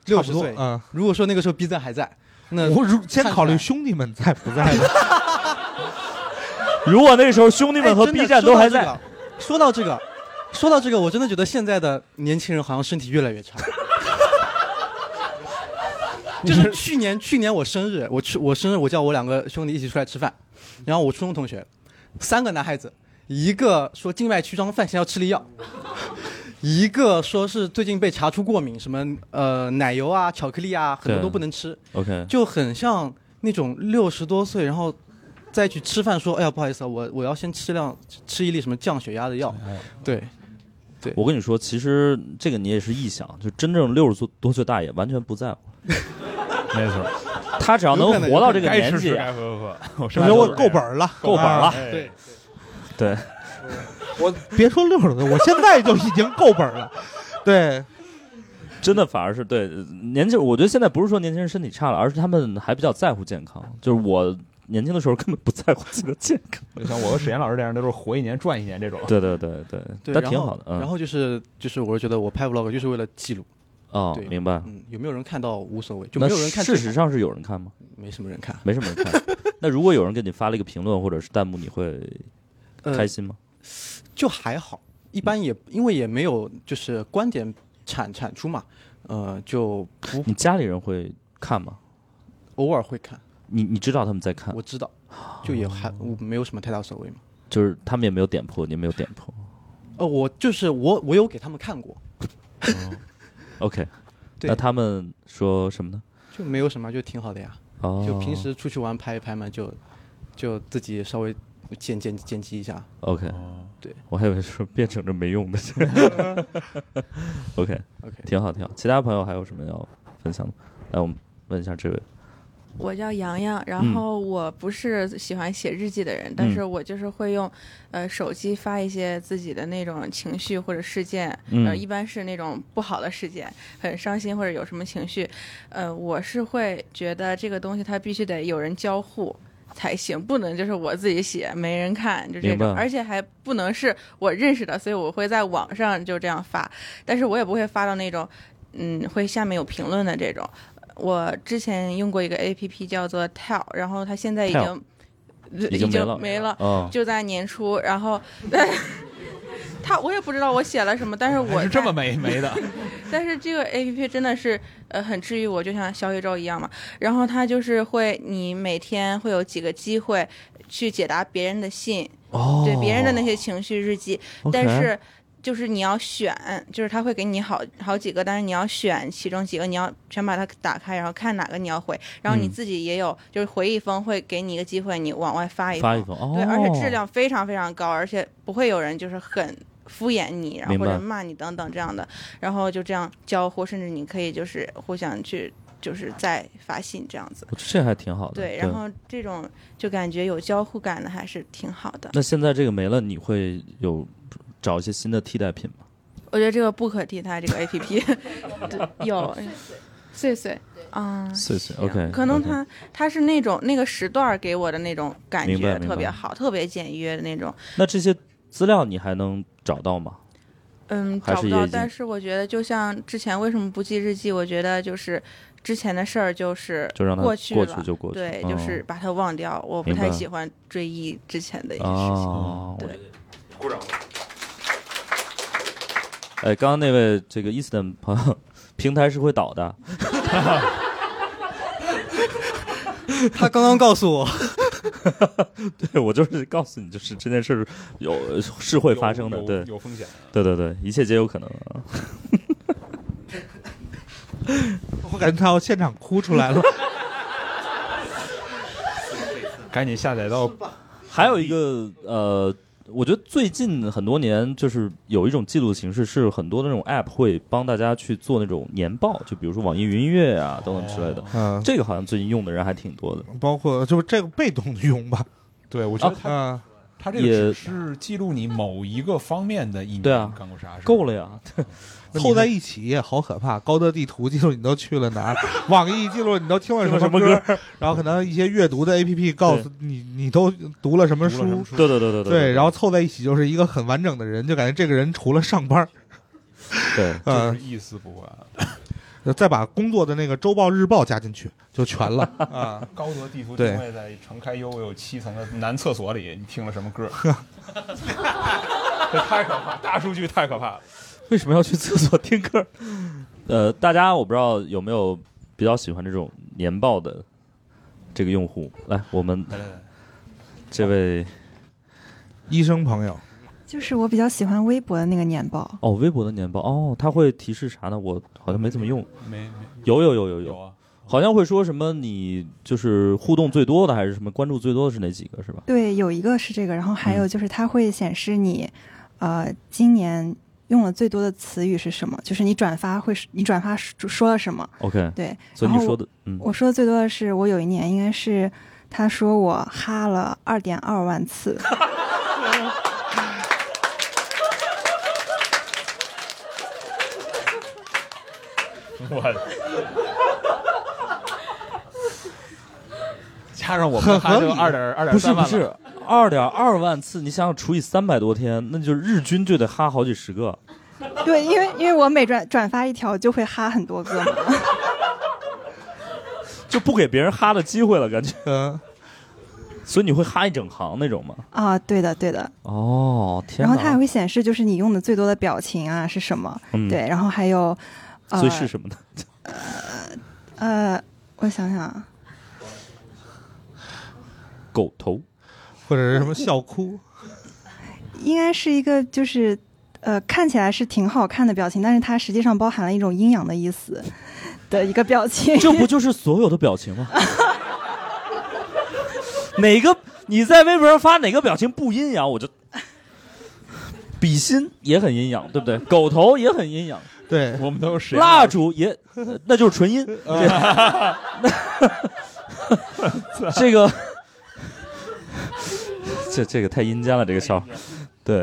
L: 六
C: 差
L: 十
C: 不多
L: 岁
C: 嗯，
L: 如果说那个时候 B 站还在，那
C: 我如先
L: 看起
C: 考虑
L: 来
C: 兄弟们在不在吧
A: 如果那个时候兄弟
L: 哎
A: 们和 B 站都还在，
L: 说到这个，说到这个，我真的觉得现在的年轻人好像身体越来越
A: (laughs)
L: 差。就是去年，去年我生日，我去我生日，我叫我两个兄弟一起出来吃饭，然后我初中同学，三个男孩子，一个说静脉曲张，饭前要吃粒药，一个说是最近被查出过敏，什么呃奶油啊、巧克力啊，很多
A: 对
L: 都不能吃，
A: OK
L: 就很像那种六十多岁，然后再去吃饭说，哎呀，不好意思啊，我我要先吃辆吃一粒什么降血压的药，
A: 啊
L: 对，对，
A: 我跟你说，其实这个你也是臆想，就真正六十多岁大爷完全不在
C: (laughs)
A: 乎，
B: 没错，
A: 他只要能活到这个年
B: 该吃
A: 纪
B: 吃，该喝喝，我
C: 我觉得我够本儿了
A: 够本
B: 啊
A: 儿了，
C: 哎对
A: 对，
C: 我别说六十多，我现在就已经够本
L: (laughs)
C: 儿了。对，
A: 真的反而是对呃年轻，我觉得现在不是说年轻人身体差了，而是他们还比较在乎健康。就是我年轻的时候根本不在乎自己的健
C: (laughs)
A: 康，
B: 就像我和史岩老师这样，都是活一年赚一年这种。
A: 对对对对，
L: 对，
A: 但
L: 然
A: 挺
L: 后
A: 好的，嗯，
L: 然后就是就是，我是觉得我拍 vlog 就是为了记录。
A: 哦
L: 对，
A: 明白。
L: 嗯，有没有人看到无所谓，就
A: 那
L: 没有人看
A: 事
L: 最好。
A: 实上是有人看吗？
L: 没什么人看，
A: 没什么人看。 (laughs) 那如果有人给你发了一个评论或者是弹幕，你会
L: 呃
A: 开心吗？
L: 就还好，一般也因为也没有就是观点产产出嘛，呃，就不
A: 你家里人会看吗？
L: 偶尔会看，
A: 你你知道哦他们在看
L: 我，知道，就也还我没有什么太大所谓嘛。
A: 就是他们也没有点破，你也没有点破。
L: 呃，我就是我我有给他们看过，
A: OK，
L: (laughs) 对
A: 那他们说什么呢？
L: 就没有什么，就挺好的呀。
A: 哦
L: 就平时出去玩拍一拍嘛，就就自己稍微剪剪剪辑一下。
A: OK，、
L: 对， (laughs)
A: 我还以为说变成这没用的事。OK
L: (laughs) OK，
A: (laughs) 挺好挺好。其他朋友还有什么要分享的？来，我们问一下这位。
M: 我叫洋洋，
A: 嗯
M: 然后我不是喜欢写日记的人，
N: 嗯
M: 但是我就是会用，呃，手机发一些自己的那种情绪或者事件，
N: 嗯
M: 呃，一般是那种不好的事件，很伤心或者有什么情绪，呃，我是会觉得这个东西它必须得有人交互。才行，不能就是我自己写，没人看，就这
N: 明白
M: 种，而且还不能是我认识的，所以我会在网上就这样发，但是我也不会发到那种，嗯，会下面有评论的这种，我之前用过一个 A P P 叫做 Tell，然后它现在已
A: Tell
M: 经
A: 已经没了哦
M: 就在年初，然后 (laughs) 它我也不知道我写了什么，但是我
B: 还是这
M: (laughs)
B: 么没没的，
M: 但是这个 A P P 真的是呃很治愈我，就像小宇宙一样嘛。然后它就是会，你每天会有几个机会去解答别人的信，
N: 哦
M: 对别人的那些情绪日记。
N: OK
M: 但是就是你要选，就是他会给你好好几个，但是你要选其中几个，你要全把它打开，然后看哪个你要回，然后你
A: 嗯
M: 自己也有，就是回一封会给你一个机会，你往外发一
A: 发
M: 封
A: 一封哦
M: 对，而且质量非常非常高，而且不会有人就是很敷衍你，然后
A: 明
M: 或
A: 白
M: 者骂你等等这样的，然后就这样交互，甚至你可以就是互相去就是再发信这样子
A: 我觉。得这还挺好的。
M: 对，然后这种就感觉有交互感的还是挺好的。
A: 那现在这个没了，你会有找一些新的替代品吗？
M: 我觉得这个不可替代，这个 A P P 有碎碎啊，
A: 谢谢，OK，
M: 可能
A: OK
M: 它它是那种那个时段儿给我的那种感
A: 明白
M: 觉
A: 明白
M: 特别好，特别简约的那种。
A: 那这些资料你还能找到吗？
M: 嗯，
A: 还
M: 找不
A: 是
M: 到，
A: 也已
M: 但
A: 经
M: 是我觉得就像之前为什么不记日记，我觉得就是之前的事儿就是
A: 就让它
M: 过去了，
A: 过去就过去
M: 对，就是
A: 嗯
M: 把它忘掉。我不
A: 明
M: 太
A: 白
M: 喜欢追忆之前的一些事情。
A: 哦，
M: 对，
J: 鼓掌。
A: 哎，刚刚那位这个 Easton 朋友，平台是会倒的。
L: 他刚刚告诉我，
A: 对我就是告诉你，就是这件事儿有是会发生的，
B: 有有
A: 对，
B: 有风险
A: 对对对，一切皆有可能啊。
C: 我感觉他要现场哭出来了。 (laughs)
A: 赶紧下载到。还有一个呃，我觉得最近很多年就是有一种记录形式，是很多那种 App 会帮大家去做那种年报，就比如说网易云音乐啊等等之类的。
C: 嗯
A: 这个好像最近用的人还挺多的。
C: 包括就是这个被动的用吧。
B: 对，我觉得它、
C: 啊
B: 它这个只是记录你某一个方面的一年
C: 对啊
B: 干过啥事，
A: 够了
C: (laughs)
A: 呀，
C: 凑在一起也好可怕。高德地图记录你都去了哪儿，网易记录你都听
A: (laughs)
C: 了
A: 听了
C: 什
A: 什么
C: 歌
A: 歌，
C: 然后可能一些阅读的 A P P 告诉你你都读了什么
A: 读了什
C: 书
A: 么，书对对对对对对
C: 然后凑在一起就是一个很完整的人，就感觉这个人除了上班，
A: (laughs)
C: (laughs)
A: 对
C: 嗯
B: (laughs) 就是一丝不
A: (laughs)
B: 挂。
C: 再把工作的那个周报、日报加进去就
A: (laughs)
C: 全了啊。
B: 高德地图定
C: 对
B: 位在城开优有七层的男厕所里，你听了什么歌？
A: (laughs)
B: 这太可怕，大数据太可怕了。
A: 为什么要去厕所听歌？呃，大家我不知道有没有比较喜欢这种年报的这个用户。来，我们
B: 来来来
A: 这位
C: 医生朋友
I: 就是我比较喜欢微博的那个年报，
A: 哦，微博的年报哦，它会提示啥呢？我好像没怎么用。
B: 没没啊
A: 有有有有有好像会说什么你就是互动最多的还是什么关注最多的是哪几个是吧？
I: 对，有一个是这个，然后还有就是它会显示你，呃，今年用了最多的词语是什么，就是你转发会你转发说说了什么。
A: OK
I: 对，
A: 所以你
I: 然后
A: 说
I: 我
A: 的嗯
I: 我说的最多的是我有一年应该是他说我哈了二点二万次。 (laughs)
B: 加上我
A: 很
B: 们
A: 合
B: 还
A: 理
B: 就二点二点
A: 不是
B: 三
A: 不
B: 万
A: 是
B: 了。
A: 二点二万次，你想想除以三百多天，那就是日均就得哈好几十个。
I: 对，因为因为我每转转发一条就会哈很多个嘛。
A: 就不给别人哈的机会了，感
B: (laughs)
A: 觉。
C: 嗯，
A: 所以你会哈一整行那种吗？
I: 啊，对的对的。
A: 哦，天
I: 然
A: 哪！
I: 后它还会显示就是你用的最多的表情啊是什么，
A: 嗯
I: 对，然后还有，呃
A: 所以是什么呢？
I: 呃，我想想啊，
A: 狗头，
C: 或者是什么笑哭，
I: 应该是一个就是呃看起来是挺好看的表情，但是它实际上包含了一种阴阳的意思的一个表情。
A: 这不就是所有的表情吗？ (laughs) 哪个你在微博上发哪个表情不阴阳，我就比心也很阴阳，对不对？狗头也很阴阳，
C: 对
B: 我们都是
A: 蜡烛也，呃啊那就是纯阴。
B: 啊
A: 这 (laughs) 这个，这这个太阴间了，这个笑，对。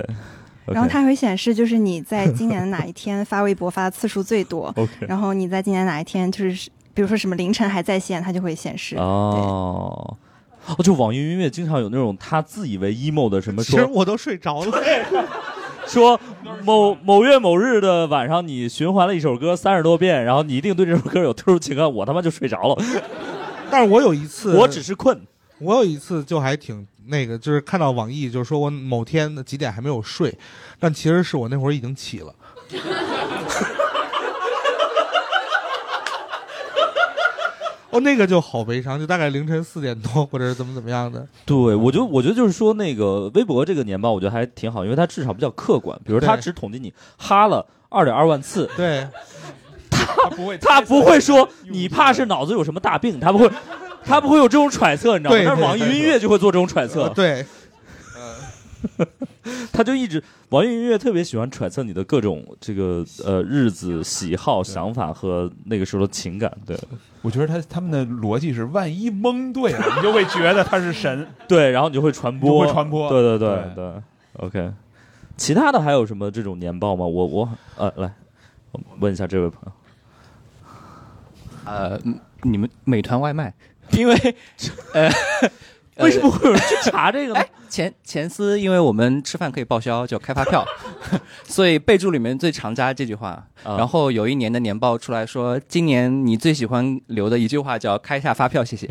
I: 然后
A: OK
I: 它会显示，就是你在今年的哪一天发微博发的次数最多
A: (laughs) OK
I: 然后你在今年哪一天就是，比如说什么凌晨还在线，它就会显示。
A: 哦，哦，就网易云音乐经常有那种他自以为 emo 的什么
C: 其实
A: 说，
C: 我都睡着了。
B: (laughs)
C: (laughs)
A: 说某某月某日的晚上，你循环了一首歌三十多遍，然后你一定对这首歌有特殊情感，我他妈就睡着了。 (laughs)
C: 但是我有一次，
A: 我只是困。
C: 我有一次就还挺那个，就是看到网易，就是说我某天的几点还没有睡，但其实是我那会儿已经起了。哦，那个就好悲伤，就大概凌晨四点多或者是怎么怎么样的。
A: 对，我觉得我觉得就是说，那个微博这个年报，我觉得还挺好，因为它至少比较客观。比如它
C: 对
A: 只统计你哈了二点二万次，
C: 对，
A: 他不会，他不会说你怕是脑子有什么大病，他不会，他不会有这种揣测，你知道吗？
C: 对
A: 但是
C: 对
A: 网易
C: 对
A: 云音乐就会做这种揣测，
C: 呃对，
E: 呃
A: 他就一直网易云音乐特别喜欢揣测你的各种这个呃日子、喜好、想法和那个时候的情感，对。
B: 我觉得他他们的逻辑是，万一蒙对了，你就会觉得他是
A: (laughs)
B: 神。
A: 对，然后你就会传
B: 你
A: 播，
B: 就会传播
A: 对对对
B: 对
A: 对 o k 其他的还有什么这种年报吗？我我呃，来我问一下这位朋友，
H: 呃，你们美团外卖， (laughs) 因为呃，
A: (laughs)
H: 哎
A: 为什么会有人去查这个呢？
H: 前前司，因为我们吃饭可以报销，就开发票， (laughs) 所以备注里面最常加这句话。
A: 啊
H: 然后有一年的年报出来说，今年你最喜欢留的一句话叫“开下发票，谢谢”。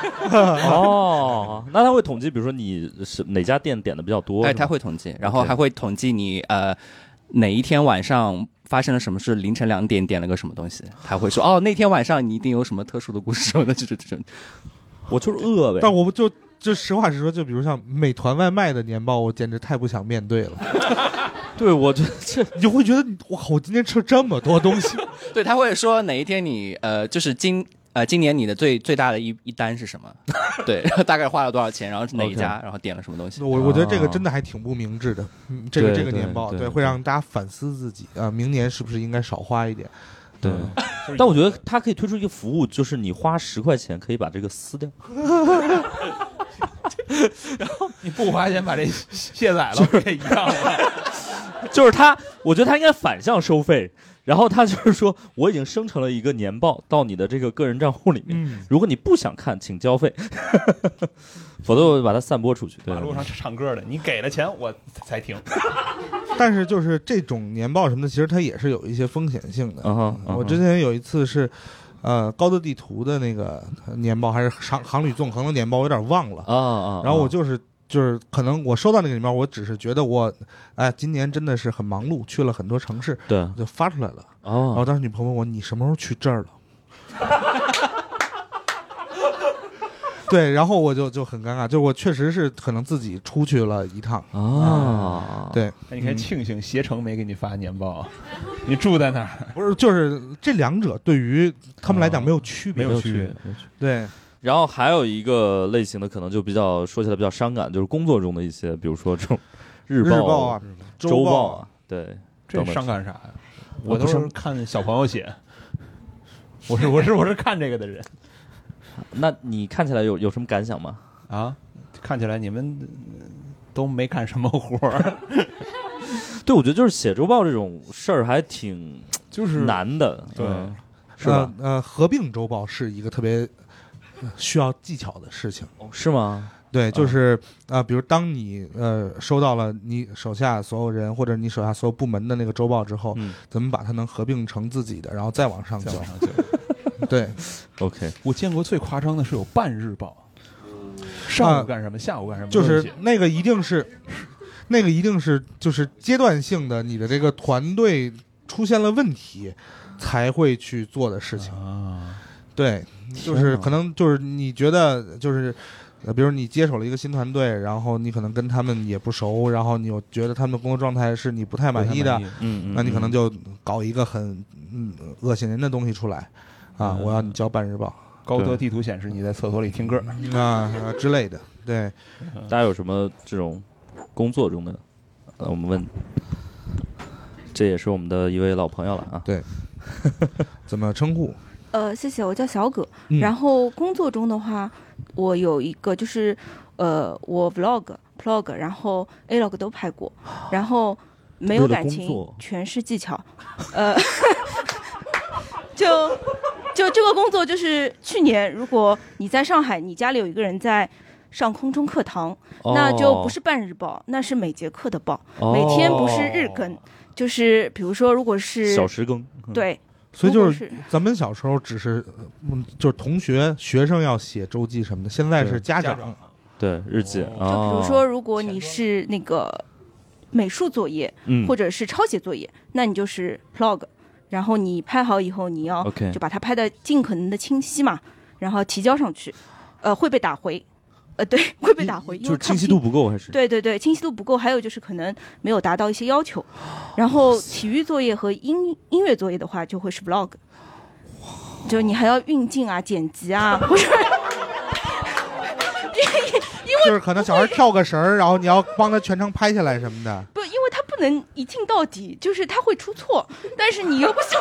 A: (laughs) 哦， (laughs) 那他会统计，比如说你是哪家店点的比较多？
H: 哎，
A: 是吗
H: 他会统计，然后
A: OK
H: 还会统计你呃哪一天晚上发生了什么事，凌晨两点点了个什么东西，他会说哦那天晚上你一定有什么特殊的故事，那就是这种。
A: 我就是饿呗
C: 但我就就实话实说，就比如像美团外卖的年报，我简直太不想面对了。
A: (laughs)
C: (laughs)
A: 对，我觉得这
C: 你就会觉得你我靠，我今天吃了这么多东西，
H: 对他会说哪一天你呃就是今呃今年你的最最大的一一单是什么？ (laughs) 对，然后大概花了多少钱，然后是哪一家
C: OK
H: 然后点了什么东西？哦
C: 我我觉得这个真的还挺不明智的，嗯这个
H: 对
C: 这个年报
A: 对
C: 对
A: 对
C: 会让大家反思自己啊，明年是不是应该少花一点？
A: 对，
B: 嗯
A: 但我觉得他可以推出一个服务，就是你花十块钱可以把这个撕掉。
B: 你不花钱把这卸载了，不也一样吗？
A: 就是他，我觉得他应该反向收费。然后他就是说，我已经生成了一个年报到你的这个个人账户里面，
B: 嗯
A: 如果你不想看，请交费， (laughs) 否则我就把它散播出去。对
B: 马，路上唱歌的，你给了钱我才停。
C: 但是就是这种年报什么的，其实它也是有一些风险性的。
A: 嗯哼嗯哼
C: 我之前有一次是，呃，高德地图的那个年报，还是航航旅纵横的年报，我有点忘了
A: 啊啊
C: 然后我就是就是可能我收到那个年报，我只是觉得我，哎，今年真的是很忙碌，去了很多城市，
A: 对
C: 我就发出来了。
A: 哦
C: 然后当时女朋友问我你什么时候去这儿了？ (laughs) 对，然后我就就很尴尬，就我确实是可能自己出去了一趟
A: 啊
C: 对，
B: 那你还
C: 嗯
B: 庆幸携程没给你发年报， (laughs) 你住在那儿。
C: 不是，就是这两者对于他们来讲没有区别，
A: 没有区别没有区别
C: 对，
A: 然后还有一个类型的，可能就比较说起来比较伤感，就是工作中的一些，比如说这种日报、
B: 日报啊
A: 周
B: 周报
A: 啊，对，
B: 这
A: 等等
B: 伤感啥呀？我
A: 我
B: 都
A: 不
B: 是
A: 伤
B: 看 (laughs) 小朋友写，我是我是我是看这个的人。
A: 那你看起来有有什么感想吗？
B: 啊，看起来你们呃都没干什么活儿，
A: (laughs) 对，我觉得就是写周报这种事儿还挺
B: 就是
A: (laughs) 难的，
B: 对啊
A: 嗯是吧？
C: 呃？呃，合并周报是一个特别呃需要技巧的事情，
B: 哦
A: 是吗？
C: 对，就是
B: 嗯
C: 啊、呃比如当你呃收到了你手下所有人或者你手下所有部门的那个周报之后，
A: 嗯
C: 怎么把它能合并成自己的，然后再往上
B: 再
C: 交？
B: 往上交
C: (laughs) 对啊
A: ，OK，
B: 我见过最夸张的是有半日报，上午干什么，下午干什么，
C: 就是那个一定是，那个一定是就是阶段性的，你的这个团队出现了问题，才会去做的事情。
B: 啊
C: 对，就是
A: 哪
C: 可能就是你觉得就是。呃，比如你接手了一个新团队，然后你可能跟他们也不熟，然后你又觉得他们的工作状态是你不太满意的
B: 不太满意，嗯嗯
C: 那你可能
B: 嗯
C: 就搞一个很嗯恶心人的东西出来，啊，我要你交半日报，
B: 嗯高德地图显示你在厕所里听歌
C: 啊啊之类的，对，
A: 大家有什么这种工作中的？呃，我们问，这也是我们的一位老朋友了啊。 (laughs)
C: 对，怎么称呼？
O: (laughs)
N: 呃，谢谢，我叫小葛。
A: 嗯
N: 然后工作中的话，我有一个就是，呃，我 vlog、plog，然后 alog 都拍过，然后没
O: 啊
N: 有
O: 为了
N: 感
O: 工
N: 情
O: 作，
N: 全是技巧。呃， (laughs) 就就这个工作，就是去年，如果你在上海，你家里有一个人在。上空中课堂，
O: 哦
N: 那就不是半日报，那是每节课的报，每天不是日更，就是比如说，如果是
C: 小时更
O: 嗯
C: 嗯
N: 对，
C: 所以
N: 如
C: 就
N: 果
C: 是咱们小时候只是，嗯，就是同学学生要写周记什么的，现在是家长，
A: 对日记啊，
N: 比
A: 哦
N: 如说，如果你是那个美术作业，
A: 嗯
N: 或者是抄写作业，那你就是 plog，然后你拍好以后，你要
A: OK
N: 就把它拍的尽可能的清晰嘛。然后提交上去，呃，会被打回，呃，对，会被打回，因
A: 就
N: 为
A: 是
N: 看
A: 清晰度不够还是？
N: 对对对，清晰度不够，还有就是可能没有达到一些要
A: (laughs)
N: 求。然后体育作业和音音乐作业的话，就会是 vlog，就是你还要运镜啊、剪辑啊，不是。 (laughs)
C: 就是可能小孩跳个绳儿，然后你要帮他全程拍下来什
A: (laughs)
C: 么的。
N: 不，因为他不能一镜到底，就是他会出错，但是你又不希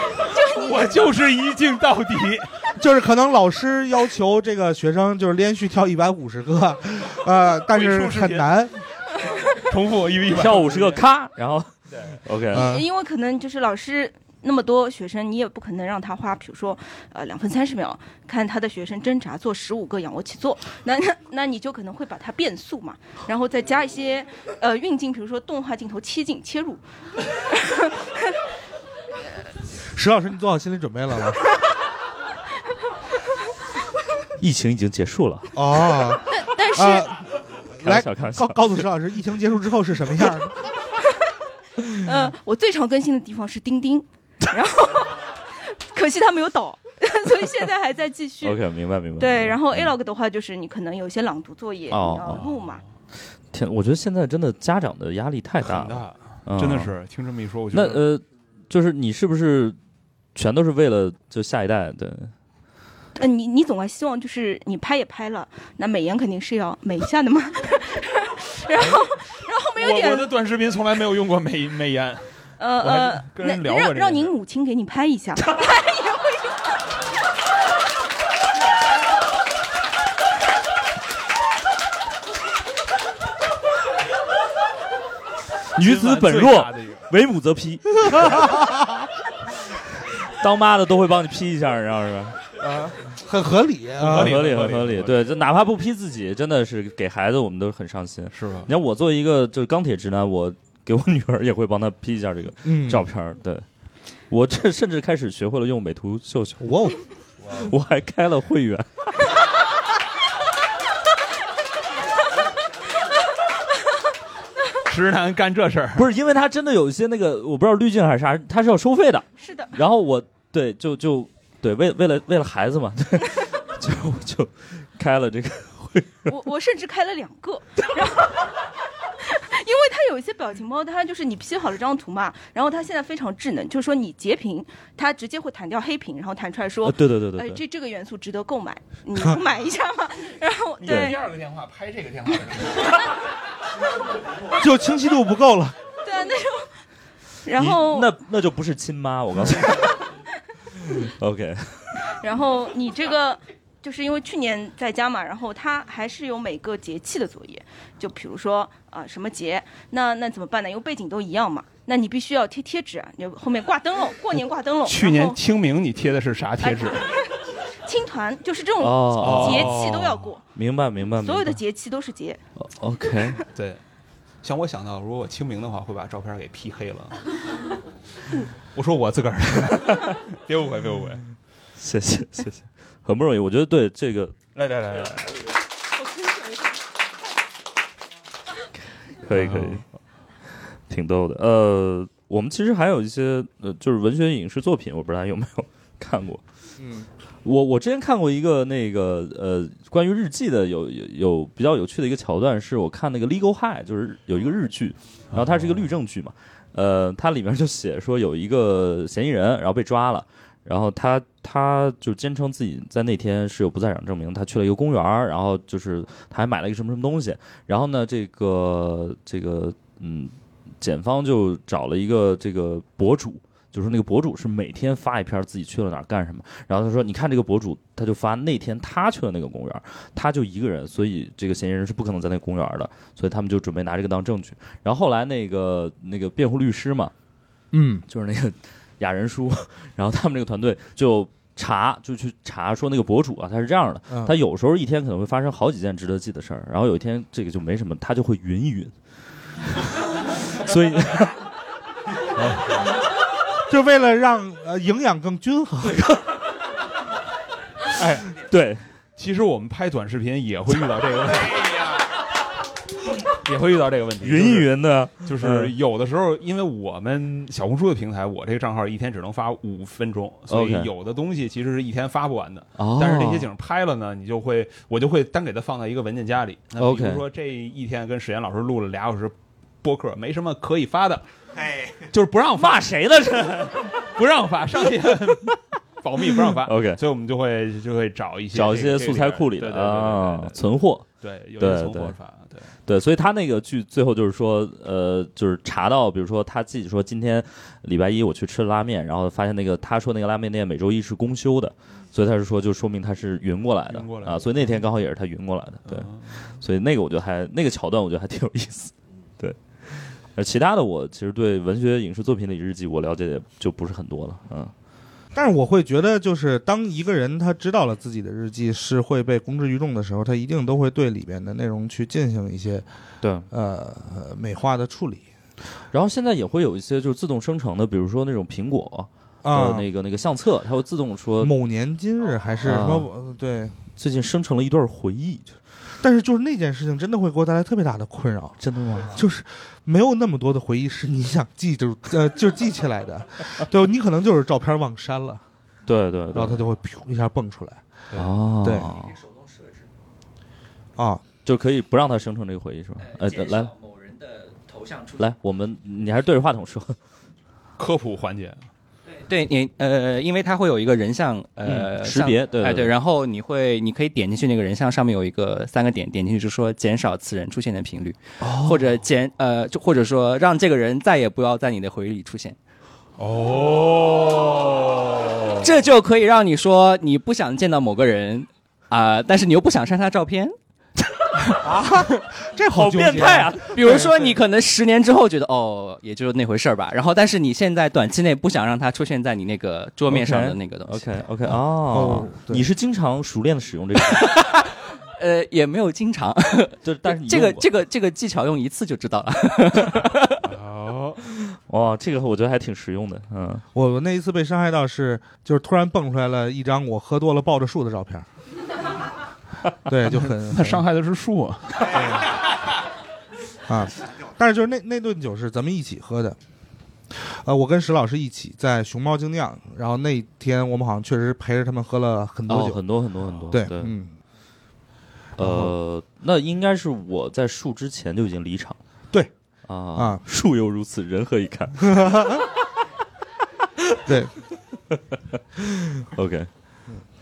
N: 望，就是你
B: 我就是一镜到底，
C: 就是可能老师要求这个学生就是连续跳一百五十个，
A: (laughs)
C: 呃，但是很难。
B: 重复一
A: 一跳五十个咔，然后 OK，
C: 啊
N: 因为可能就是老师那么多学生，你也不可能让他花，比如说呃两分三十秒看他的学生挣扎做十五个仰卧起坐，那那那你就可能会把它变速嘛，然后再加一些呃运镜，比如说动画镜头切进切入， (laughs)
C: 石老师，你做好心理准备了吗？
A: (laughs) 疫情已经结束了。
C: 哦，
N: 但但是、
C: 呃来
A: 开玩笑开玩笑
C: 告告诉石老师，疫情结束之后是什么样的？
N: 呃我最常更新的地方是钉钉，然后 (laughs) 可惜它没有倒， (laughs) 所以现在还在继续。
A: OK，明白明白。
N: 对，然
B: 嗯
N: 后 A log 的话就是你可能有一些朗读作业你
A: 哦
N: 要录嘛，
A: 天，我觉得现在真的家长的压力太大了，嗯
B: 真的是听这么一说，我觉
A: 那
B: 得
A: 呃，就是你是不是全都是为了就下一代？对，
N: 呃，你你总还希望就是你拍也拍了，那美颜肯定是要美一下的嘛。 (laughs) 然后，然后后面有
B: 我我的
N: 点
B: 短视频从来没有用过美美颜，
N: 呃
B: 我还
N: 呃，
B: 跟人
N: 那
B: 聊过这
N: 让
B: 个
N: 让您母亲给你拍一下，
A: 女子本
B: 今
A: 弱
B: 晚最大的一个，
A: 为母
B: (laughs)
A: 则批。 (laughs) 当妈的都会帮你批一下，然后是吧？
C: 啊，很合理
A: 很
C: 啊，
A: 合理，很合理。对，就哪怕不批自己，真的是给孩子，我们都很上心，
B: 是吧？
A: 你看我作为一个就是钢铁直男，我给我女儿也会帮她 P 一下这个
C: 嗯
A: 照片儿。对，我这甚至开始学会了用美图秀秀。
C: 哇哦，
A: (laughs) 我还开了会员。
B: 直男干这事儿，
A: 不是因为它真的有一些那个，我不知道滤镜还是啥，它是要收费的。
N: 是的。
A: 然后我对就就对为为了为了孩子嘛， (laughs) 对 (laughs) 就就开了这个会员。
N: 我我甚至开了两个，然后。因为它有一些表情包，它就是你 P 好了这张图嘛，然后它现在非常智能，就是说你截屏，它直接会弹掉黑屏，然后弹出来说，
A: 呃对对对对
N: 哎
A: 对
N: 这这个元素值得购买，你不买一下吗？ (laughs) 然后
A: 你
N: 对，
A: 第
B: 二个电话拍这个电话，
A: (laughs)
C: 就清晰度不够了。
N: 对啊，那种然后
A: 你那那就不是亲妈，我告诉
N: (laughs)
A: 你。OK，
N: 然后你这个就是因为去年在家嘛，然后他还是有每个节气的作业，就比如说啊、呃什么节，那那怎么办呢？因为背景都一样嘛，那你必须要贴贴纸啊，你就后面挂灯笼，过年挂灯笼。
B: 去
N: 然
B: 年
N: 后
B: 清明你贴的是啥贴纸？
N: 青团就是这种
A: 哦
N: 节气都要过，
A: 明白明白。明白
N: 所有的节气都是节。
A: OK，
B: 对，像我想到，如果我清明的话，会把照片给 P
N: (laughs)
B: 黑了。我说我自个
A: (laughs)
B: 儿，别误会，别误会。
A: 谢谢谢谢，很不容易。我觉得对这个
B: 来来来来，
N: 啊
A: 可以可以，挺逗的。呃，我们其实还有一些呃，就是文学影视作品，我不知道大家有没有看过。
C: 嗯，
A: 我我之前看过一个那个呃，关于日记的有有有比较有趣的一个桥段，是我看那个《Legal High》，就是有一个日剧，然后它是一个律政剧嘛，呃，它里面就写说有一个嫌疑人，然后被抓了。然后他他就坚称自己在那天是有不在场证明，他去了一个公园儿，然后就是他还买了一个什么什么东西，然后呢，这个这个嗯，检方就找了一个这个博主，就是那个博主是每天发一篇自己去了哪儿干什么，然后他说你看这个博主，他就发那天他去了那个公园儿，他就一个人，所以这个嫌疑人是不可能在那个公园儿的，所以他们就准备拿这个当证据。然后后来那个那个辩护律师嘛，
C: 嗯，
A: 就是那个 (laughs) 雅人叔，然后他们这个团队就查，就去查说那个博主啊，他是这样的，
C: 嗯
A: 他有时候一天可能会发生好几件值得记的事儿，然后有一天这个就没什么，他就会云一云， (laughs) 所以。 (laughs)
C: 就为了让呃营养更均衡。 (laughs)
B: 哎，
A: 对， (laughs)
B: 其实我们拍短视频也会遇到这个问题。也会遇到这个问题，
A: 云一云的，嗯
B: 就是有的时候，因为我们小红书的平台，我这个账号一天只能发五分钟，所以
A: OK
B: 有的东西其实是一天发不完的。
A: 哦
B: 但是这些景拍了呢，你就会我就会单给它放到一个文件夹里。那比
A: OK
B: 如说这一天跟史岩老师录了俩小时播客，没什么可以发的，哎，就是不让发。骂
A: 谁
B: (laughs)
A: 呢？这
B: 不让发，上
A: (laughs)
B: 去保密不让发。
A: OK
B: 所以我们就会就会找一些
A: 找一
B: 一
A: 些素材库里的啊存货，
B: 对有一些
A: 对
B: 存货
A: 对
B: 法对
A: 对，所以他那个剧最后就是说，呃，就是查到，比如说他记说今天礼拜一我去吃了拉面，然后发现那个他说那个拉面店每周一是公休的，所以他是说就说明他是云过来的
B: 云过来的嗯
A: 啊，所以那天刚好也是他云过来的，对，所以那个我觉得还那个桥段我觉得还挺有意思，对。而其他的我其实对文学影视作品里日记我了解的就不是很多了，嗯，
C: 但是我会觉得，就是当一个人他知道了自己的日记是会被公之于众的时候，他一定都会对里边的内容去进行一些
A: 对
C: 呃美化的处理。
A: 然后现在也会有一些就是自动生成的，比如说那种苹果
C: 啊
A: 呃那个那个相册，它会自动说
C: 某年今日还是什么
A: 啊
C: 呃对，
A: 最近生成了一段回忆，
C: 但是就是那件事情真的会给我带来特别大的困扰。
A: 真的吗？
C: 就是没有那么多的回忆是你想记住，呃， (laughs) 就记起来的。对，你可能就是照片忘删了，
A: 对对对，
C: 然后它就会噗一下蹦出来。
A: 哦，
C: 对，啊，
A: 就可以不让它生成这个回忆是吧？呃，来
H: 某人的头像出
A: 来，我们你还是对着话筒说，
B: 科普环节，
H: 对你呃，因为它会有一个人像呃、
A: 嗯
H: 像
A: 识别对
H: 哎
A: 对
H: 对，
A: 对
H: 然后你会你可以点进去那个人像上面有一个三个点，点进去就说减少此人出现的频率，或者减呃就或者说让这个人再也不要在你的回忆里出现。哦，这就可以让你说你不想见到某个人啊、但是你又不想删他照片。
C: 啊，这好纠结
H: 变态啊！ (laughs) 比如说，你可能十年之后觉得哦，也就那回事儿吧。然后，但是你现在短期内不想让它出现在你那个桌面上的那个东西。
A: OK OK 哦，你是经常熟练的使用
C: (laughs)
A: 这个，
H: 呃，也没有经常，
A: (laughs) 就但是你
H: 这
A: 用
H: 个
A: 过
H: 这个这个技巧用一次就知道了。 (laughs)
A: 哦，哇，这个我觉得还挺实用的，嗯，
C: 我那一次被伤害到是，就是突然蹦出来了一张我喝多了抱着树的
A: (laughs)
C: 照片，
B: (laughs)
C: 对，就很
B: 那伤害的是树啊。
C: 啊，但是就是那那顿酒是咱们一起喝的，呃，我跟石老师一起在熊猫精酿，然后那天我们好像确实陪着他们喝了很多
A: 哦，
C: 酒，
A: 很多很多很多，
C: 对
A: 对，
C: 嗯，
A: 呃，那应该是我在树之前就已经离场，
C: 对
A: 啊
C: 啊
A: 树犹如此，人何以堪？
C: (laughs) 对
A: ，OK，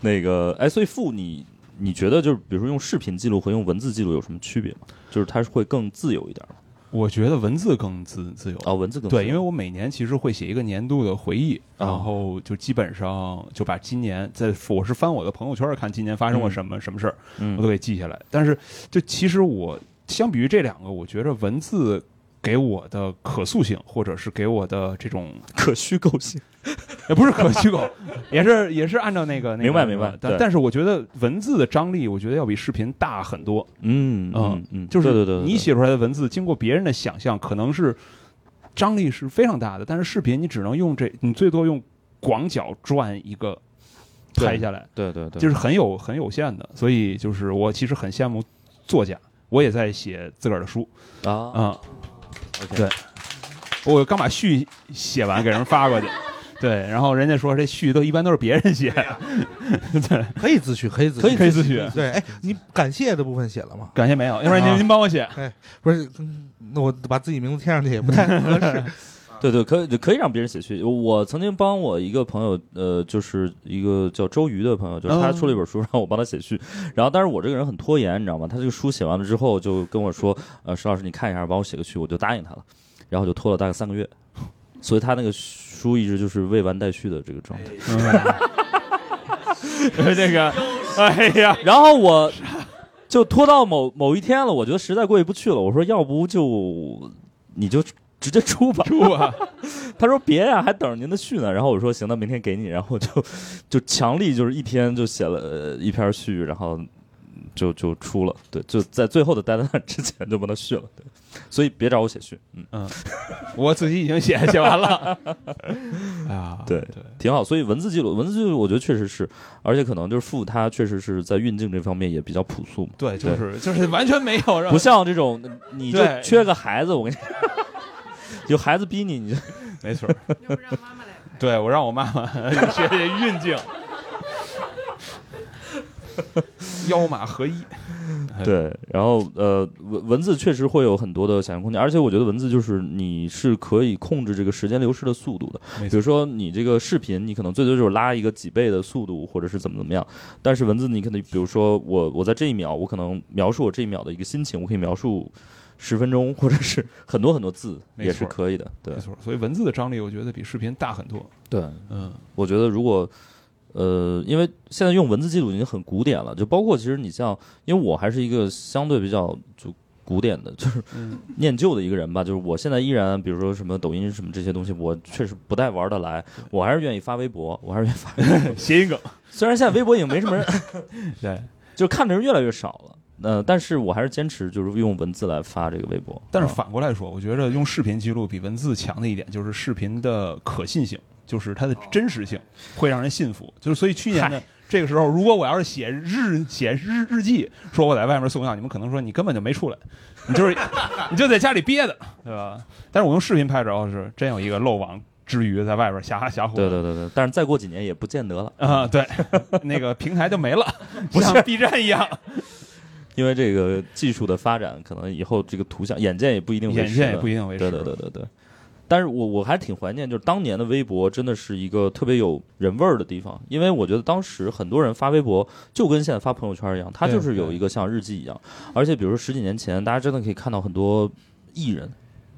A: 那个，哎，所以傅你。你觉得就是，比如说用视频记录和用文字记录有什么区别吗？就是它是会更自由一点吗？
B: 我觉得文字更 (laughs) 自自由
A: 啊，文字更自由哦
B: 对，因为我每年其实会写一个年度的回忆，然后就基本上就把今年在我是翻我的朋友圈看今年发生过什么、什么事儿，
A: 嗯
B: 我都给记下来。但是就其实我相比于这两个，我觉得文字给我的可塑性，或者是给我的这种
A: 可虚构性，
B: 也哎不是可虚构，也是也是按照那个那个
A: 明白明白
B: 但
A: 对
B: 但是我觉得文字的张力，我觉得要比视频大很多。
A: 嗯
B: 嗯
A: 嗯嗯
B: 就是
A: 对对对对
B: 你写出来的文字，经过别人的想象，可能是张力是非常大的，但是视频你只能用这，你最多用广角转一个
A: (laughs) 对
B: 拍下来，
A: 对对对
B: 就是很有很有限的。所以就是我其实很羡慕作家，我也在写自个儿的书
A: 啊
B: 啊
A: OK
B: 对，我刚把序写完给人发过去。 (laughs) 对，然后人家说这序都一般都是别人写， (laughs) 对，
C: 可以自序，可以自
B: 可以可以
C: 自
B: 自序，
C: 对，哎，你感谢的部分写了吗？
B: 感谢没有，要不然
C: 啊
B: 您您帮我写，
C: 哎，不是，嗯那我把自己名字贴上去也不太合
B: (laughs)
C: 适。
A: 对对，可以可以让别人写去。我曾经帮我一个朋友，呃，就是一个叫周瑜的朋友，就是他
B: 哦
A: 出了一本书，让我帮他写序。然后，但是我这个人很拖延，你知道吗？他这个书写完了之后，就跟我说，呃，石老师你看一下，帮我写个序，我就答应他了。然后就拖了大概三个月，所以他那个书一直就是未完待续的这个状态。 (laughs)
B: 这个，哎呀，
A: 然后我就拖到某某一天了，我觉得实在过意不去了，我说要不就你就直接出吧，
B: 出吧。
A: (laughs) 他说别呀、还等着您的序呢。然后我说行，那明天给你。然后我就 (laughs) 就强力就是一天就写了呃一篇序，然后就就出了。对，就在最后的 deadline 之前就把它续了。对，所以别找我写序。嗯 (laughs)
B: (laughs) 嗯，我自己已经写写完了。
K: 啊，
A: 对，挺好。所以文字记录，文字记录，我觉得确实是，而且可能就是傅他确实是在运镜这方面也比较朴素嘛。
B: 对，就是 (laughs) 就是完全没有，
A: 不像这种你就
B: 对
A: 缺个孩子，我跟你说， (laughs) 有孩子逼你，你就
B: 没错。对我让我妈 (laughs) 妈学学运
A: (laughs)
B: 镜，腰马合一。哎
A: 对，然后呃，文文字确实会有很多的想象空间，而且我觉得文字就是你是可以控制这个时间流逝的速度的。
K: 没错
A: 比如说你这个视频，你可能最多就是拉一个几倍的速度，或者是怎么怎么样。但是文字，你可能比如说我我在这一秒，我可能描述我这一秒的一个心情，我可以描述十分钟，或者是很多很多字
B: 没
A: 也是
B: 错
A: 可以的。对，
B: 没错，所以文字的张力，我觉得比视频大很多。
A: 对，
B: 嗯，
A: 我觉得如果呃，因为现在用文字记录已经很古典了，就包括其实你像，因为我还是一个相对比较就古典的，就是
B: 嗯
A: 念旧的一个人吧，就是我现在依然，比如说什么抖音什么这些东西，我确实不太玩得来，我还是愿意发微博，我还是愿意发微博
B: (laughs) 谐音梗。
A: 虽然现在微博已经没什么人，
B: (laughs) 对，
A: 就看的人越来越少了，呃，但是我还是坚持就是用文字来发这个微博，
B: 但是反过来说，我觉得用视频记录比文字强的一点就是视频的可信性，就是
A: 哦
B: 它的真实性会让人信服。就是所以去年的这个时候，如果我要是写日写日日记，说我在外面送药，你们可能说你根本就没出来，你就是你就在家里憋的，对吧？但是我用视频拍照是真有一个漏网之鱼在外边瞎瞎混。
A: 对对对对，但是再过几年也不见得了。
B: 啊、对， (laughs) 那个平台就没了，
A: 不是
B: 像 B 站一样。
A: 因为这个技术的发展，可能以后这个图像眼见也不一定为实的，
B: 眼见也不一定为实
A: 对对对对对。但是我我还挺怀念，就是当年的微博真的是一个特别有人味儿的地方，因为我觉得当时很多人发微博就跟现在发朋友圈一样，它
K: 对
A: 就是有一个像日记一样，而且比如说十几年前，大家真的可以看到很多艺人，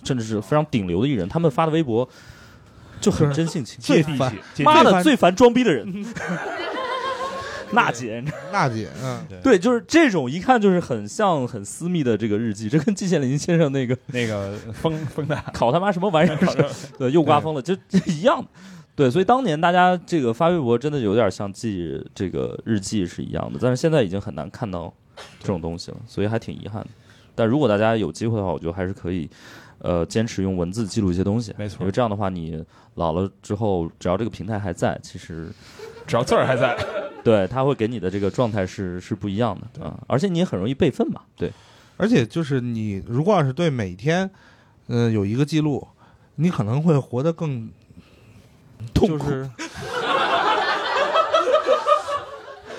A: 甚至是非常顶流的艺人，他们发的微博就很真性情，
C: 最烦最
A: 妈的
C: 烦
A: 最烦装逼的人，
B: (laughs)
A: 娜
J: 嗯
A: 姐，你知道吗
C: 娜姐，嗯，
A: 对，就是这种一看就是很像很私密的这个日记，这跟季羡林先生那个
B: 那个风风大
A: (laughs) 考他妈什么玩意儿似的，对，又刮风了，就一样的。对，所以当年大家这个发微博真的有点像记这个日记是一样的，但是现在已经很难看到这种东西了，所以还挺遗憾的。但如果大家有机会的话，我觉得还是可以，呃，坚持用文字记录一些东西。没错，因为这样的话，你老了之后，只要这个平台还在，其实
B: 只要字儿还在，
A: 对，它会给你的这个状态是是不一样的啊，而且你也很容易备份嘛，对。
C: 而且就是你如果要是对每天，呃，有一个记录，你可能会活得更痛苦。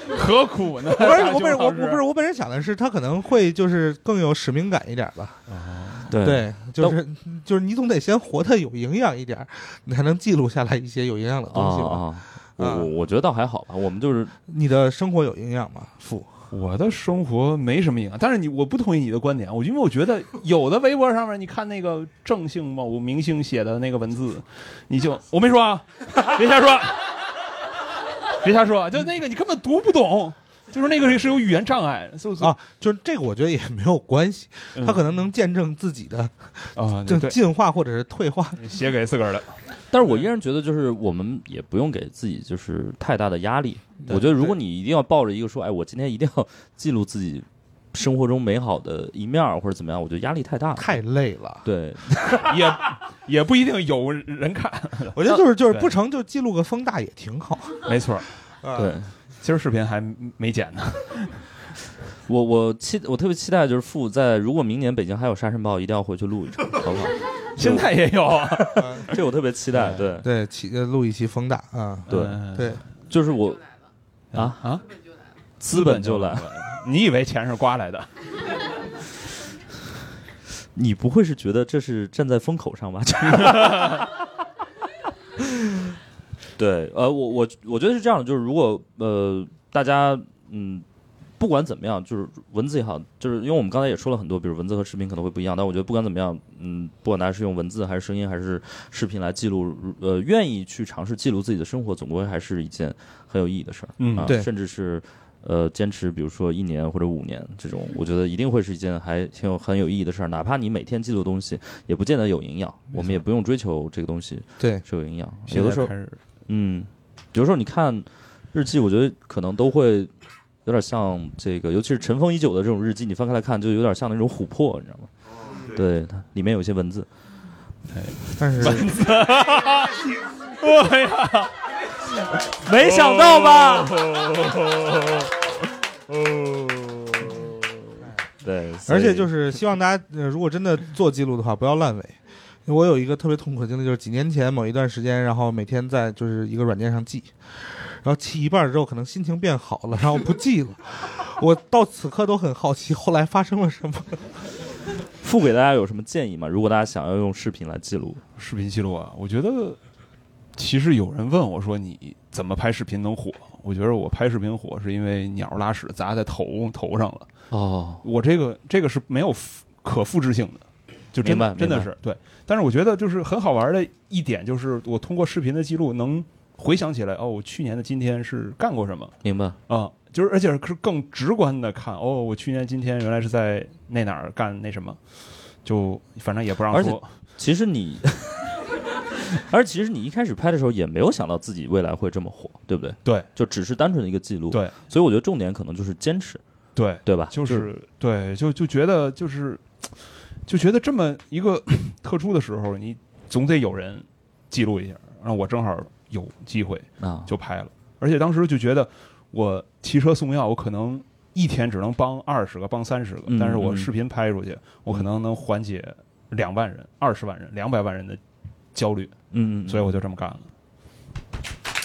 B: (laughs) 何苦呢？
C: 不是我本人我我不是我本人想的是，他可能会就是更有使命感一点吧。
A: 哦
B: 嗯
A: 对
C: 就是就是你总得先活得有营养一点，你才能记录下来一些有营养的东西吧。
A: 啊啊！我我我觉得倒还好吧，我们就是
C: 你的生活有营养吗？富，
B: 我的生活没什么影响，但是你我不同意你的观点，啊我因为我觉得有的微博上面，你看那个正姓某明星写的那个文字，你
C: (laughs)
B: 就我没说啊，别瞎说，别瞎说，就那个你根本读不懂，就是那个是嗯有语言障碍，所以
C: 啊，就是这个我觉得也没有关系，他可能能见证自己的
B: 啊
C: (laughs) 就
A: 对
C: 进化或者是退化。
B: 写给自个儿的。
A: 但是我依然觉得，就是我们也不用给自己就是太大的压力。我觉得，如果你一定要抱着一个说，哎，我今天一定要记录自己生活中美好的一面儿或者怎么样，我觉得压力太大了，
C: 太累了。
A: 对，
B: 也也不一定有人看。
C: 我觉得 (laughs) 就是就是
B: 对
C: 不成就记录个风大也挺好。
B: 没错，
C: (laughs) 啊
A: 对，
B: 今儿视频还没剪呢。
A: 我我期我特别期待就是傅在如果明年北京还有沙尘暴，一定要回去录一场，好不好？
B: (laughs) 现在也有啊
A: (laughs) 这我特别期待。对
C: 对，起呃录一期风大啊，
A: 对
C: 对，
A: 就是我啊
B: 嗯啊，
A: 资本就来了，
B: 你以为钱是刮来
C: (laughs)
B: 的？ (laughs)
A: 你不会是觉得这是站在风口上吧？ (laughs) 对，呃，我我我觉得是这样的，就是如果呃大家嗯不管怎么样，就是文字也好，就是因为我们刚才也说了很多，比如文字和视频可能会不一样，但我觉得不管怎么样，嗯，不管大家是用文字还是声音还是视频来记录，呃，愿意去尝试记录自己的生活，总归还是一件很有意义的事儿。
B: 嗯
A: 啊、
B: 对
A: 甚至是。呃，坚持，比如说一年或者五年这种，我觉得一定会是一件还挺有很有意义的事儿。哪怕你每天记录的东西，也不见得有营养，我们也不用追求这个东西
C: 对
A: 是有营养。
B: 现
A: 有的
B: 在
A: 时候
B: 开始，，
A: 嗯，有的时候你看日记，我觉得可能都会有点像这个，尤其是尘封已久的这种日记，你翻开来看，就有点像那种琥珀，你知道吗？对，它里面有一些文字。
C: 但是
A: 文字哎呀， (laughs) 没想到
B: (laughs)
A: 吧？哦 (laughs) 对，
C: 而且就是是希望大家，呃如果真的做记录的话，不要烂尾。我有一个特别痛苦的经历，就是几年前某一段时间，然后每天在就是一个软件上记，然后记一半之后，可能心情变好了，然后不记了。 (laughs) 我到此刻都很好奇，后来发生了什么？
A: 付给大家有什么建议吗？如果大家想要用视频来记录，
B: 视频记录啊，我觉得其实有人问我说你怎么拍视频能火？我觉得我拍视频火是因为鸟拉屎砸在头头上了。
A: 哦，
B: 我这个这个是没有复可复制性的，就真
A: 明白明白
B: 真的是对。但是我觉得就是很好玩的一点就是，我通过视频的记录能回想起来，哦，我去年的今天是干过什么
A: 明白？
B: 啊、就是而且是更直观的看，哦，我去年今天原来是在那哪儿干那什么，就反正也不让
A: 而且
B: 说。
A: 其实你，而其实你一开始拍的时候也没有想到自己未来会这么火，对不对？
B: 对，
A: 就只是单纯的一个记录。
B: 对，
A: 所以我觉得重点可能就是坚持，
B: 对
A: 对吧？
B: 就
A: 就是
B: 是对，就就觉得就是，就觉得这么一个特殊的时候，你总得有人记录一下。然后我正好有机会
A: 啊，
B: 就拍了。而且当时就觉得，我骑车送药，我可能一天只能帮二十个，帮三十个，
A: 嗯
B: 但是我
A: 嗯
B: 视频拍出去，我可能能缓解两万人、二十万人、两百万人的焦虑。
A: 嗯，
B: 所以我就这么干了。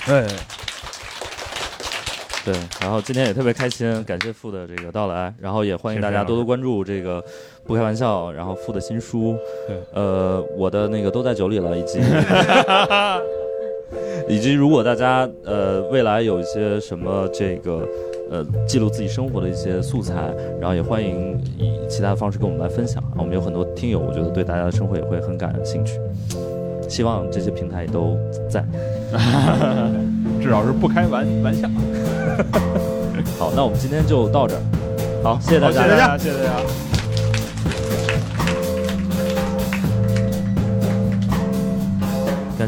B: 哎，
A: 对，然后今天也特别开心，感谢傅的这个到来，然后也欢迎大
B: 啊
A: 家多多关注这个不开玩笑，然后傅的新书，
B: 对，
A: 呃，我的那个都在酒里了，以
B: (laughs)
A: 及以及如果大家呃未来有一些什么这个呃记录自己生活的一些素材，然后也欢迎以其他的方式跟我们来分享，啊我们有很多听友，我觉得对大家的生活也会很感兴趣，希望这些平台也都在。
B: (laughs) 至少是不开玩玩笑。
A: (laughs) 好，那我们今天就到这儿。好，谢谢大家，
B: 好谢谢大家谢谢大家。
A: 感